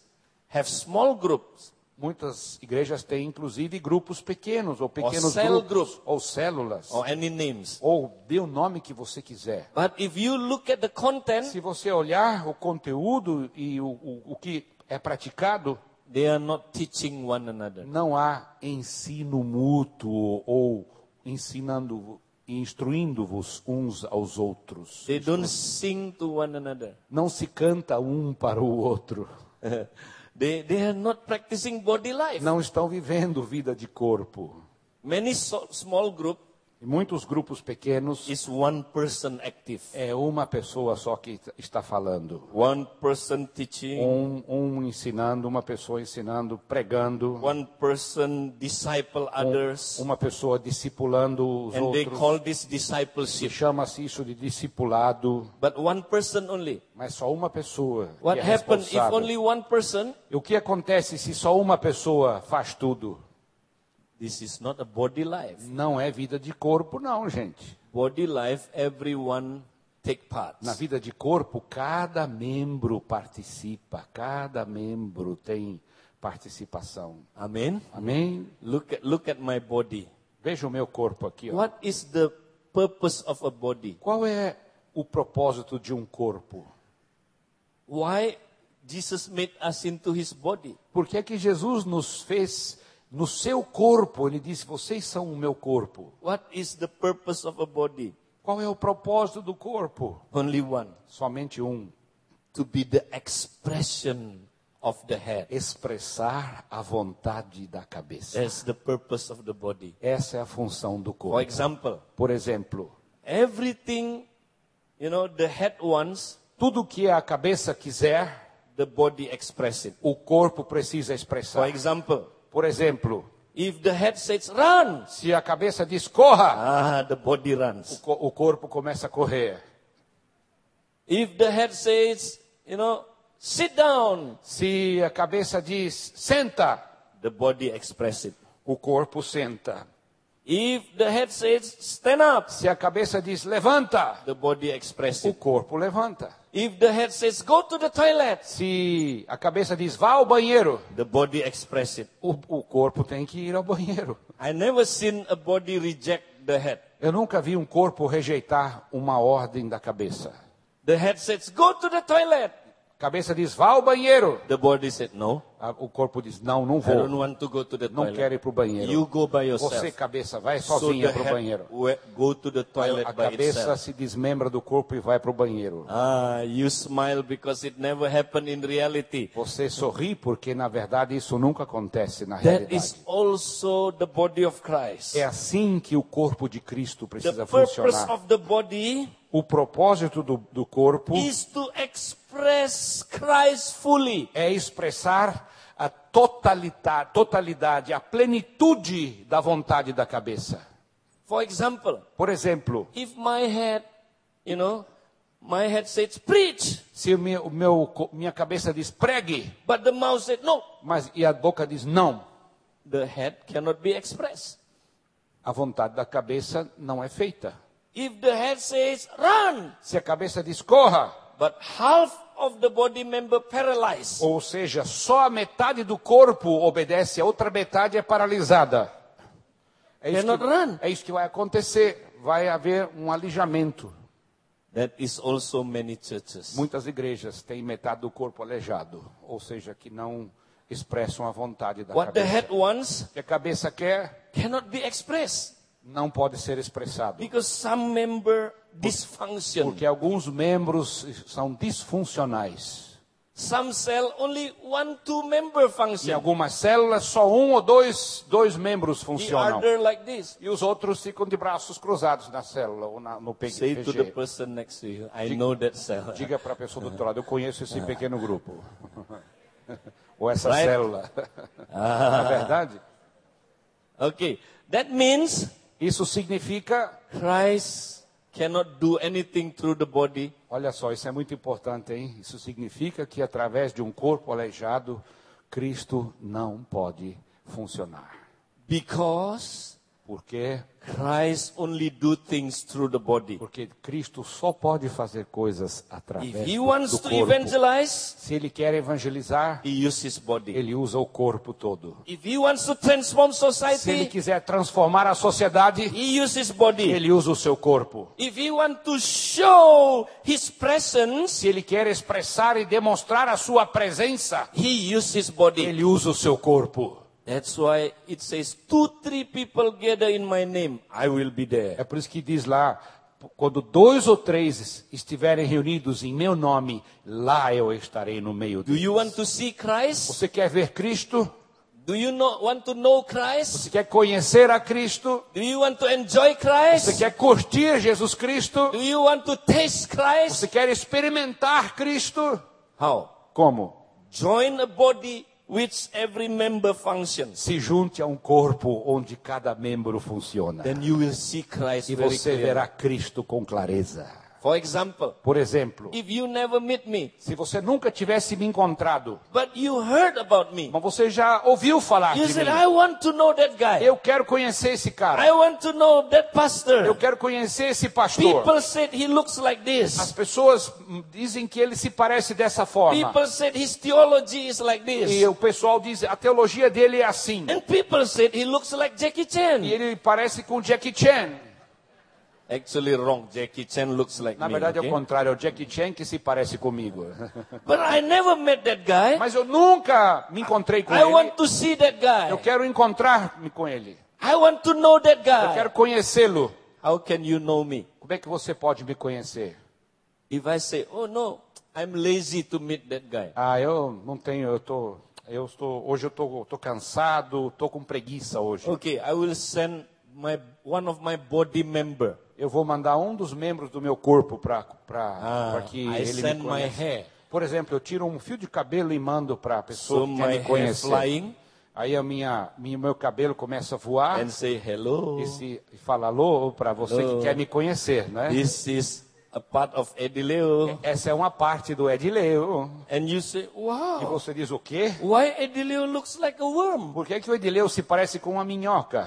S2: have small groups.
S1: Muitas igrejas têm inclusive grupos pequenos ou pequenos
S2: cell
S1: grupos ou células.
S2: or any names.
S1: ou dê o nome que você quiser.
S2: But if you look at the
S1: Se
S2: content,
S1: você olhar o conteúdo e o, o, o que é praticado,
S2: they are not teaching one another.
S1: não há ensino mútuo ou ensinando e instruindo-vos uns aos outros.
S2: They don't sing to one another.
S1: Não se canta um para o outro.
S2: they, they are not practicing body life.
S1: Não estão vivendo vida de corpo.
S2: Many so, small group
S1: Em muitos grupos pequenos,
S2: is one person active.
S1: é uma pessoa só que está falando.
S2: One person teaching,
S1: Um, um ensinando, uma pessoa ensinando, pregando.
S2: one person disciple others,
S1: uma pessoa discipulando os
S2: and they
S1: outros.
S2: call this
S1: Se
S2: discipleship.
S1: chama-se isso de discipulado,
S2: But one person only.
S1: mas só uma pessoa
S2: What
S1: que é
S2: happens if
S1: responsável.
S2: only one person?
S1: E O que acontece se só uma pessoa faz tudo?
S2: This is not a body life.
S1: Não é vida de corpo, não, gente.
S2: Body life, everyone take part.
S1: Na vida de corpo, cada membro participa, cada membro tem participação.
S2: Amen.
S1: Amém?
S2: Look at look at my body.
S1: Veja o meu corpo aqui. Ó.
S2: What is the purpose of a body?
S1: Qual é o propósito de um corpo?
S2: Why Jesus made us into His body?
S1: Porque é que Jesus nos fez no seu corpo, ele disse: "Vocês são o meu corpo".
S2: What is the purpose of a body?
S1: Qual é o propósito do corpo?
S2: Only one.
S1: Somente um,
S2: to be the expression of the head.
S1: expressar a vontade da cabeça.
S2: That's the purpose of the body.
S1: Essa é a função do
S2: For
S1: corpo.
S2: example,
S1: Por exemplo,
S2: everything, you know, the head wants,
S1: tudo que a cabeça quiser,
S2: the body express it.
S1: o corpo precisa
S2: For
S1: expressar.
S2: example,
S1: Por exemplo,
S2: if the head says run,
S1: se a cabeça diz corra,
S2: ah, the body
S1: o
S2: runs.
S1: co- o corpo começa a correr.
S2: If the head says, you know, sit down,
S1: Se a cabeça diz senta,
S2: the body express it.
S1: o corpo senta.
S2: If the head says stand up,
S1: Se a cabeça diz levanta,
S2: the body express
S1: o
S2: it.
S1: corpo levanta.
S2: If the head says go to the toilet,
S1: Se a cabeça diz vá ao banheiro,
S2: the body express it.
S1: o, o corpo tem que ir ao banheiro.
S2: I never seen a body reject the head.
S1: Eu nunca vi um corpo rejeitar uma ordem da cabeça.
S2: The head says, go to the toilet.
S1: A cabeça diz vá ao banheiro.
S2: The body said, no,
S1: A- O corpo diz não, não
S2: I don't
S1: vou.
S2: want to go to the
S1: Não
S2: toilet.
S1: quero ir para o
S2: You
S1: banheiro.
S2: go by yourself.
S1: Você, cabeça, vai
S2: so the
S1: sozinha para o
S2: head
S1: banheiro.
S2: we- go to the toilet
S1: A
S2: by
S1: cabeça
S2: itself.
S1: se desmembra do corpo e vai para o banheiro.
S2: Ah, you smile because it never happened in reality.
S1: Você sorri porque, na verdade, isso nunca acontece na
S2: That is
S1: realidade.
S2: also the body of Christ.
S1: É assim que o corpo de Cristo precisa
S2: The purpose
S1: funcionar.
S2: of the body
S1: O propósito do, do corpo
S2: is to express Christ fully.
S1: é expressar a totalita- totalidade, a plenitude da vontade da cabeça.
S2: For example,
S1: Por exemplo,
S2: if my head, you know, my head says preach,
S1: se o me- o meu co- minha cabeça diz pregue,
S2: but the mouth said no,
S1: mas e a boca diz não,
S2: the head cannot be expressed.
S1: a vontade da cabeça não é feita.
S2: If the head says run,
S1: Se a cabeça diz corra,
S2: but half of the body member paralyzed.
S1: Ou seja, só a metade do corpo obedece, a outra metade é paralisada. É isso
S2: Cannot run.
S1: que, é isso que vai acontecer. Vai haver um alijamento.
S2: That is also many churches.
S1: Muitas igrejas têm metade do corpo aleijado, ou seja, que não expressam a vontade da
S2: What the
S1: cabeça.
S2: head wants
S1: O que a cabeça quer
S2: cannot be expressed
S1: não pode ser expressado,
S2: because some member dysfunction.
S1: porque alguns membros são disfuncionais.
S2: Some cell only one two member
S1: Em
S2: function.
S1: algumas células só um ou dois dois membros
S2: The
S1: funcionam.
S2: other like this.
S1: E os outros ficam de braços cruzados na célula ou na, no pe-
S2: Say to the
S1: PG.
S2: person next to you, I know that cell.
S1: Diga para a pessoa do outro lado, eu conheço esse pequeno grupo. ou essa
S2: Right?
S1: célula. Na verdade,
S2: Okay. That means
S1: isso significa
S2: Christ cannot do anything through the body.
S1: Olha só, isso é muito importante, hein? Isso significa que através de um corpo aleijado, Cristo não pode funcionar.
S2: Because
S1: Por quê?
S2: Christ only do things through the body.
S1: Porque Cristo só pode fazer coisas através
S2: If he
S1: do,
S2: wants
S1: do
S2: to
S1: corpo.
S2: evangelize,
S1: Se ele quer evangelizar,
S2: he uses his body.
S1: ele usa o corpo todo.
S2: If he wants to transform
S1: Se ele
S2: society,
S1: quiser transformar a sociedade,
S2: he uses his body.
S1: ele usa o seu corpo.
S2: If he wants to show his presence,
S1: Se ele quer expressar e demonstrar a sua presença,
S2: he uses his body.
S1: ele usa o seu corpo.
S2: That's why it says, two, three people gather in my name, I will be there.
S1: É por isso que diz lá, quando dois ou três estiverem reunidos em meu nome, lá eu estarei no meio
S2: Do
S1: deles.
S2: you want to see Christ?
S1: Você quer ver Cristo?
S2: Do you know, want to know Christ?
S1: Você quer conhecer a Cristo?
S2: Do you want to enjoy
S1: Você
S2: Christ?
S1: quer curtir Jesus Cristo?
S2: Do you want to taste
S1: Você
S2: Christ?
S1: quer experimentar Cristo?
S2: How?
S1: Como?
S2: Join a body which every member functions.
S1: Se junte a um corpo onde cada membro funciona.
S2: Then you will see Christ
S1: E
S2: very
S1: você
S2: clearly.
S1: verá Cristo com clareza.
S2: For example,
S1: Por exemplo,
S2: if you never meet me,
S1: se você nunca tivesse me encontrado,
S2: but you heard about me,
S1: mas você já ouviu falar
S2: you
S1: de
S2: said,
S1: mim.
S2: I want to know that guy.
S1: Eu quero conhecer esse cara.
S2: I want to know that pastor.
S1: Eu quero conhecer esse pastor.
S2: People said he looks like
S1: As
S2: this.
S1: pessoas hum, dizem que ele se parece dessa forma.
S2: People said his theology is like
S1: E
S2: this.
S1: o pessoal diz, a teologia dele é assim.
S2: And people said he looks like Jackie
S1: E
S2: Chan.
S1: ele parece com Jackie Chan.
S2: Actually wrong. Jackie Chan looks like
S1: Na
S2: me.
S1: verdade é o
S2: okay?
S1: contrário, é o Jackie Chan que se parece comigo.
S2: But I never met that guy.
S1: Mas eu nunca me encontrei com
S2: I
S1: ele.
S2: want to see that
S1: Eu
S2: guy.
S1: quero encontrar-me com ele.
S2: I want to know that
S1: Eu
S2: guy.
S1: quero conhecê-lo.
S2: How can you know me?
S1: Como é que você pode me conhecer?
S2: If I say, oh no, I'm lazy to meet that guy.
S1: Ah, eu não tenho, eu tô, eu estou, hoje eu tô, tô cansado, tô com preguiça hoje.
S2: Okay, I will send my one of my body member.
S1: Eu vou mandar um dos membros do meu corpo para
S2: Ah,
S1: para que
S2: I
S1: ele
S2: send
S1: me
S2: my
S1: conheça.
S2: hair.
S1: Por exemplo, eu tiro um fio de cabelo e mando para a pessoa
S2: So
S1: que quer
S2: my
S1: me
S2: hair
S1: conhecer.
S2: flying
S1: Aí a minha, minha meu cabelo começa a voar
S2: and say hello.
S1: e se e fala alô para você
S2: Alô.
S1: que quer me conhecer, né?
S2: This is a part of Edileo.
S1: Essa é uma parte do Edileu.
S2: And you say,
S1: E
S2: wow,
S1: você diz o quê?
S2: why Edileo looks like a worm?
S1: Por que, que o Edileu se parece com uma minhoca?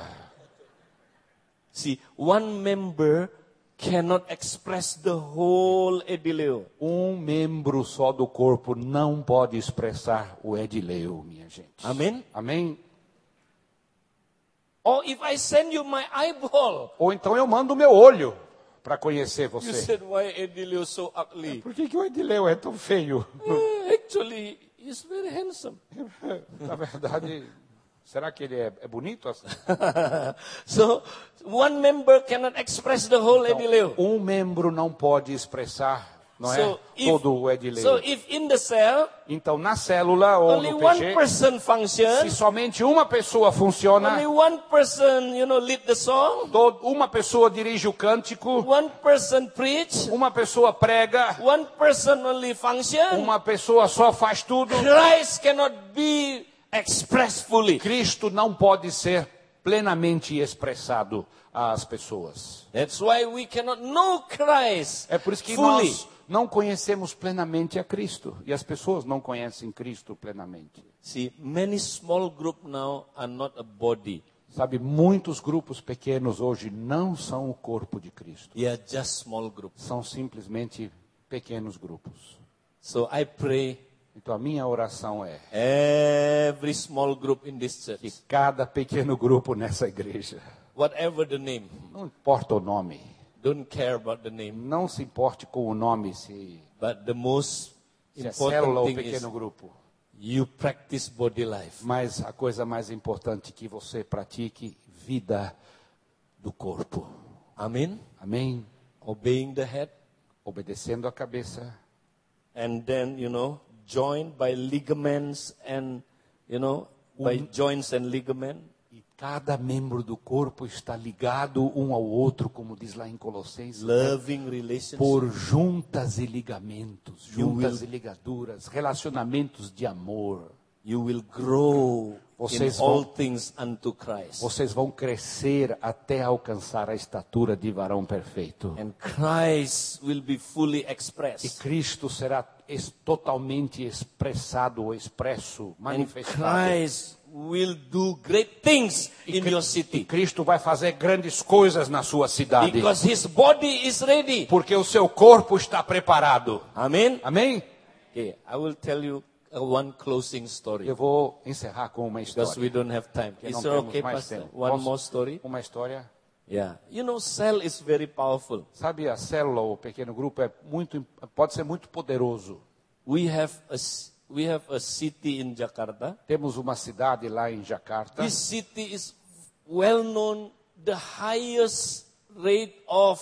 S2: See, one member cannot express the whole Edileo.
S1: Um membro só do corpo não pode expressar o Edileu, minha gente.
S2: Amen?
S1: Amém?
S2: Or if I send you my eyeball,
S1: Ou então eu mando o meu olho para conhecer
S2: you
S1: você.
S2: said, why Edileo so ugly?
S1: Por que, que o Edileu é tão feio?
S2: Eh, Actually, he's very handsome.
S1: Na verdade, será que ele é, é bonito assim?
S2: so, one member cannot express the whole Edileo.
S1: Um membro não pode expressar, não é?
S2: So if-
S1: eh? Todo o Edileu.
S2: So, if in the cell,
S1: então, na célula ou
S2: only
S1: no
S2: one
S1: PG,
S2: person
S1: se
S2: functions,
S1: somente uma pessoa funciona,
S2: only one person, you know, lead the song,
S1: to- uma pessoa dirige o cântico,
S2: one person preach,
S1: uma pessoa prega,
S2: one person only function,
S1: uma pessoa só faz tudo,
S2: Christ cannot be expressed fully.
S1: Cristo não pode ser plenamente expressado às pessoas.
S2: That's why we cannot know Christ
S1: É Eh, por isso que
S2: fully.
S1: nós não conhecemos plenamente a Cristo. E as pessoas não conhecem Cristo plenamente.
S2: See, many small group now are not a body.
S1: Sabe, muitos grupos pequenos hoje não são o corpo de Cristo.
S2: They are just small groups.
S1: São simplesmente pequenos grupos.
S2: So I pray
S1: Então a minha oração é
S2: every small group in this
S1: que
S2: church,
S1: cada pequeno grupo nessa igreja,
S2: whatever the name,
S1: não importa o nome,
S2: don't care about the name,
S1: não se importe com o nome se,
S2: but the most
S1: se é célula
S2: important
S1: ou
S2: thing is
S1: pequeno grupo.
S2: you practice body life.
S1: Mas a coisa mais importante é que você pratique vida do corpo.
S2: Amen.
S1: Amém?
S2: Obeying the head,
S1: Obedecendo a cabeça,
S2: and then you know, joined by ligaments and you know, by joints and ligament.
S1: E cada membro do corpo está ligado um ao outro, como diz lá em Colossenses,
S2: loving relationship.
S1: por juntas e ligamentos,
S2: You
S1: juntas
S2: will-
S1: e ligaduras, relacionamentos de amor.
S2: You will grow in
S1: Vocês vão-
S2: all things unto Christ.
S1: Vocês vão crescer até alcançar a estatura de varão perfeito.
S2: And Christ will be fully
S1: E
S2: expressed.
S1: Cristo será es- totalmente expressado ou expresso,
S2: And
S1: manifestado.
S2: Christ will do great things in your
S1: E
S2: city.
S1: Cristo vai fazer grandes coisas na sua cidade,
S2: Because his body is ready.
S1: porque o seu corpo está preparado.
S2: Amen.
S1: Amém?
S2: Okay, I will tell you uh, one closing story.
S1: Eu vou encerrar com uma
S2: Because we
S1: história.
S2: don't have time.
S1: porque
S2: Is
S1: não
S2: it
S1: temos
S2: okay,
S1: mais
S2: é Pastor?
S1: tempo.
S2: One
S1: Posso-
S2: more story?
S1: Uma história.
S2: Yeah. You know, cell is very powerful.
S1: Sabe, a célula, o pequeno grupo, é muito, pode ser muito poderoso.
S2: We have a, c- we have a city in Jakarta.
S1: Temos uma cidade lá em Jacarta.
S2: This city is well known, the highest rate of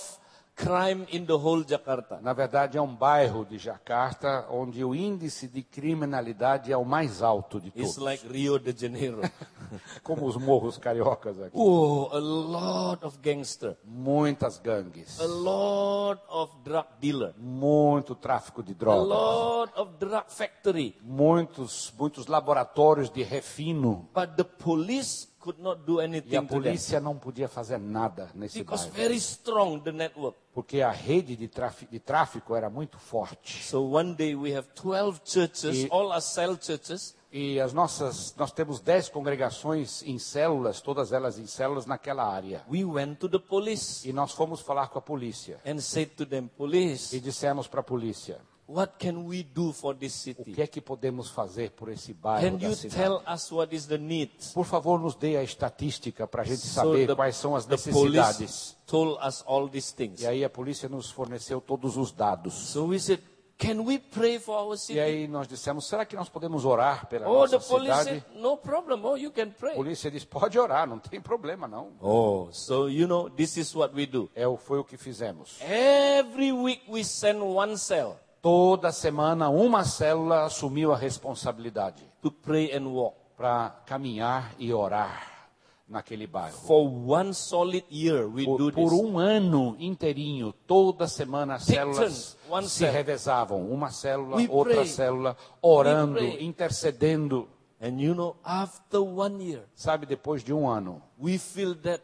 S2: crime in the whole Jakarta.
S1: Na verdade, é um bairro de Jacarta onde o índice de criminalidade é o mais alto de
S2: It's
S1: todos.
S2: like Rio de Janeiro.
S1: Como os morros cariocas aqui.
S2: oh, a lot of gangster,
S1: Muitas gangues,
S2: a lot of drug dealer,
S1: muito tráfico de
S2: a
S1: drogas,
S2: lot of drug factory.
S1: muitos, muitos laboratórios de refino.
S2: But the police could not
S1: E
S2: do
S1: a
S2: anything to them
S1: polícia não podia fazer nada nesse
S2: because
S1: bairro.
S2: very strong the network.
S1: Porque a rede de, trafi- de tráfico era muito forte.
S2: So one day we have 12 churches,
S1: Y-
S2: all are cell churches.
S1: E as nossas, nós temos dez congregações em células, todas elas em células naquela área.
S2: We went to the police
S1: E nós fomos falar com a polícia.
S2: and said to them, police,
S1: E dissemos para a polícia:
S2: What can we do for this
S1: o
S2: city?
S1: que é que podemos fazer por esse bairro
S2: Can you
S1: da cidade?
S2: tell us what is the need?
S1: Por favor, nos dê a estatística para a gente saber quais são as
S2: the
S1: necessidades.
S2: police told us all these things.
S1: E aí a polícia nos forneceu todos os dados.
S2: So we said, can we pray for our city?
S1: E aí nós dissemos: será que nós podemos orar pela
S2: oh,
S1: nossa
S2: the police said,
S1: cidade?
S2: no problem. Oh, you can
S1: A
S2: pray.
S1: polícia diz: pode orar, não tem problema não.
S2: Oh, so you know, this is what we do.
S1: É, o- foi o que fizemos.
S2: Every week we send one cell
S1: Toda semana, uma célula assumiu a responsabilidade
S2: to pray and walk
S1: para caminhar e orar naquele bairro.
S2: for one solid year. We do
S1: Por,
S2: this.
S1: por um ano inteirinho, toda semana as
S2: Take
S1: células
S2: turns, one
S1: se
S2: cell.
S1: revezavam. Uma célula,
S2: We
S1: outra
S2: pray.
S1: célula, orando,
S2: We pray.
S1: intercedendo.
S2: And you know, after one year,
S1: Sabe, depois de um ano,
S2: we feel that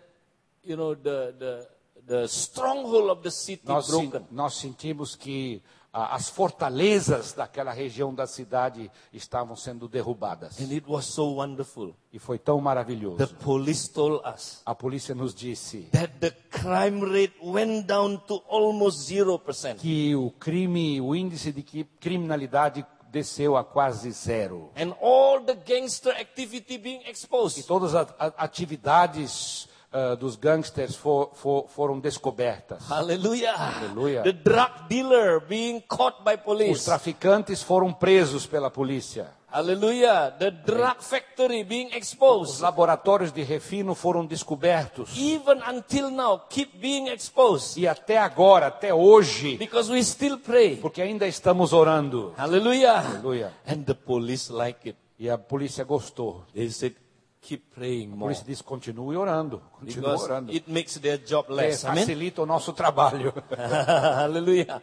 S2: you know the the the stronghold of the city
S1: nós, sen-
S2: broken.
S1: nós sentimos que ah, as fortalezas daquela região da cidade estavam sendo derrubadas.
S2: And it was so wonderful.
S1: E foi tão
S2: The
S1: maravilhoso.
S2: police told us
S1: A polícia nos disse
S2: that the crime rate went down to almost zero percent.
S1: que o crime, o índice de que- criminalidade desceu a quase zero.
S2: And all the gangster activity being
S1: E
S2: exposed.
S1: todas as a- atividades ah, dos gangsters fo- fo- foram descobertas.
S2: Hallelujah.
S1: Hallelujah.
S2: The drug dealer being caught by
S1: Os
S2: police.
S1: traficantes foram presos pela polícia.
S2: Hallelujah. The drug factory being
S1: Os
S2: exposed.
S1: laboratórios de refino foram descobertos.
S2: Even until now, keep being exposed.
S1: E até agora, até hoje,
S2: Because we still pray.
S1: porque ainda estamos orando.
S2: Hallelujah.
S1: Hallelujah.
S2: And the police like it.
S1: E a polícia gostou.
S2: They said, keep praying
S1: A
S2: more.
S1: polícia disse: continue orando, continue
S2: Because
S1: orando.
S2: it makes their job
S1: É,
S2: less. Amen.
S1: facilita o nosso trabalho.
S2: Hallelujah.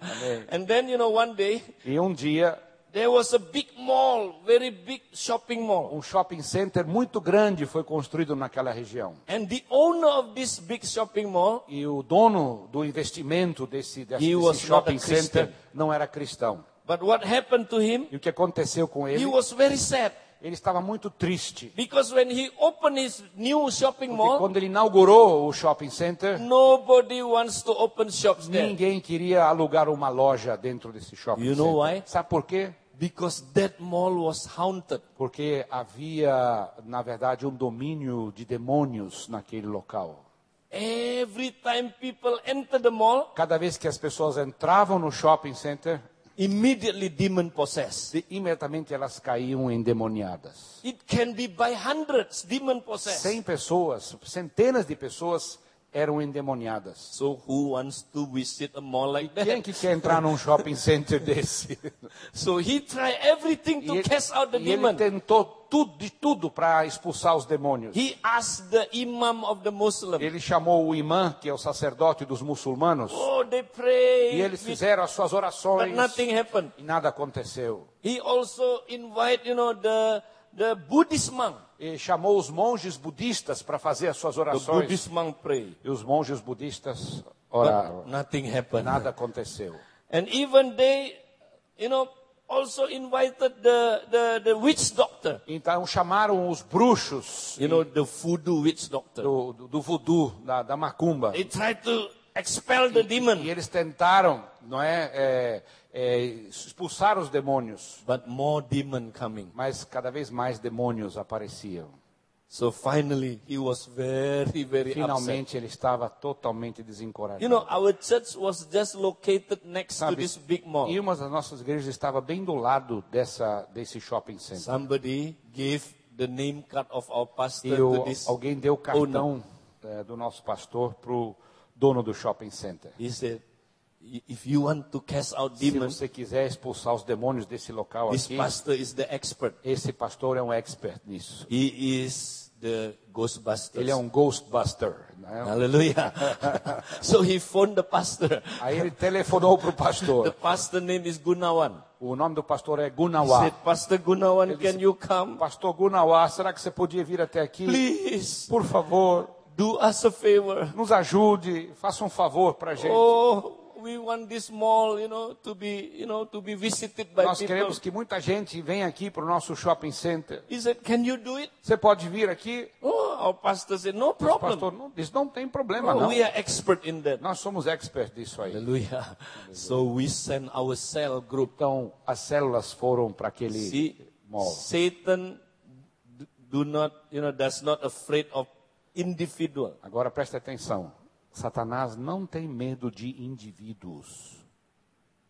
S2: And then, you know, one day,
S1: E um dia,
S2: there was a big mall, very big shopping mall.
S1: um shopping center muito grande foi construído naquela região.
S2: And the owner of this big shopping mall,
S1: E o dono do investimento desse, desse,
S2: He was
S1: desse shopping
S2: not a Christian.
S1: center não era cristão.
S2: but what happened to him?
S1: E o que aconteceu com
S2: He
S1: ele?
S2: was very sad.
S1: ele estava muito triste.
S2: Because when he opened his new shopping
S1: Porque
S2: mall,
S1: quando ele inaugurou o shopping center,
S2: nobody wants to open shops there.
S1: ninguém queria alugar uma loja dentro desse shopping
S2: You know
S1: center.
S2: why?
S1: Sabe por quê?
S2: Because that mall was haunted.
S1: Porque havia, na verdade, um domínio de demônios naquele local.
S2: Every time people enter the mall,
S1: Cada vez que as pessoas entravam no shopping center,
S2: immediately demon possessed.
S1: de- imediatamente elas caíam endemoniadas.
S2: It can be by hundreds demon possessed.
S1: Cem pessoas, centenas de pessoas eram endemoniadas.
S2: So who wants to visit a mall like
S1: Quem
S2: that?
S1: que quer entrar num shopping center desse?
S2: So he tried everything
S1: E
S2: to
S1: ele,
S2: cast out the
S1: e ele
S2: demon.
S1: tentou tudo, de tudo para expulsar os demônios.
S2: He asked the imam of the Muslim.
S1: Ele chamou o imã, que é o sacerdote dos muçulmanos,
S2: Oh, they
S1: e
S2: prayed,
S1: eles fizeram as suas
S2: but
S1: orações
S2: nothing happened.
S1: e nada aconteceu.
S2: He also invite, you know, the the Buddhist monk.
S1: E chamou os monges budistas para fazer as suas
S2: The
S1: orações.
S2: Buddhist monk pray,
S1: E os monges budistas
S2: but
S1: oraram.
S2: nothing happened.
S1: Nada aconteceu.
S2: And even they, you know, also invited the the the witch doctor.
S1: Então chamaram os bruxos
S2: You know, the voodoo witch doctor.
S1: do, do, do voodoo, da, da macumba.
S2: They tried to expel the
S1: E
S2: demon,
S1: eles tentaram, não é, é, é, expulsar os demônios,
S2: but more demon coming.
S1: mas cada vez mais demônios apareciam.
S2: So finally, he was very very upset.
S1: Finalmente ele estava totalmente desencorajado.
S2: You know, our church was just located next to
S1: Sabe,
S2: this big mall.
S1: E uma das nossas igrejas estava bem do lado dessa, desse shopping center.
S2: Somebody gave the name card of our
S1: E
S2: pastor to
S1: o-
S2: this.
S1: alguém deu o cartão eh, do nosso pastor para o dono do shopping center.
S2: He said, "I- if you want to cast out
S1: Se
S2: demons,
S1: você quiser expulsar os demônios desse local
S2: this
S1: aqui,
S2: pastor is the expert.
S1: esse pastor é um expert nisso.
S2: He is the
S1: Ele é
S2: Ghostbusters.
S1: um ghostbuster. Né?
S2: Hallelujah. so he phoned the pastor.
S1: Aí ele telefonou para o
S2: The
S1: pastor.
S2: pastor name is Gunawan.
S1: O nome do pastor é
S2: He
S1: Gunawá.
S2: said, Pastor Gunawan, can you come?
S1: Pastor Gunawá, será que você podia vir até aqui?
S2: é- Please
S1: Por favor,
S2: do us a favor.
S1: nos ajude, faça um favor para gente.
S2: Oh, we want this mall, you know, to be, you know, to be visited by
S1: Nós
S2: people.
S1: queremos que muita gente venha aqui para o nosso shopping center.
S2: He said, can you do it?
S1: Você pode vir aqui?
S2: Oh, our pastor said, no
S1: O
S2: problem.
S1: pastor não, diz, não tem problema
S2: Oh,
S1: não.
S2: we are expert in that.
S1: Nós somos expert disso aí.
S2: Hallelujah. So we send our cell group.
S1: Então, as células foram para aquele
S2: See,
S1: mall.
S2: Satan d- do not, you know, does not afraid of individual.
S1: Agora preste atenção. Satanás não tem medo de indivíduos.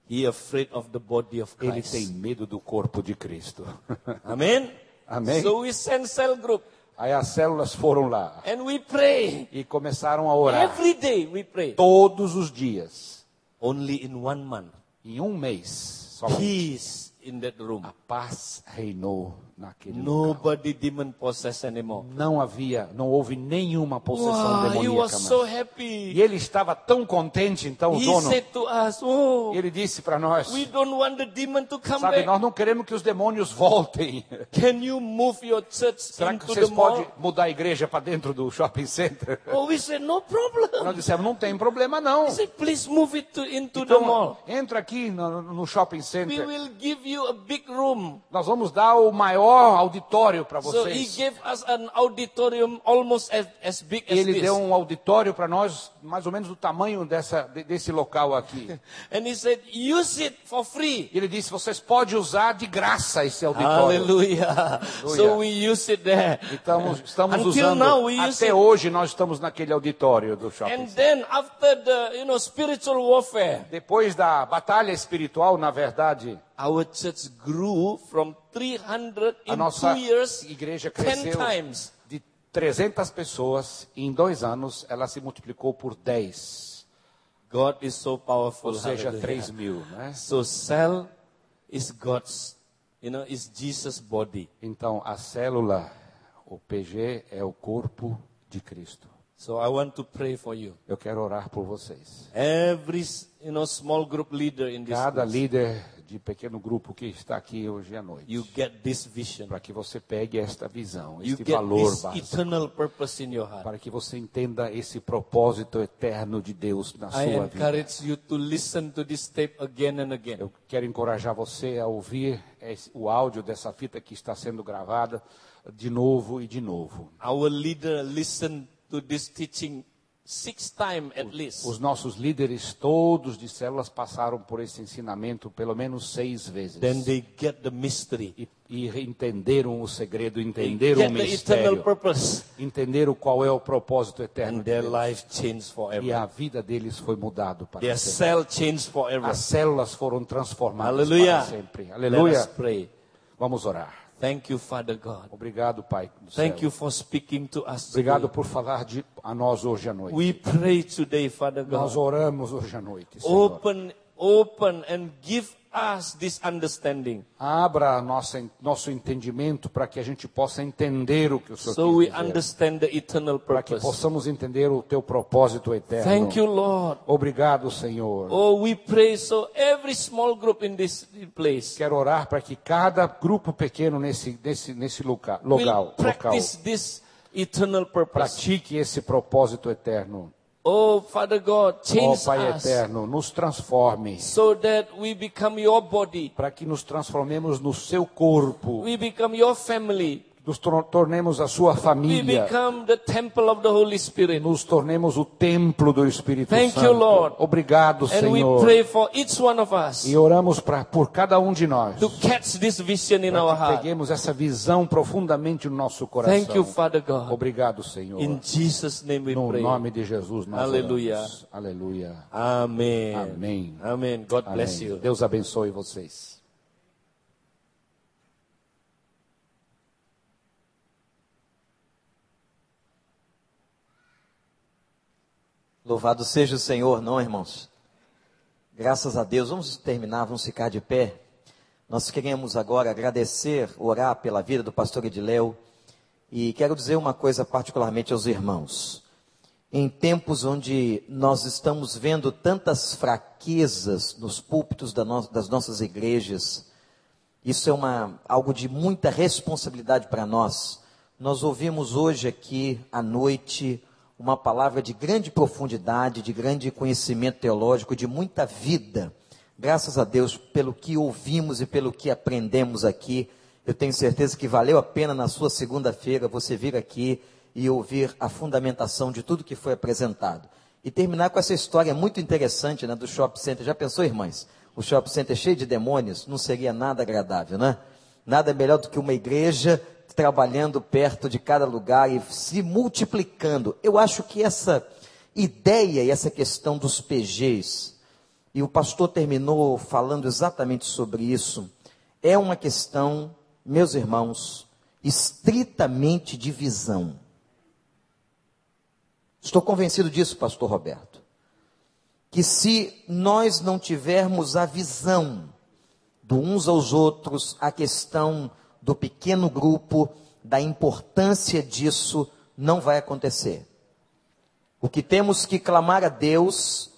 S2: He afraid of the body of
S1: Ele
S2: Christ.
S1: tem medo do corpo de Cristo.
S2: Amen.
S1: Amen.
S2: So we send cell group
S1: Aí as células foram lá
S2: and we pray.
S1: e começaram a orar
S2: Every day we pray.
S1: todos os dias,
S2: Only in one month.
S1: em um mês. Só
S2: Peace in that room.
S1: a paz reinou naquele lugar.
S2: Nobody demon possessed anymore.
S1: Não havia, não houve nenhuma possessão
S2: Wow, he
S1: demoníaca
S2: was
S1: mais.
S2: so
S1: E
S2: happy.
S1: ele estava tão contente, então o
S2: He
S1: dono,
S2: said to us, Oh,
S1: ele disse para nós,
S2: We don't want the demon to come
S1: sabe,
S2: back.
S1: nós não queremos que os demônios voltem.
S2: Can you move your church
S1: Será que
S2: into the
S1: vocês podem
S2: mall?
S1: mudar a igreja para dentro do shopping center?
S2: Oh, we said no problem.
S1: Nós dissemos, não tem problema não.
S2: He said, please move it to, into the
S1: Então,
S2: mall.
S1: entra aqui no, no shopping
S2: We
S1: center.
S2: will give you a big room.
S1: Nós vamos dar o maior auditório para
S2: So he
S1: vocês.
S2: gave us an auditorium almost as, as big as
S1: Ele deu
S2: this.
S1: um auditório para nós, mais ou menos do tamanho dessa, de- desse local aqui.
S2: And he said, use it for free.
S1: Ele disse: vocês podem usar de graça esse um auditório.
S2: Hallelujah. So we use it there.
S1: Então, estamos
S2: Until
S1: usando.
S2: now we use
S1: Até
S2: it.
S1: hoje nós estamos naquele auditório do shopping.
S2: And then after the, you know, spiritual warfare,
S1: Depois da batalha espiritual, na verdade,
S2: our church grew from 300
S1: a
S2: in
S1: nossa
S2: two years,
S1: igreja
S2: 10
S1: cresceu
S2: times.
S1: de 300 pessoas e em dois anos ela se multiplicou por 10,
S2: God is so powerful.
S1: ou seja,
S2: Oh, Hallelujah.
S1: 3 mil. Né?
S2: So cell is God's, you know, is Jesus' body.
S1: Então, a célula, o PG, é o corpo de Cristo.
S2: So I want to pray for you.
S1: Eu quero orar por vocês.
S2: Every, s- you know, small group leader in this,
S1: Cada
S2: place,
S1: líder de pequeno grupo que está aqui hoje à noite,
S2: you get this vision.
S1: para que você pegue esta visão,
S2: You
S1: este
S2: get
S1: valor
S2: this
S1: básico,
S2: eternal purpose in your heart.
S1: para que você entenda esse propósito eterno de Deus na
S2: I
S1: sua vida.
S2: encourage you to listen to this tape again and again.
S1: Eu quero encorajar você a ouvir esse- o áudio dessa fita que está sendo gravada de novo e de novo.
S2: Our leader listened to this teaching six times at least.
S1: Os nossos líderes todos de células passaram por esse ensinamento pelo menos seis vezes.
S2: Then they get the mystery.
S1: E, e entenderam o segredo,
S2: They
S1: entenderam o
S2: get the eternal
S1: mistério,
S2: purpose.
S1: entenderam qual é o propósito eterno.
S2: And
S1: de
S2: their
S1: Deus.
S2: life changed
S1: E
S2: forever.
S1: a vida deles foi mudada para
S2: Their
S1: sempre.
S2: cell changed forever.
S1: As células foram transformadas
S2: Hallelujah.
S1: para sempre.
S2: Let us
S1: Aleluia.
S2: pray.
S1: Vamos orar.
S2: Thank you, Father God.
S1: Obrigado, Pai do
S2: Thank
S1: céu.
S2: you for speaking to us. today.
S1: Obrigado por falar de, a nós hoje à noite.
S2: We pray today, Father
S1: Nós
S2: God.
S1: oramos hoje à noite, Senhor.
S2: Open, open, and give us this understanding
S1: Abra a nossa, nosso entendimento para que a gente possa entender o que o Senhor
S2: so
S1: quis
S2: we
S1: dizer.
S2: understand the eternal
S1: Para que
S2: purpose.
S1: possamos entender o teu propósito eterno.
S2: Thank you, Lord.
S1: Obrigado, Senhor.
S2: Oh, we pray so every small group in this place
S1: Quero orar para que cada grupo pequeno nesse, nesse, nesse loca-
S2: will
S1: local, local
S2: practice this eternal purpose.
S1: pratique esse propósito eterno.
S2: Oh, Father God,
S1: Ó
S2: change
S1: Pai
S2: us
S1: eterno, nos transforme.
S2: so that we become your body,
S1: Para que nos transformemos no seu corpo.
S2: we become your family,
S1: Nos tor- tornemos a sua
S2: we
S1: família.
S2: become the temple of the Holy Spirit.
S1: nos tornemos o templo do Espírito
S2: Thank
S1: Santo.
S2: you, Lord.
S1: Obrigado,
S2: And we
S1: Senhor.
S2: pray for each one of us
S1: E oramos pra, por cada um de nós.
S2: to catch this vision in
S1: Para
S2: our
S1: que
S2: heart.
S1: peguemos essa visão profundamente no nosso coração.
S2: Thank you, Father God.
S1: Obrigado, Senhor.
S2: In Jesus' name we
S1: No
S2: pray.
S1: nome de Jesus nós
S2: Aleluia.
S1: oramos. Aleluia.
S2: Amen.
S1: Amém.
S2: Amen. God bless
S1: Amém.
S2: you.
S1: Deus abençoe vocês.
S3: Louvado seja o Senhor, não, irmãos? Graças a Deus. Vamos terminar, vamos ficar de pé. Nós queremos agora agradecer, orar pela vida do pastor Ediléu. E quero dizer uma coisa particularmente aos irmãos. Em tempos onde nós estamos vendo tantas fraquezas nos púlpitos da no- das nossas igrejas, isso é uma, algo de muita responsabilidade para nós. Nós ouvimos hoje aqui à noite uma palavra de grande profundidade, de grande conhecimento teológico, de muita vida. Graças a Deus pelo que ouvimos e pelo que aprendemos aqui. Eu tenho certeza que valeu a pena na sua segunda-feira você vir aqui e ouvir a fundamentação de tudo que foi apresentado. E terminar com essa história muito interessante né, do shopping center. Já pensou, irmãs? O shopping center é cheio de demônios não seria nada agradável, né? Nada melhor do que uma igreja trabalhando perto de cada lugar e se multiplicando. Eu acho que essa ideia e essa questão dos PGs, e o pastor terminou falando exatamente sobre isso. É uma questão, meus irmãos, estritamente de visão. Estou convencido disso, pastor Roberto. Que se nós não tivermos a visão do uns aos outros, a questão do pequeno grupo, da importância disso, não vai acontecer. O que temos que clamar a Deus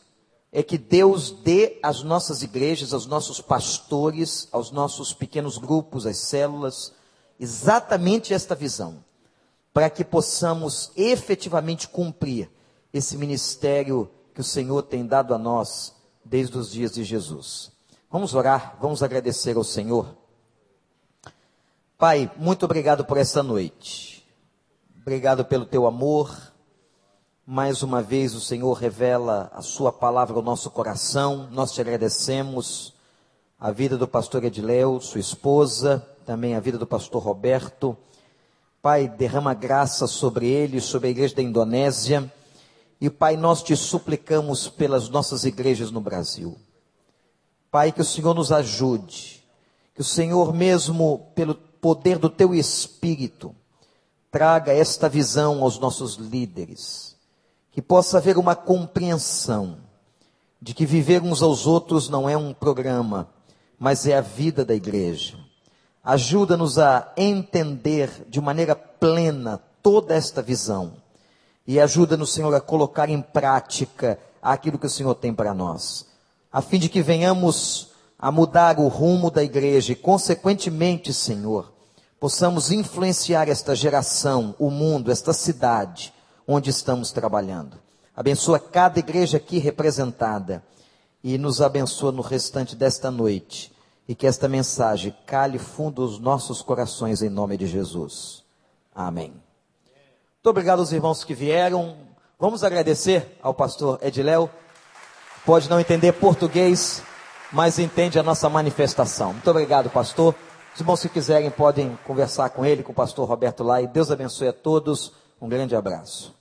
S3: é que Deus dê às nossas igrejas, aos nossos pastores, aos nossos pequenos grupos, às células, exatamente esta visão, para que possamos efetivamente cumprir esse ministério que o Senhor tem dado a nós desde os dias de Jesus. Vamos orar, vamos agradecer ao Senhor. Pai, muito obrigado por esta noite. Obrigado pelo teu amor. Mais uma vez o Senhor revela a sua palavra ao nosso coração. Nós te agradecemos a vida do pastor Edileu, sua esposa, também a vida do pastor Roberto. Pai, derrama graça sobre ele, sobre a igreja da Indonésia. E Pai, nós te suplicamos pelas nossas igrejas no Brasil. Pai, que o Senhor nos ajude, que o Senhor mesmo, pelo poder do teu Espírito, traga esta visão aos nossos líderes, que possa haver uma compreensão de que viver uns aos outros não é um programa, mas é a vida da igreja. Ajuda-nos a entender de maneira plena toda esta visão e ajuda-nos, Senhor, a colocar em prática aquilo que o Senhor tem para nós, a fim de que venhamos a mudar o rumo da igreja e, consequentemente, Senhor, possamos influenciar esta geração, o mundo, esta cidade onde estamos trabalhando. Abençoa cada igreja aqui representada e nos abençoa no restante desta noite. e que esta mensagem cale fundo os nossos corações em nome de Jesus. Amém. Muito obrigado aos irmãos que vieram. Vamos agradecer ao pastor Ediléo. Pode não entender português, mas entende a nossa manifestação. Muito obrigado, pastor. Os irmãos que quiserem podem conversar com ele, com o pastor Roberto lá. E Deus abençoe a todos. Um grande abraço.